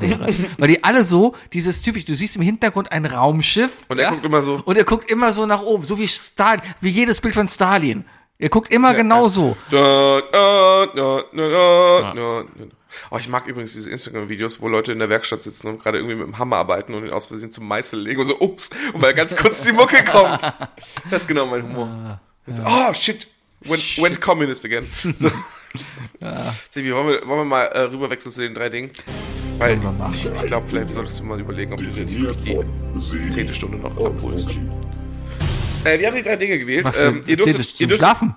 Speaker 3: wäre. Weil die alle so, dieses typisch, du siehst im Hintergrund ein Raumschiff.
Speaker 2: Und er guckt immer so.
Speaker 3: Und er guckt immer so nach oben, so wie Stalin, wie jedes Bild von Stalin. Er guckt immer genau so.
Speaker 2: Da, da, da, da, da, da, da. Oh, ich mag übrigens diese Instagram-Videos, wo Leute in der Werkstatt sitzen und gerade irgendwie mit dem Hammer arbeiten und ihn aus Versehen zum Meißel legen und so, ups, und weil ganz kurz die Mucke kommt. Das ist genau mein
Speaker 3: Ah,
Speaker 2: Humor. Das- Oh, shit. Went, went communist again. So. Sebi, wollen wir, wollen wir mal äh, rüberwechseln zu den drei Dingen? Weil
Speaker 3: wir machen.
Speaker 2: ich, ich glaube, vielleicht solltest du mal überlegen, ob du die,
Speaker 4: Trainiert
Speaker 2: die,
Speaker 4: von Sebi
Speaker 2: zehnte Stunde noch
Speaker 4: und
Speaker 2: abholst.
Speaker 4: Fuki.
Speaker 2: Äh, wir haben die drei Dinge gewählt.
Speaker 3: Was
Speaker 2: ähm,
Speaker 3: für,
Speaker 2: ihr
Speaker 3: erzählt
Speaker 2: dürftet,
Speaker 3: es
Speaker 2: ihr
Speaker 3: zum
Speaker 2: dürftet
Speaker 3: Schlafen?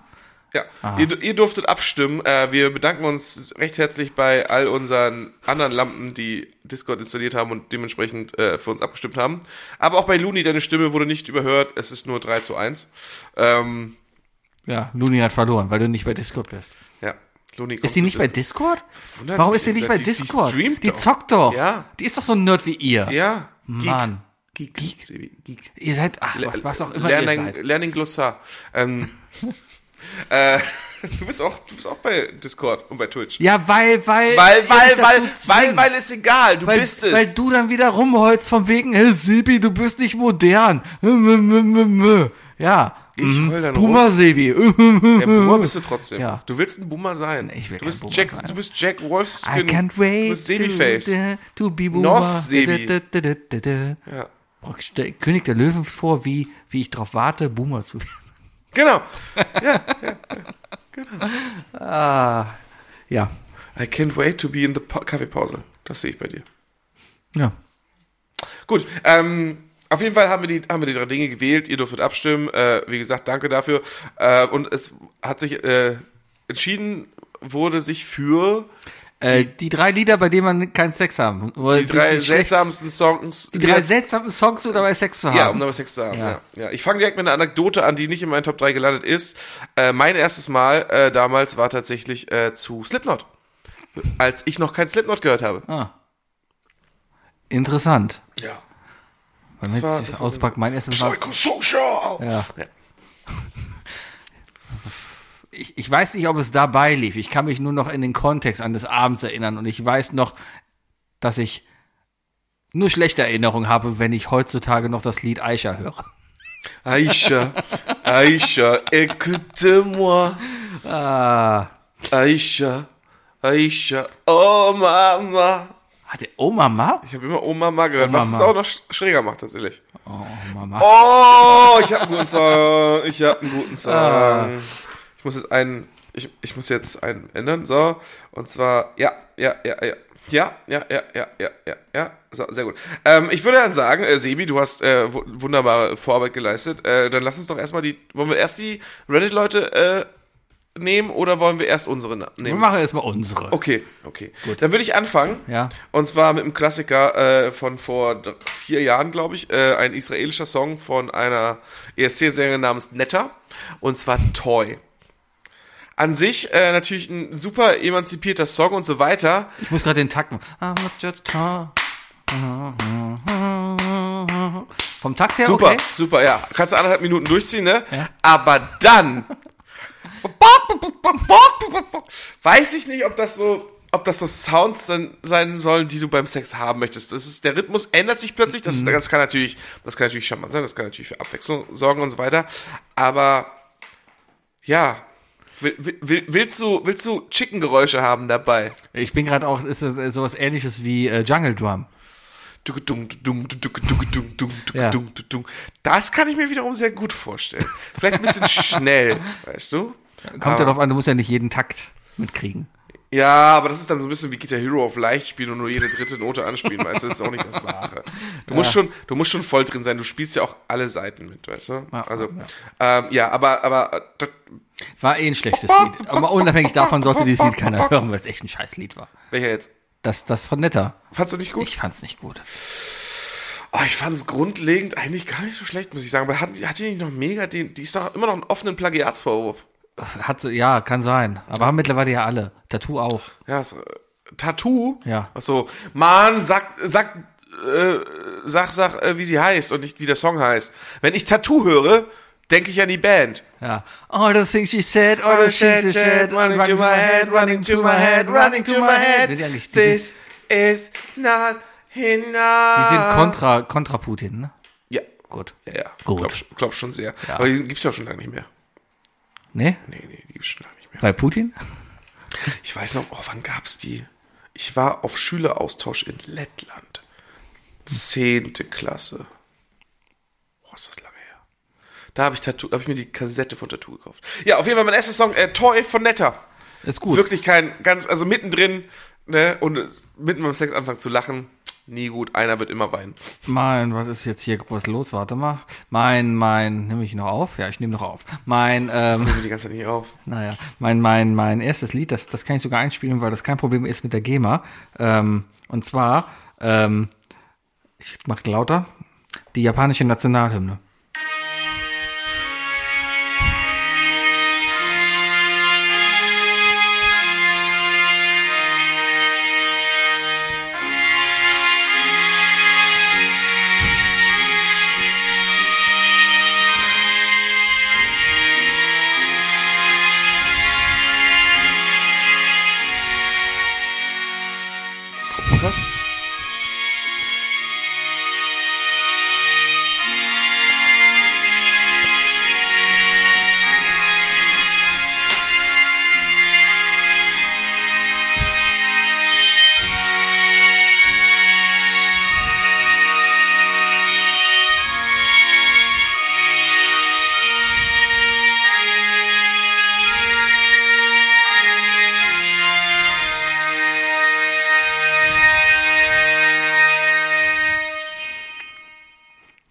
Speaker 2: ja, ihr, ihr durftet abstimmen. Äh, wir bedanken uns recht herzlich bei all unseren anderen Lampen, die Discord installiert haben und dementsprechend äh, für uns abgestimmt haben. Aber auch bei Luni, deine Stimme wurde nicht überhört. Es ist nur 3 zu 1. Ähm,
Speaker 3: Ja, Luni hat verloren, weil du nicht bei Discord bist.
Speaker 2: ja, Luni kommt
Speaker 3: Ist die
Speaker 2: zu
Speaker 3: nicht bei
Speaker 2: Dis-
Speaker 3: Discord?
Speaker 2: Wundert
Speaker 3: Warum
Speaker 2: mich,
Speaker 3: ist die nicht bei
Speaker 2: die- die
Speaker 3: Discord? Die,
Speaker 2: streamt doch.
Speaker 3: zockt doch.
Speaker 2: Ja.
Speaker 3: Die ist doch so ein Nerd wie ihr.
Speaker 2: Ja,
Speaker 3: Mann.
Speaker 2: Geek. Geek. Sebi, Geek.
Speaker 3: Ihr seid, ach, was auch immer
Speaker 2: Learning,
Speaker 3: ihr seid.
Speaker 2: Learning Glossar. Ähm, äh, du, bist auch, du bist auch bei Discord und bei Twitch.
Speaker 3: Ja, weil, weil,
Speaker 2: Weil,
Speaker 3: ihr mich
Speaker 2: weil,
Speaker 3: dazu
Speaker 2: weil,
Speaker 3: zwingt.
Speaker 2: weil, weil ist egal, du
Speaker 3: weil,
Speaker 2: bist es.
Speaker 3: weil du dann wieder rumholst von wegen, hey Sebi, du bist nicht modern. Mö, mö, mö, mö. Ja.
Speaker 2: Ich heul dann rum.
Speaker 3: Puma Sebi.
Speaker 2: Der Boomer bist du trotzdem.
Speaker 3: Ja.
Speaker 2: Du willst ein Boomer sein.
Speaker 3: Ich will
Speaker 2: du bist
Speaker 3: kein Boomer
Speaker 2: Jack,
Speaker 3: sein.
Speaker 2: Du bist Jack Wolfskin.
Speaker 3: I can't
Speaker 2: Du
Speaker 3: wait
Speaker 2: bist Sebi-Face.
Speaker 3: to, to be
Speaker 2: North
Speaker 3: Boomer.
Speaker 2: Sebi.
Speaker 3: Da, da, da, da, da.
Speaker 2: Ja.
Speaker 3: Boah, stell König der Löwen vor, wie, wie ich drauf warte, Boomer zu werden.
Speaker 2: Genau.
Speaker 3: Ja.
Speaker 2: I can't wait to be in the pa- Kaffeepause. Das sehe ich bei dir.
Speaker 3: Ja.
Speaker 2: Gut, ähm, auf jeden Fall haben wir, die, haben wir die drei Dinge gewählt. Ihr durftet abstimmen. Äh, wie gesagt, danke dafür. Äh, und es hat sich äh, entschieden, wurde sich für
Speaker 3: Äh, die drei Lieder, bei denen man keinen Sex haben.
Speaker 2: die drei seltsamsten Songs.
Speaker 3: Die drei seltsamen Songs, um dabei Sex zu haben.
Speaker 2: Ja, um nochmal Sex zu haben. Ja. Ja. Ich fange direkt mit einer Anekdote an, die nicht in meinen Top 3 gelandet ist. Äh, mein erstes Mal äh, damals war tatsächlich äh, zu Slipknot. Als ich noch kein Slipknot gehört habe.
Speaker 3: Interessant.
Speaker 2: Ja.
Speaker 3: Wenn man
Speaker 2: war-
Speaker 3: jetzt
Speaker 2: das
Speaker 3: nicht
Speaker 2: war-
Speaker 3: auspackt, mein erstes Mal.
Speaker 2: Psychosocial!
Speaker 3: Ja.
Speaker 2: Ja.
Speaker 3: Ich, ich weiß nicht, ob es dabei lief. Ich kann mich nur noch in den Kontext an des Abends erinnern und ich weiß noch, dass ich nur schlechte Erinnerungen habe, wenn ich heutzutage noch das Lied Aisha höre.
Speaker 2: Aisha, Aisha, écoute-moi. Ah. Aisha, Aisha, oh Mama.
Speaker 3: Hat der Oh Mama?
Speaker 2: Ich habe immer Oh Mama gehört,
Speaker 3: Oh
Speaker 2: was es
Speaker 3: Mama.
Speaker 2: auch noch sch- schräger macht tatsächlich.
Speaker 3: Oh Mama.
Speaker 2: Oh, ich habe einen guten Song. Ich habe einen guten Song. Ich muss jetzt einen, ich, ich muss jetzt einen ändern. So, und zwar, ja, ja, ja, ja. Ja, ja, ja, ja, ja, ja, ja. So, sehr gut. Ähm, ich würde dann sagen, äh, Sebi, du hast äh, wu- wunderbare Vorarbeit geleistet. Äh, dann lass uns doch erstmal die. Wollen wir erst die Reddit-Leute äh, nehmen oder wollen wir erst unsere na-
Speaker 3: Wir
Speaker 2: nehmen?
Speaker 3: machen erstmal unsere.
Speaker 2: Okay, okay. Dann würde ich anfangen.
Speaker 3: Ja.
Speaker 2: Und zwar mit einem Klassiker äh, von vor d- vier Jahren, glaube ich. Äh, ein israelischer Song von einer ESC-Sängerin namens Netta. Und zwar Toy. An sich äh, natürlich ein super emanzipierter Song und so weiter.
Speaker 3: Ich muss gerade den Takt machen. I'm not your tar- Vom Takt her
Speaker 2: Super,
Speaker 3: okay.
Speaker 2: super, ja. Kannst du anderthalb Minuten durchziehen, ne? Aber dann. weiß ich nicht, ob das so ob das so Sounds sein, sein sollen, die du beim Sex haben möchtest. Das ist, der Rhythmus ändert sich plötzlich. Das, ist, das kann natürlich, das kann natürlich charmant sein, das kann natürlich für Abwechslung sorgen und so weiter. Aber ja, will, will, willst du, willst du Chicken-Geräusche haben dabei?
Speaker 3: Ich bin gerade auch, ist das sowas ähnliches wie äh, Jungle Drum. Ja.
Speaker 2: Das kann ich mir wiederum sehr gut vorstellen. Vielleicht ein bisschen schnell, weißt du?
Speaker 3: Kommt ja darauf an, du musst ja nicht jeden Takt mitkriegen.
Speaker 2: Ja, aber das ist dann so ein bisschen wie Guitar Hero auf leicht spielen und nur jede dritte Note anspielen, weißt du, das ist auch nicht das Wahre. Du musst schon, du musst schon voll drin sein, du spielst ja auch alle Seiten mit, weißt du?
Speaker 3: Ja,
Speaker 2: also, Ähm, ja, aber, aber, äh, das,
Speaker 3: War eh ein schlechtes Lied. Aber unabhängig davon sollte dieses Lied keiner hören, weil es echt ein scheiß Lied war.
Speaker 2: welcher jetzt?
Speaker 3: Das, das von Netter.
Speaker 2: Fandst du nicht gut?
Speaker 3: Ich fand's nicht gut.
Speaker 2: Oh, ich fand es grundlegend eigentlich gar nicht so schlecht, muss ich sagen. Aber hat, hat die nicht noch mega den, die ist doch immer noch einen offenen Plagiatsvorwurf.
Speaker 3: Hat, so- ja, kann sein. Aber haben mittlerweile ja alle. Tattoo auch.
Speaker 2: Ja, ist, äh, Tattoo?
Speaker 3: Ja.
Speaker 2: Ach so, Mann, sag, sag, äh, sag, sag, äh, wie sie heißt und nicht wie der Song heißt. Wenn ich Tattoo höre, denke ich an die Band.
Speaker 3: Ja. All the things she said, all the things she said,
Speaker 2: running to my head, running to my head, running to my head.
Speaker 3: Sind die eigentlich, die
Speaker 2: This
Speaker 3: sind,
Speaker 2: is not
Speaker 3: die
Speaker 2: enough.
Speaker 3: sind kontra, kontra Putin, ne?
Speaker 2: Ja,
Speaker 3: Gut.
Speaker 2: Ah. ja, ja.
Speaker 3: Gut.
Speaker 2: Glaub, sch- glaub schon sehr.
Speaker 3: Ja.
Speaker 2: Aber die gibt's ja schon lange nicht mehr.
Speaker 3: Ne?
Speaker 2: Nee, nee, die gibt's schon lange nicht mehr.
Speaker 3: Bei Putin?
Speaker 2: Ich weiß noch, oh, wann gab's die? Ich war auf Schüleraustausch in Lettland. Zehnte Klasse. Boah, ist das lange her. Da habe ich, Tattoo- hab ich mir die Kassette von Tattoo gekauft. Ja, auf jeden Fall mein erster Song, äh, Toy von Netta.
Speaker 3: Ist gut.
Speaker 2: Wirklich kein, ganz, also mittendrin, ne, und äh, mitten beim Sex anfangen zu lachen. Nie gut, einer wird immer weinen.
Speaker 3: Mein, was ist jetzt hier groß los? Warte mal. Mein, mein, nehme ich noch auf? Ja, ich nehme noch auf. Mein, ähm,
Speaker 2: Nehmen wir die ganze Zeit nicht auf.
Speaker 3: Naja, mein, mein, mein erstes Lied, das, das kann ich sogar einspielen, weil das kein Problem ist mit der GEMA. Ähm, und zwar, ähm, ich mach lauter, die japanische Nationalhymne.
Speaker 2: Guck mal, Was?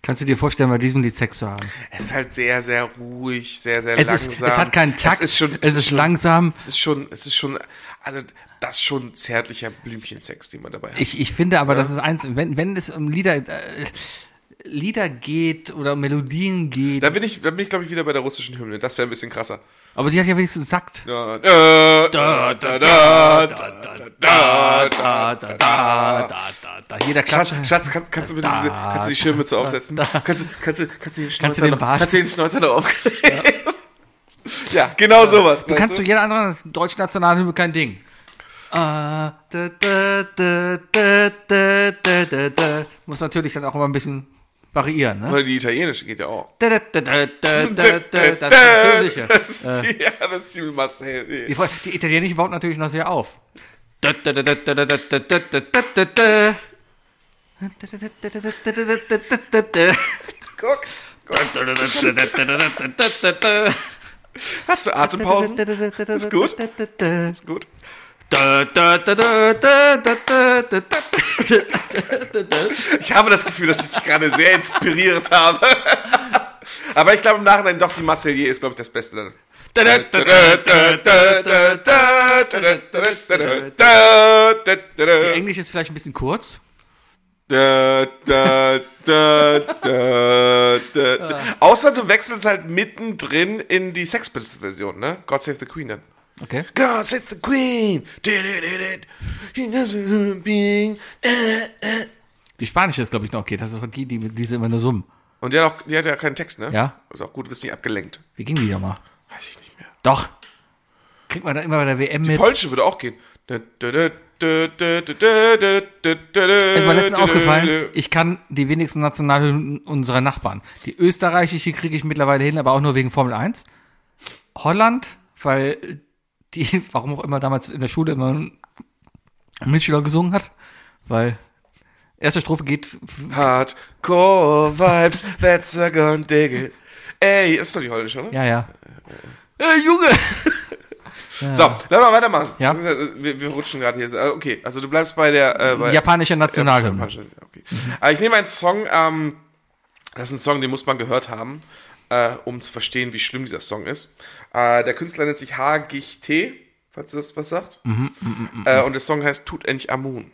Speaker 3: Kannst du dir vorstellen, bei diesem Lied Sex zu haben?
Speaker 2: Es ist halt sehr, sehr ruhig, sehr, sehr
Speaker 3: Es,
Speaker 2: langsam.
Speaker 3: ist, es hat keinen Takt,
Speaker 2: Es ist schon,
Speaker 3: es ist
Speaker 2: schon-
Speaker 3: langsam.
Speaker 2: Es ist schon, es ist schon, also das ist schon zärtlicher Blümchensex, den man dabei hat.
Speaker 3: Ich, ich finde aber, das ist eins, wenn, wenn es um Lieder, äh, Lieder geht oder um Melodien geht,
Speaker 2: da bin ich, da bin ich glaube ich wieder bei der russischen Hymne. Das wäre ein bisschen krasser.
Speaker 3: aber die hat ja wenigstens Takt.
Speaker 2: Da, da, da, da, da, da, da, da,
Speaker 3: Da, da, da, da, da, da. Jeder
Speaker 2: Schatz,
Speaker 3: klatscht.
Speaker 2: Schatz, kannst, kannst du bitte diese, kannst du die Schirmmütze aufsetzen? Kannst, du, kannst du, kannst du den
Speaker 3: Kannst du
Speaker 2: Schnäuzer
Speaker 3: den
Speaker 2: noch,
Speaker 3: Bart-
Speaker 2: kannst du den Schnäuzer noch aufkleben? Ja, genau sowas.
Speaker 3: Du
Speaker 2: weißt
Speaker 3: kannst zu jeder anderen deutschen Nationalhymne kein Ding. Ah, da, da, da, da, da, da, da, da. Muss natürlich dann auch immer ein bisschen variieren, ne?
Speaker 2: Oder die italienische geht ja auch.
Speaker 3: Da, da, da, da, da, da, da, da, das ist sicher.
Speaker 2: Das ist die, ja, das ist die Marcel.
Speaker 3: Die
Speaker 2: nee.
Speaker 3: Fre- Die Italienische baut natürlich noch sehr auf. Da, da, da, da, da, da, da, da, da, da, da, da, da.
Speaker 2: Guck. Hast du Atempausen? Ist gut. Ist gut. Ich habe das Gefühl, dass ich dich gerade sehr inspiriert habe. Aber ich glaube im Nachhinein doch, die Marseillais ist, glaube ich, das Beste. dann.
Speaker 3: Englisch ist vielleicht ein bisschen kurz.
Speaker 2: Außer du wechselst halt mittendrin in die Sex Pistols-Version, ne? God Save the Queen dann.
Speaker 3: Okay.
Speaker 2: God save the Queen! Didididid. She knows a human being.
Speaker 3: Die spanische ist, glaube ich, noch okay. Das ist die, die, die sind immer nur summen.
Speaker 2: Und die hat, auch, die hat ja keinen Text, ne?
Speaker 3: Ja.
Speaker 2: Ist auch gut, du bist nicht abgelenkt.
Speaker 3: Wie ging die da mal?
Speaker 2: Weiß ich nicht mehr.
Speaker 3: Doch. Kriegt man da immer bei der WM mit.
Speaker 2: Polsche würde auch gehen.
Speaker 3: Ist
Speaker 2: Ist
Speaker 3: mir letztens
Speaker 2: äh,
Speaker 3: aufgefallen, ich kann die wenigsten Nationalhymnen unserer Nachbarn. Die österreichische kriege ich mittlerweile hin, aber auch nur wegen Formel 1. Holland, weil die, warum auch immer damals in der Schule immer ein Mitschüler gesungen hat, weil erste Strophe geht,
Speaker 2: Hardcore Vibes, that's a gun, dig it. Ey, ist doch die holländische, oder?
Speaker 3: ja, ja. Äh, Junge!
Speaker 2: So, lass mal weitermachen.
Speaker 3: Ja.
Speaker 2: Wir, wir rutschen gerade hier. Äh, Okay, also du bleibst bei der... Äh, bei
Speaker 3: Japanische Nationalhymne.
Speaker 2: Ja, Okay. Äh, ich nehme einen Song, ähm, das ist ein Song, den muss man gehört haben, äh, um zu verstehen, wie schlimm dieser Song ist. Äh, der Künstler nennt sich H. Gich T, falls ihr das was sagt.
Speaker 3: Mhm,
Speaker 2: äh, und der Song heißt Tut endlich Amun.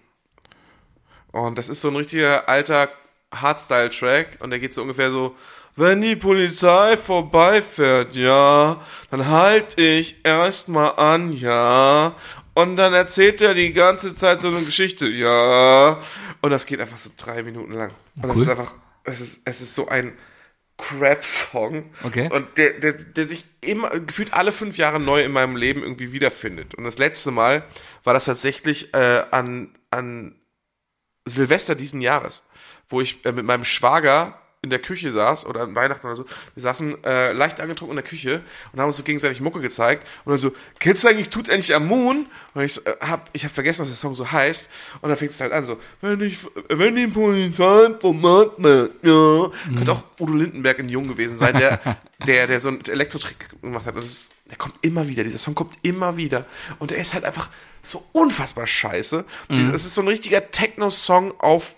Speaker 2: Und das ist so ein richtiger alter Hardstyle-Track und der geht so ungefähr so, wenn die Polizei vorbeifährt, ja, dann halt ich erstmal an, ja. Und dann erzählt er die ganze Zeit so eine Geschichte, ja. Und das geht einfach so drei Minuten lang. Und das
Speaker 3: Cool.
Speaker 2: ist einfach, es ist, es ist so ein Crap-Song.
Speaker 3: Okay.
Speaker 2: Und der, der, der sich immer, gefühlt alle fünf Jahre neu in meinem Leben irgendwie wiederfindet. Und das letzte Mal war das tatsächlich äh, an, an Silvester diesen Jahres, wo ich äh, mit meinem Schwager in der Küche saß oder an Weihnachten oder so. Wir saßen äh, leicht angetrunken in der Küche und haben uns so gegenseitig Mucke gezeigt und dann so, kennst du eigentlich Tut endlich am Moon? Und ich so, äh, hab, ich hab vergessen, dass der Song so heißt und dann fängt es halt an so, wenn ich, wenn die Polizei vom Markt, macht, ja. Könnte auch Udo Lindenberg in Jung gewesen sein, der, der, der so einen Elektrotrick gemacht hat. Und Das ist, der kommt immer wieder, dieser Song kommt immer wieder und er ist halt einfach so unfassbar scheiße. Dies-
Speaker 3: Mhm.
Speaker 2: Es ist so ein richtiger Techno-Song auf,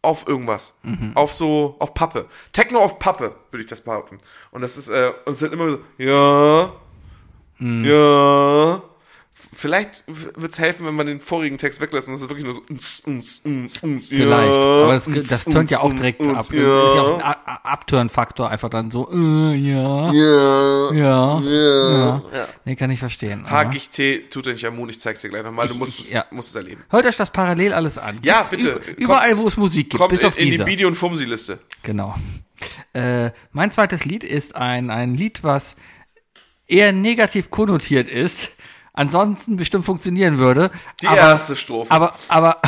Speaker 2: auf irgendwas.
Speaker 3: Mhm.
Speaker 2: Auf so, auf Pappe. Techno auf Pappe, würde ich das behaupten. Und das ist, äh, und es sind immer so, ja,
Speaker 3: Mhm.
Speaker 2: ja. F- Vielleicht wird es helfen, wenn man den vorigen Text weglässt und es ist wirklich nur so, uns, uns, uns, uns, ja,
Speaker 3: Vielleicht, aber das,
Speaker 2: uns,
Speaker 3: das tönt ja auch
Speaker 2: uns,
Speaker 3: direkt
Speaker 2: uns,
Speaker 3: ab.
Speaker 2: Ja,
Speaker 3: Ist ja auch ein A- A- Abturn-Faktor, einfach dann so, äh, ja,
Speaker 2: ja,
Speaker 3: ja, ja.
Speaker 2: ja.
Speaker 3: Nee, kann ich verstehen. ja.
Speaker 2: HGT tut dir nicht am Mut, ich zeig's dir gleich nochmal, du
Speaker 3: Ich-
Speaker 2: musst,
Speaker 3: ich-
Speaker 2: es,
Speaker 3: ja.
Speaker 2: musst es erleben.
Speaker 3: Hört euch das parallel alles an.
Speaker 2: Ja,
Speaker 3: Gibt's
Speaker 2: bitte.
Speaker 3: üb- Überall, wo es Musik gibt,
Speaker 2: Kommt
Speaker 3: bis
Speaker 2: in,
Speaker 3: auf
Speaker 2: in die
Speaker 3: diese.
Speaker 2: Bidi- und Fumsi-Liste.
Speaker 3: Genau. Äh, mein zweites Lied ist ein, ein Lied, was eher negativ konnotiert ist, ansonsten bestimmt funktionieren würde,
Speaker 2: Die
Speaker 3: aber,
Speaker 2: erste Strophe.
Speaker 3: aber, aber,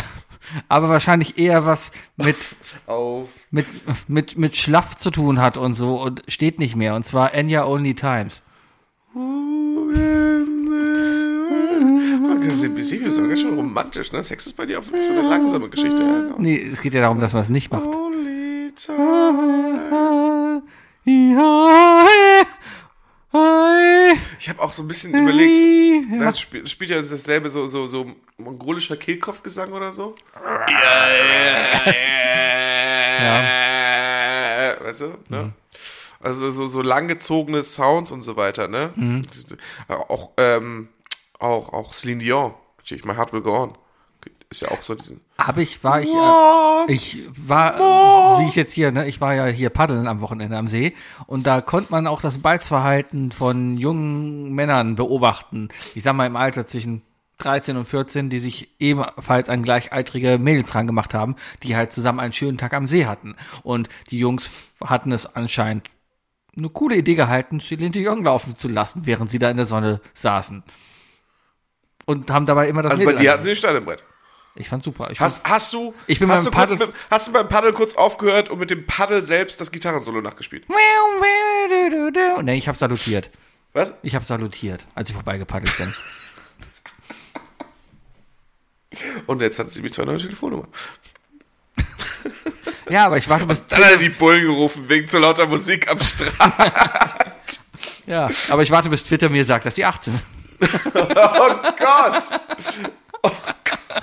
Speaker 3: aber wahrscheinlich eher was mit,
Speaker 2: Auf.
Speaker 3: mit, mit, mit Schlaff zu tun hat und so und steht nicht mehr. Und zwar Enya Only Times.
Speaker 2: Man kann sie ein bisschen das ist ganz schön romantisch, ne? Sex ist bei dir auch so eine langsame Geschichte. ja, genau.
Speaker 3: Nee, es geht ja darum, dass man es nicht macht.
Speaker 2: Only time. Ich habe auch so ein bisschen überlegt,
Speaker 3: Ja.
Speaker 2: das spielt, spielt ja dasselbe so, so, so mongolischer Kehlkopfgesang oder so. Ja. Weißt du, ne? Also so, so langgezogene Sounds und so weiter, ne? Auch, ähm, auch, auch Celine Dion, natürlich, My Heart Will Go On. Ist ja auch so diesen.
Speaker 3: Aber ich war, ich, äh, ich war, äh, wie ich jetzt hier, ne, ich war ja hier paddeln am Wochenende am See und da konnte man auch das Balzverhalten von jungen Männern beobachten. Ich sag mal im Alter zwischen 13 und 14, die sich ebenfalls an gleichaltrige Mädels rangemacht haben, die halt zusammen einen schönen Tag am See hatten. Und die Jungs hatten es anscheinend eine coole Idee gehalten, Celine Dion laufen zu lassen, während sie da in der Sonne saßen. Und haben dabei immer das
Speaker 2: Also bei
Speaker 3: Mädel
Speaker 2: dir hatten
Speaker 3: ange-
Speaker 2: sie den Stein im Brett.
Speaker 3: Ich fand's super. Ich
Speaker 2: Hast, hast du,
Speaker 3: Ich bin
Speaker 2: hast,
Speaker 3: beim
Speaker 2: du kurz
Speaker 3: Paddel-
Speaker 2: mit, hast du beim Paddel kurz aufgehört und mit dem Paddel selbst das Gitarrensolo nachgespielt?
Speaker 3: Nee, ich habe salutiert.
Speaker 2: Was?
Speaker 3: Ich habe salutiert, als ich vorbeigepaddelt bin.
Speaker 2: Und jetzt hat sie mich zu einer neuen Telefonnummer.
Speaker 3: Ja, aber ich warte bis
Speaker 2: Dann hat er die Bullen gerufen wegen zu lauter Musik am Strand.
Speaker 3: ja, aber ich warte bis Twitter mir sagt, dass sie 18. sind.
Speaker 2: Oh Gott! Oh Gott!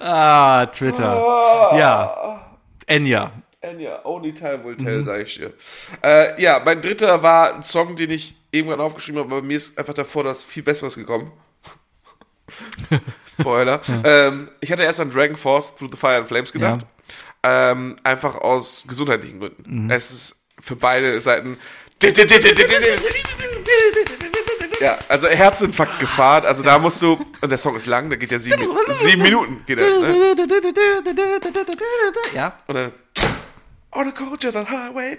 Speaker 3: Ah, Twitter. Ja. Enya.
Speaker 2: Enya, only time will tell, sag ich dir. Äh, ja, mein dritter war ein Song, den ich eben gerade aufgeschrieben habe, aber mir ist einfach davor das viel Besseres gekommen. Spoiler. ähm, ich hatte erst an Dragon Force Through the Fire and Flames gedacht. Ähm, einfach aus gesundheitlichen Gründen. Es ist für beide Seiten. Ja, also Herzinfarkt gefahren. Also da musst du. Und der Song ist lang, da geht ja sieben, sieben Minuten. Geht er, ne?
Speaker 3: Ja.
Speaker 2: Und dann. On a cold desert highway.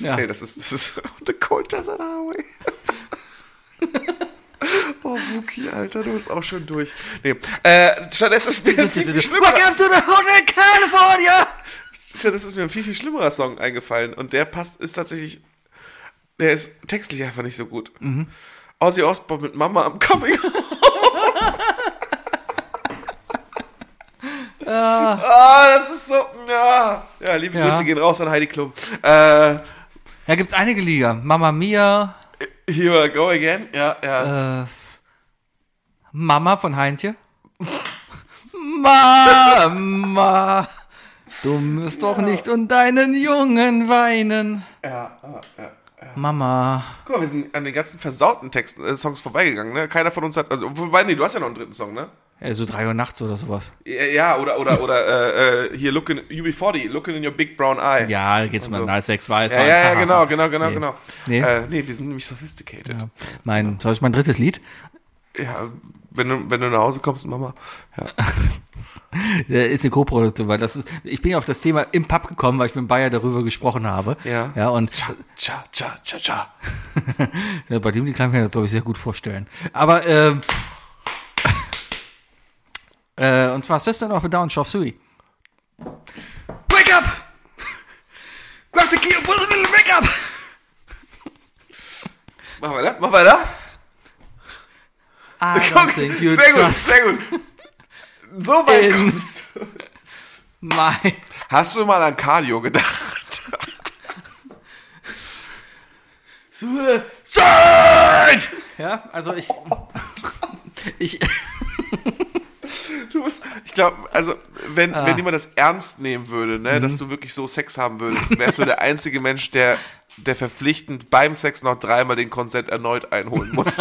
Speaker 3: ja.
Speaker 2: Ah. Nee, das ist, das ist On a cold desert highway. Oh, Wookie, Alter, du bist auch schon durch. Nee. Äh, stattdessen ist mir ein viel, viel schlimmerer,
Speaker 3: Welcome to the Hotel California!
Speaker 2: stattdessen ist mir ein viel, viel schlimmerer Song eingefallen. Und der passt, ist tatsächlich. Der ist textlich einfach nicht so gut. Ozzy Osbourne mit Mama am Coming. Ah, das ist so. Ja, ja liebe
Speaker 3: Ja.
Speaker 2: Grüße gehen raus an Heidi Klum. Äh,
Speaker 3: Da gibt's einige Lieder. Mama Mia,
Speaker 2: here I go again. Ja, ja.
Speaker 3: äh, Mama von Heintje. Mama, du musst doch nicht um deinen Jungen weinen.
Speaker 2: ja, ja, ja.
Speaker 3: Mama.
Speaker 2: Guck mal, wir sind an den ganzen versauten Texten, äh, Songs vorbeigegangen, ne? Keiner von uns hat. Also, wobei, nee, du hast ja noch einen dritten Song, ne?
Speaker 3: Ja, so drei Uhr nachts oder sowas.
Speaker 2: Ja, Ja, oder, oder, oder, äh, äh, hier, look in, UB40, looking in your big brown eye.
Speaker 3: Ja, da geht's um
Speaker 2: so.
Speaker 3: so. Nice Sex, weiß.
Speaker 2: Ja,
Speaker 3: war-
Speaker 2: ja, ja,
Speaker 3: hahaha.
Speaker 2: genau, genau, genau,
Speaker 3: Nee.
Speaker 2: genau.
Speaker 3: Nee.
Speaker 2: Äh, nee, wir sind nämlich sophisticated.
Speaker 3: Ja. Mein, soll ich mein drittes Lied?
Speaker 2: Ja, wenn, du, wenn du nach Hause kommst, Mama. Ja.
Speaker 3: Äh, ist eine Co-Produktion, weil das ist, ich bin ja auf das Thema im Pub gekommen, weil ich mit Bayer darüber gesprochen habe.
Speaker 2: Ja.
Speaker 3: Ja, und
Speaker 2: Cha, cha, cha, cha, cha.
Speaker 3: ja, bei dem die kann ich mir das, glaube ich, sehr gut vorstellen. Aber, ähm, äh, und zwar System of a Down, Shop Sui. Wake up! Grab the key and put it in the wake up!
Speaker 2: Mach weiter, mach weiter.
Speaker 3: I don't
Speaker 2: Guck,
Speaker 3: think you
Speaker 2: sehr gut,
Speaker 3: trust Ähm.
Speaker 2: sehr gut. So weit
Speaker 3: In-
Speaker 2: kommst du.
Speaker 3: my...
Speaker 2: Hast du mal an Cardio gedacht?
Speaker 3: Suicide! Ja, also ich... Ich...
Speaker 2: Du bist, ich glaube, also wenn, wenn jemand das ernst nehmen würde, ne, dass du wirklich so Sex haben würdest, wärst du der einzige Mensch, der, der verpflichtend beim Sex noch dreimal den Konsent erneut einholen muss.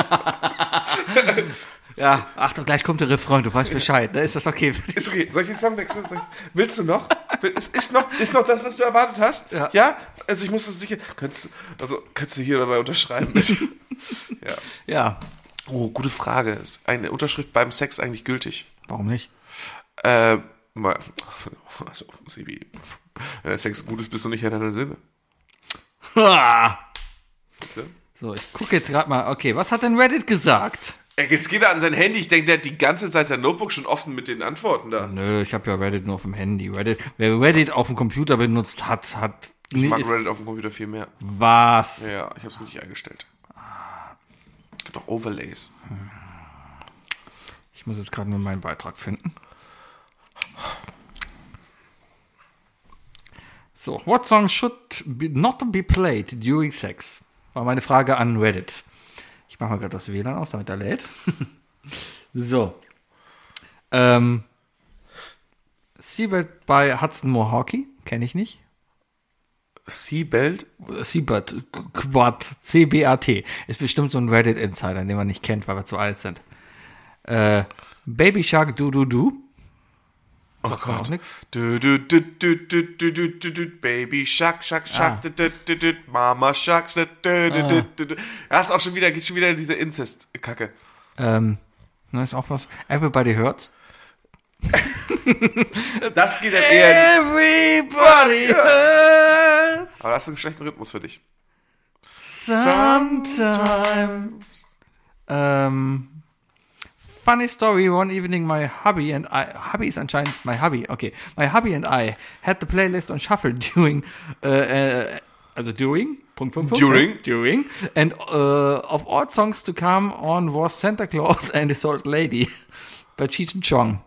Speaker 3: Ja, Achtung, gleich kommt der Refrain, du weißt Bescheid, ne? Ist das okay?
Speaker 2: ist okay, soll ich den Song wechseln? Soll ich, willst du noch? Will- Ist, ist noch? Ist noch das, was du erwartet hast?
Speaker 3: Ja.
Speaker 2: Also ich muss das sicher. Könntest, du- also, könntest du hier dabei unterschreiben? bitte? ja.
Speaker 3: Ja.
Speaker 2: Oh, gute Frage. Ist eine Unterschrift beim Sex eigentlich gültig?
Speaker 3: Warum nicht?
Speaker 2: Äh, mal, also, Sebi, wenn der Sex gut ist, bist du nicht Herr deiner Sinne. Ja?
Speaker 3: So, ich gucke jetzt gerade mal. Okay, was hat denn Reddit gesagt?
Speaker 2: Ey, Jetzt geht er an sein Handy. Ich denke, der hat die ganze Zeit sein Notebook schon offen mit den Antworten da.
Speaker 3: Nö, ich habe ja Reddit nur auf dem Handy. Reddit, wer Reddit auf dem Computer benutzt hat, hat
Speaker 2: Ich mag Reddit auf dem Computer viel mehr.
Speaker 3: was.
Speaker 2: Ja, ich hab's richtig eingestellt. Es gibt auch Overlays.
Speaker 3: Ich muss jetzt gerade nur meinen Beitrag finden. So, what song should be not be played during sex? War meine Frage an Reddit. Ich mache mal gerade das WLAN aus, damit er lädt. so. Ähm, Seabed bei Hudson Mohawki, kenne ich nicht.
Speaker 2: Seabelt?
Speaker 3: Seabed, Quad, C-B-A-T. Ist bestimmt so ein Reddit-Insider, den man nicht kennt, weil wir zu alt sind. Äh, Baby Shark Du Du Du.
Speaker 2: Oh
Speaker 3: Kann auch
Speaker 2: Gott.
Speaker 3: nix.
Speaker 2: Du, du, du, du, du, du, du, du, du, Baby Shark,
Speaker 3: Ah.
Speaker 2: Shark, Shark, du, du, du, du, Mama Shark, du, du, du, du, du, du. Ja, ist auch schon wieder, geht schon wieder in diese Inzest-Kacke.
Speaker 3: Ähm, ne, ist auch was. Everybody Hurts.
Speaker 2: Das geht dann eher.
Speaker 3: Everybody Hurts
Speaker 2: Aber das ist ein schlechter Rhythmus für dich.
Speaker 3: sometimes. Ähm, funny story. One evening, my hubby and I. Hubby ist anscheinend my hubby. Okay, my hubby and I had the playlist on shuffle during. Äh, äh, also during. Punkt, Punkt, Punkt,
Speaker 2: During.
Speaker 3: ne? During. And uh, of all songs to come on was Santa Claus and His Old Lady bei Cheech and Chong.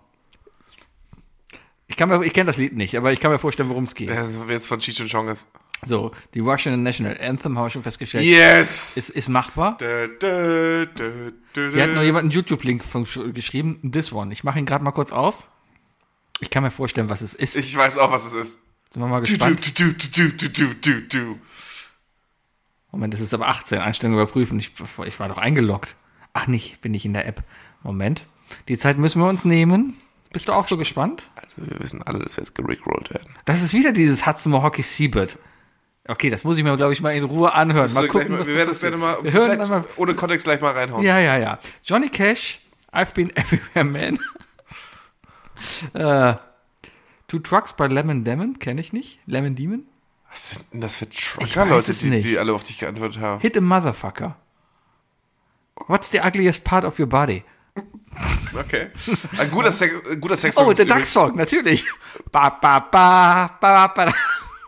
Speaker 3: Ich, kann mir- ich kenne das Lied nicht, aber ich kann mir vorstellen, worum es geht.
Speaker 2: Äh, Wer jetzt von Cheech und Chong ist.
Speaker 3: So, die Russian National Anthem habe ich schon festgestellt.
Speaker 2: Yes!
Speaker 3: Ist, ist machbar.
Speaker 2: Du, du, du, du,
Speaker 3: Hier hat noch
Speaker 2: du.
Speaker 3: jemand einen YouTube-Link von- geschrieben. This one. Ich mache ihn gerade mal kurz auf. Ich kann mir vorstellen, was es ist.
Speaker 2: Ich weiß auch, was es ist.
Speaker 3: Sind wir mal
Speaker 2: Du, du,
Speaker 3: gespannt.
Speaker 2: du, du, du, du, du, du.
Speaker 3: Moment, das ist aber 18. Einstellungen überprüfen. Ich, ich war doch eingeloggt. Ach nicht, bin ich in der App. Moment. Die Zeit müssen wir uns nehmen. Bist du auch so gespannt?
Speaker 2: Also wir wissen alle, dass wir jetzt gerickrollt werden.
Speaker 3: Das ist wieder dieses Hudson Mohawk Seabird. Okay, das muss ich mir, glaube ich, mal in Ruhe anhören. Mal
Speaker 2: Also
Speaker 3: gucken,
Speaker 2: gleich,
Speaker 3: was
Speaker 2: wir
Speaker 3: da
Speaker 2: werden das
Speaker 3: passiert.
Speaker 2: gerne mal,
Speaker 3: wir hören
Speaker 2: vielleicht
Speaker 3: dann mal
Speaker 2: ohne Kontext gleich mal reinhauen.
Speaker 3: Ja, ja, ja. Johnny Cash, I've Been Everywhere Man. äh, Two Trucks bei Lemon Demon, kenne ich nicht. Lemon Demon.
Speaker 2: Was sind denn das für
Speaker 3: Ich weiß
Speaker 2: Trucker, Leute,
Speaker 3: es
Speaker 2: die,
Speaker 3: nicht.
Speaker 2: die alle auf dich geantwortet haben?
Speaker 3: Hit a Motherfucker. What's the ugliest part of your body?
Speaker 2: Okay. Ein guter, Sex, ein guter Sex.
Speaker 3: Oh, der Duck Song, natürlich. Ba, ba, ba, ba, ba, ba.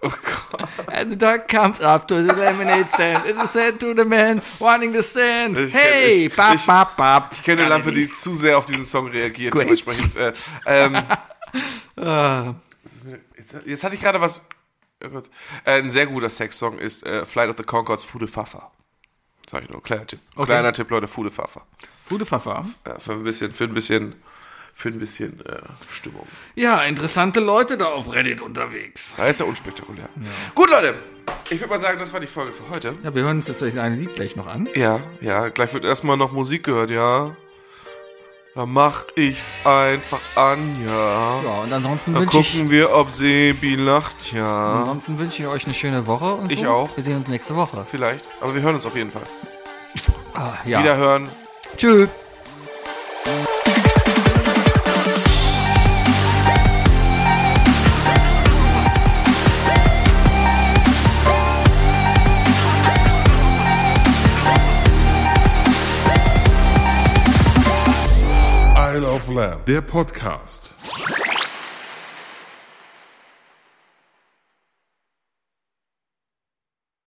Speaker 2: Oh Gott.
Speaker 3: And the duck comes up to the lemonade stand. It is said to the man wanting the stand.
Speaker 2: Ich kenn-
Speaker 3: hey,
Speaker 2: ich-
Speaker 3: ba,
Speaker 2: ich-
Speaker 3: ba, ba.
Speaker 2: Ich kenne eine Lampe, die zu sehr auf diesen Song reagiert.
Speaker 3: Great. Ah.
Speaker 2: Dementsprechend. Äh, ähm, Das ist mir- jetzt, jetzt hatte ich gerade was. oh Gott. Äh, ein sehr guter Sex-Song ist äh, Flight of the Concords Fude Fafa. Sag ich nur, kleiner Tipp.
Speaker 3: Okay.
Speaker 2: Kleiner Tipp, Leute, Fude Fafa.
Speaker 3: Gute Pfeffer.
Speaker 2: Ja, für ein bisschen, für ein bisschen, für ein bisschen äh, Stimmung.
Speaker 3: Ja, interessante Leute da auf Reddit unterwegs.
Speaker 2: Da ist ja unspektakulär. Gut, Leute. Ich würde mal sagen, das war die Folge für heute.
Speaker 3: Ja, wir hören uns jetzt das eine Lied gleich noch an.
Speaker 2: Ja, ja, gleich wird erstmal noch Musik gehört, ja. Dann mach ich's einfach an, ja.
Speaker 3: Ja, und ansonsten
Speaker 2: Dann
Speaker 3: wünsche ich,
Speaker 2: gucken wir, ob Sebi lacht, ja.
Speaker 3: ansonsten wünsche ich euch eine schöne Woche. Und
Speaker 2: Ich
Speaker 3: so.
Speaker 2: auch.
Speaker 3: Wir sehen uns nächste Woche.
Speaker 2: Vielleicht. Aber wir hören uns auf jeden Fall.
Speaker 3: Ah, ja.
Speaker 2: Wiederhören.
Speaker 3: Tschüss.
Speaker 4: Isle of Lamb, der Podcast.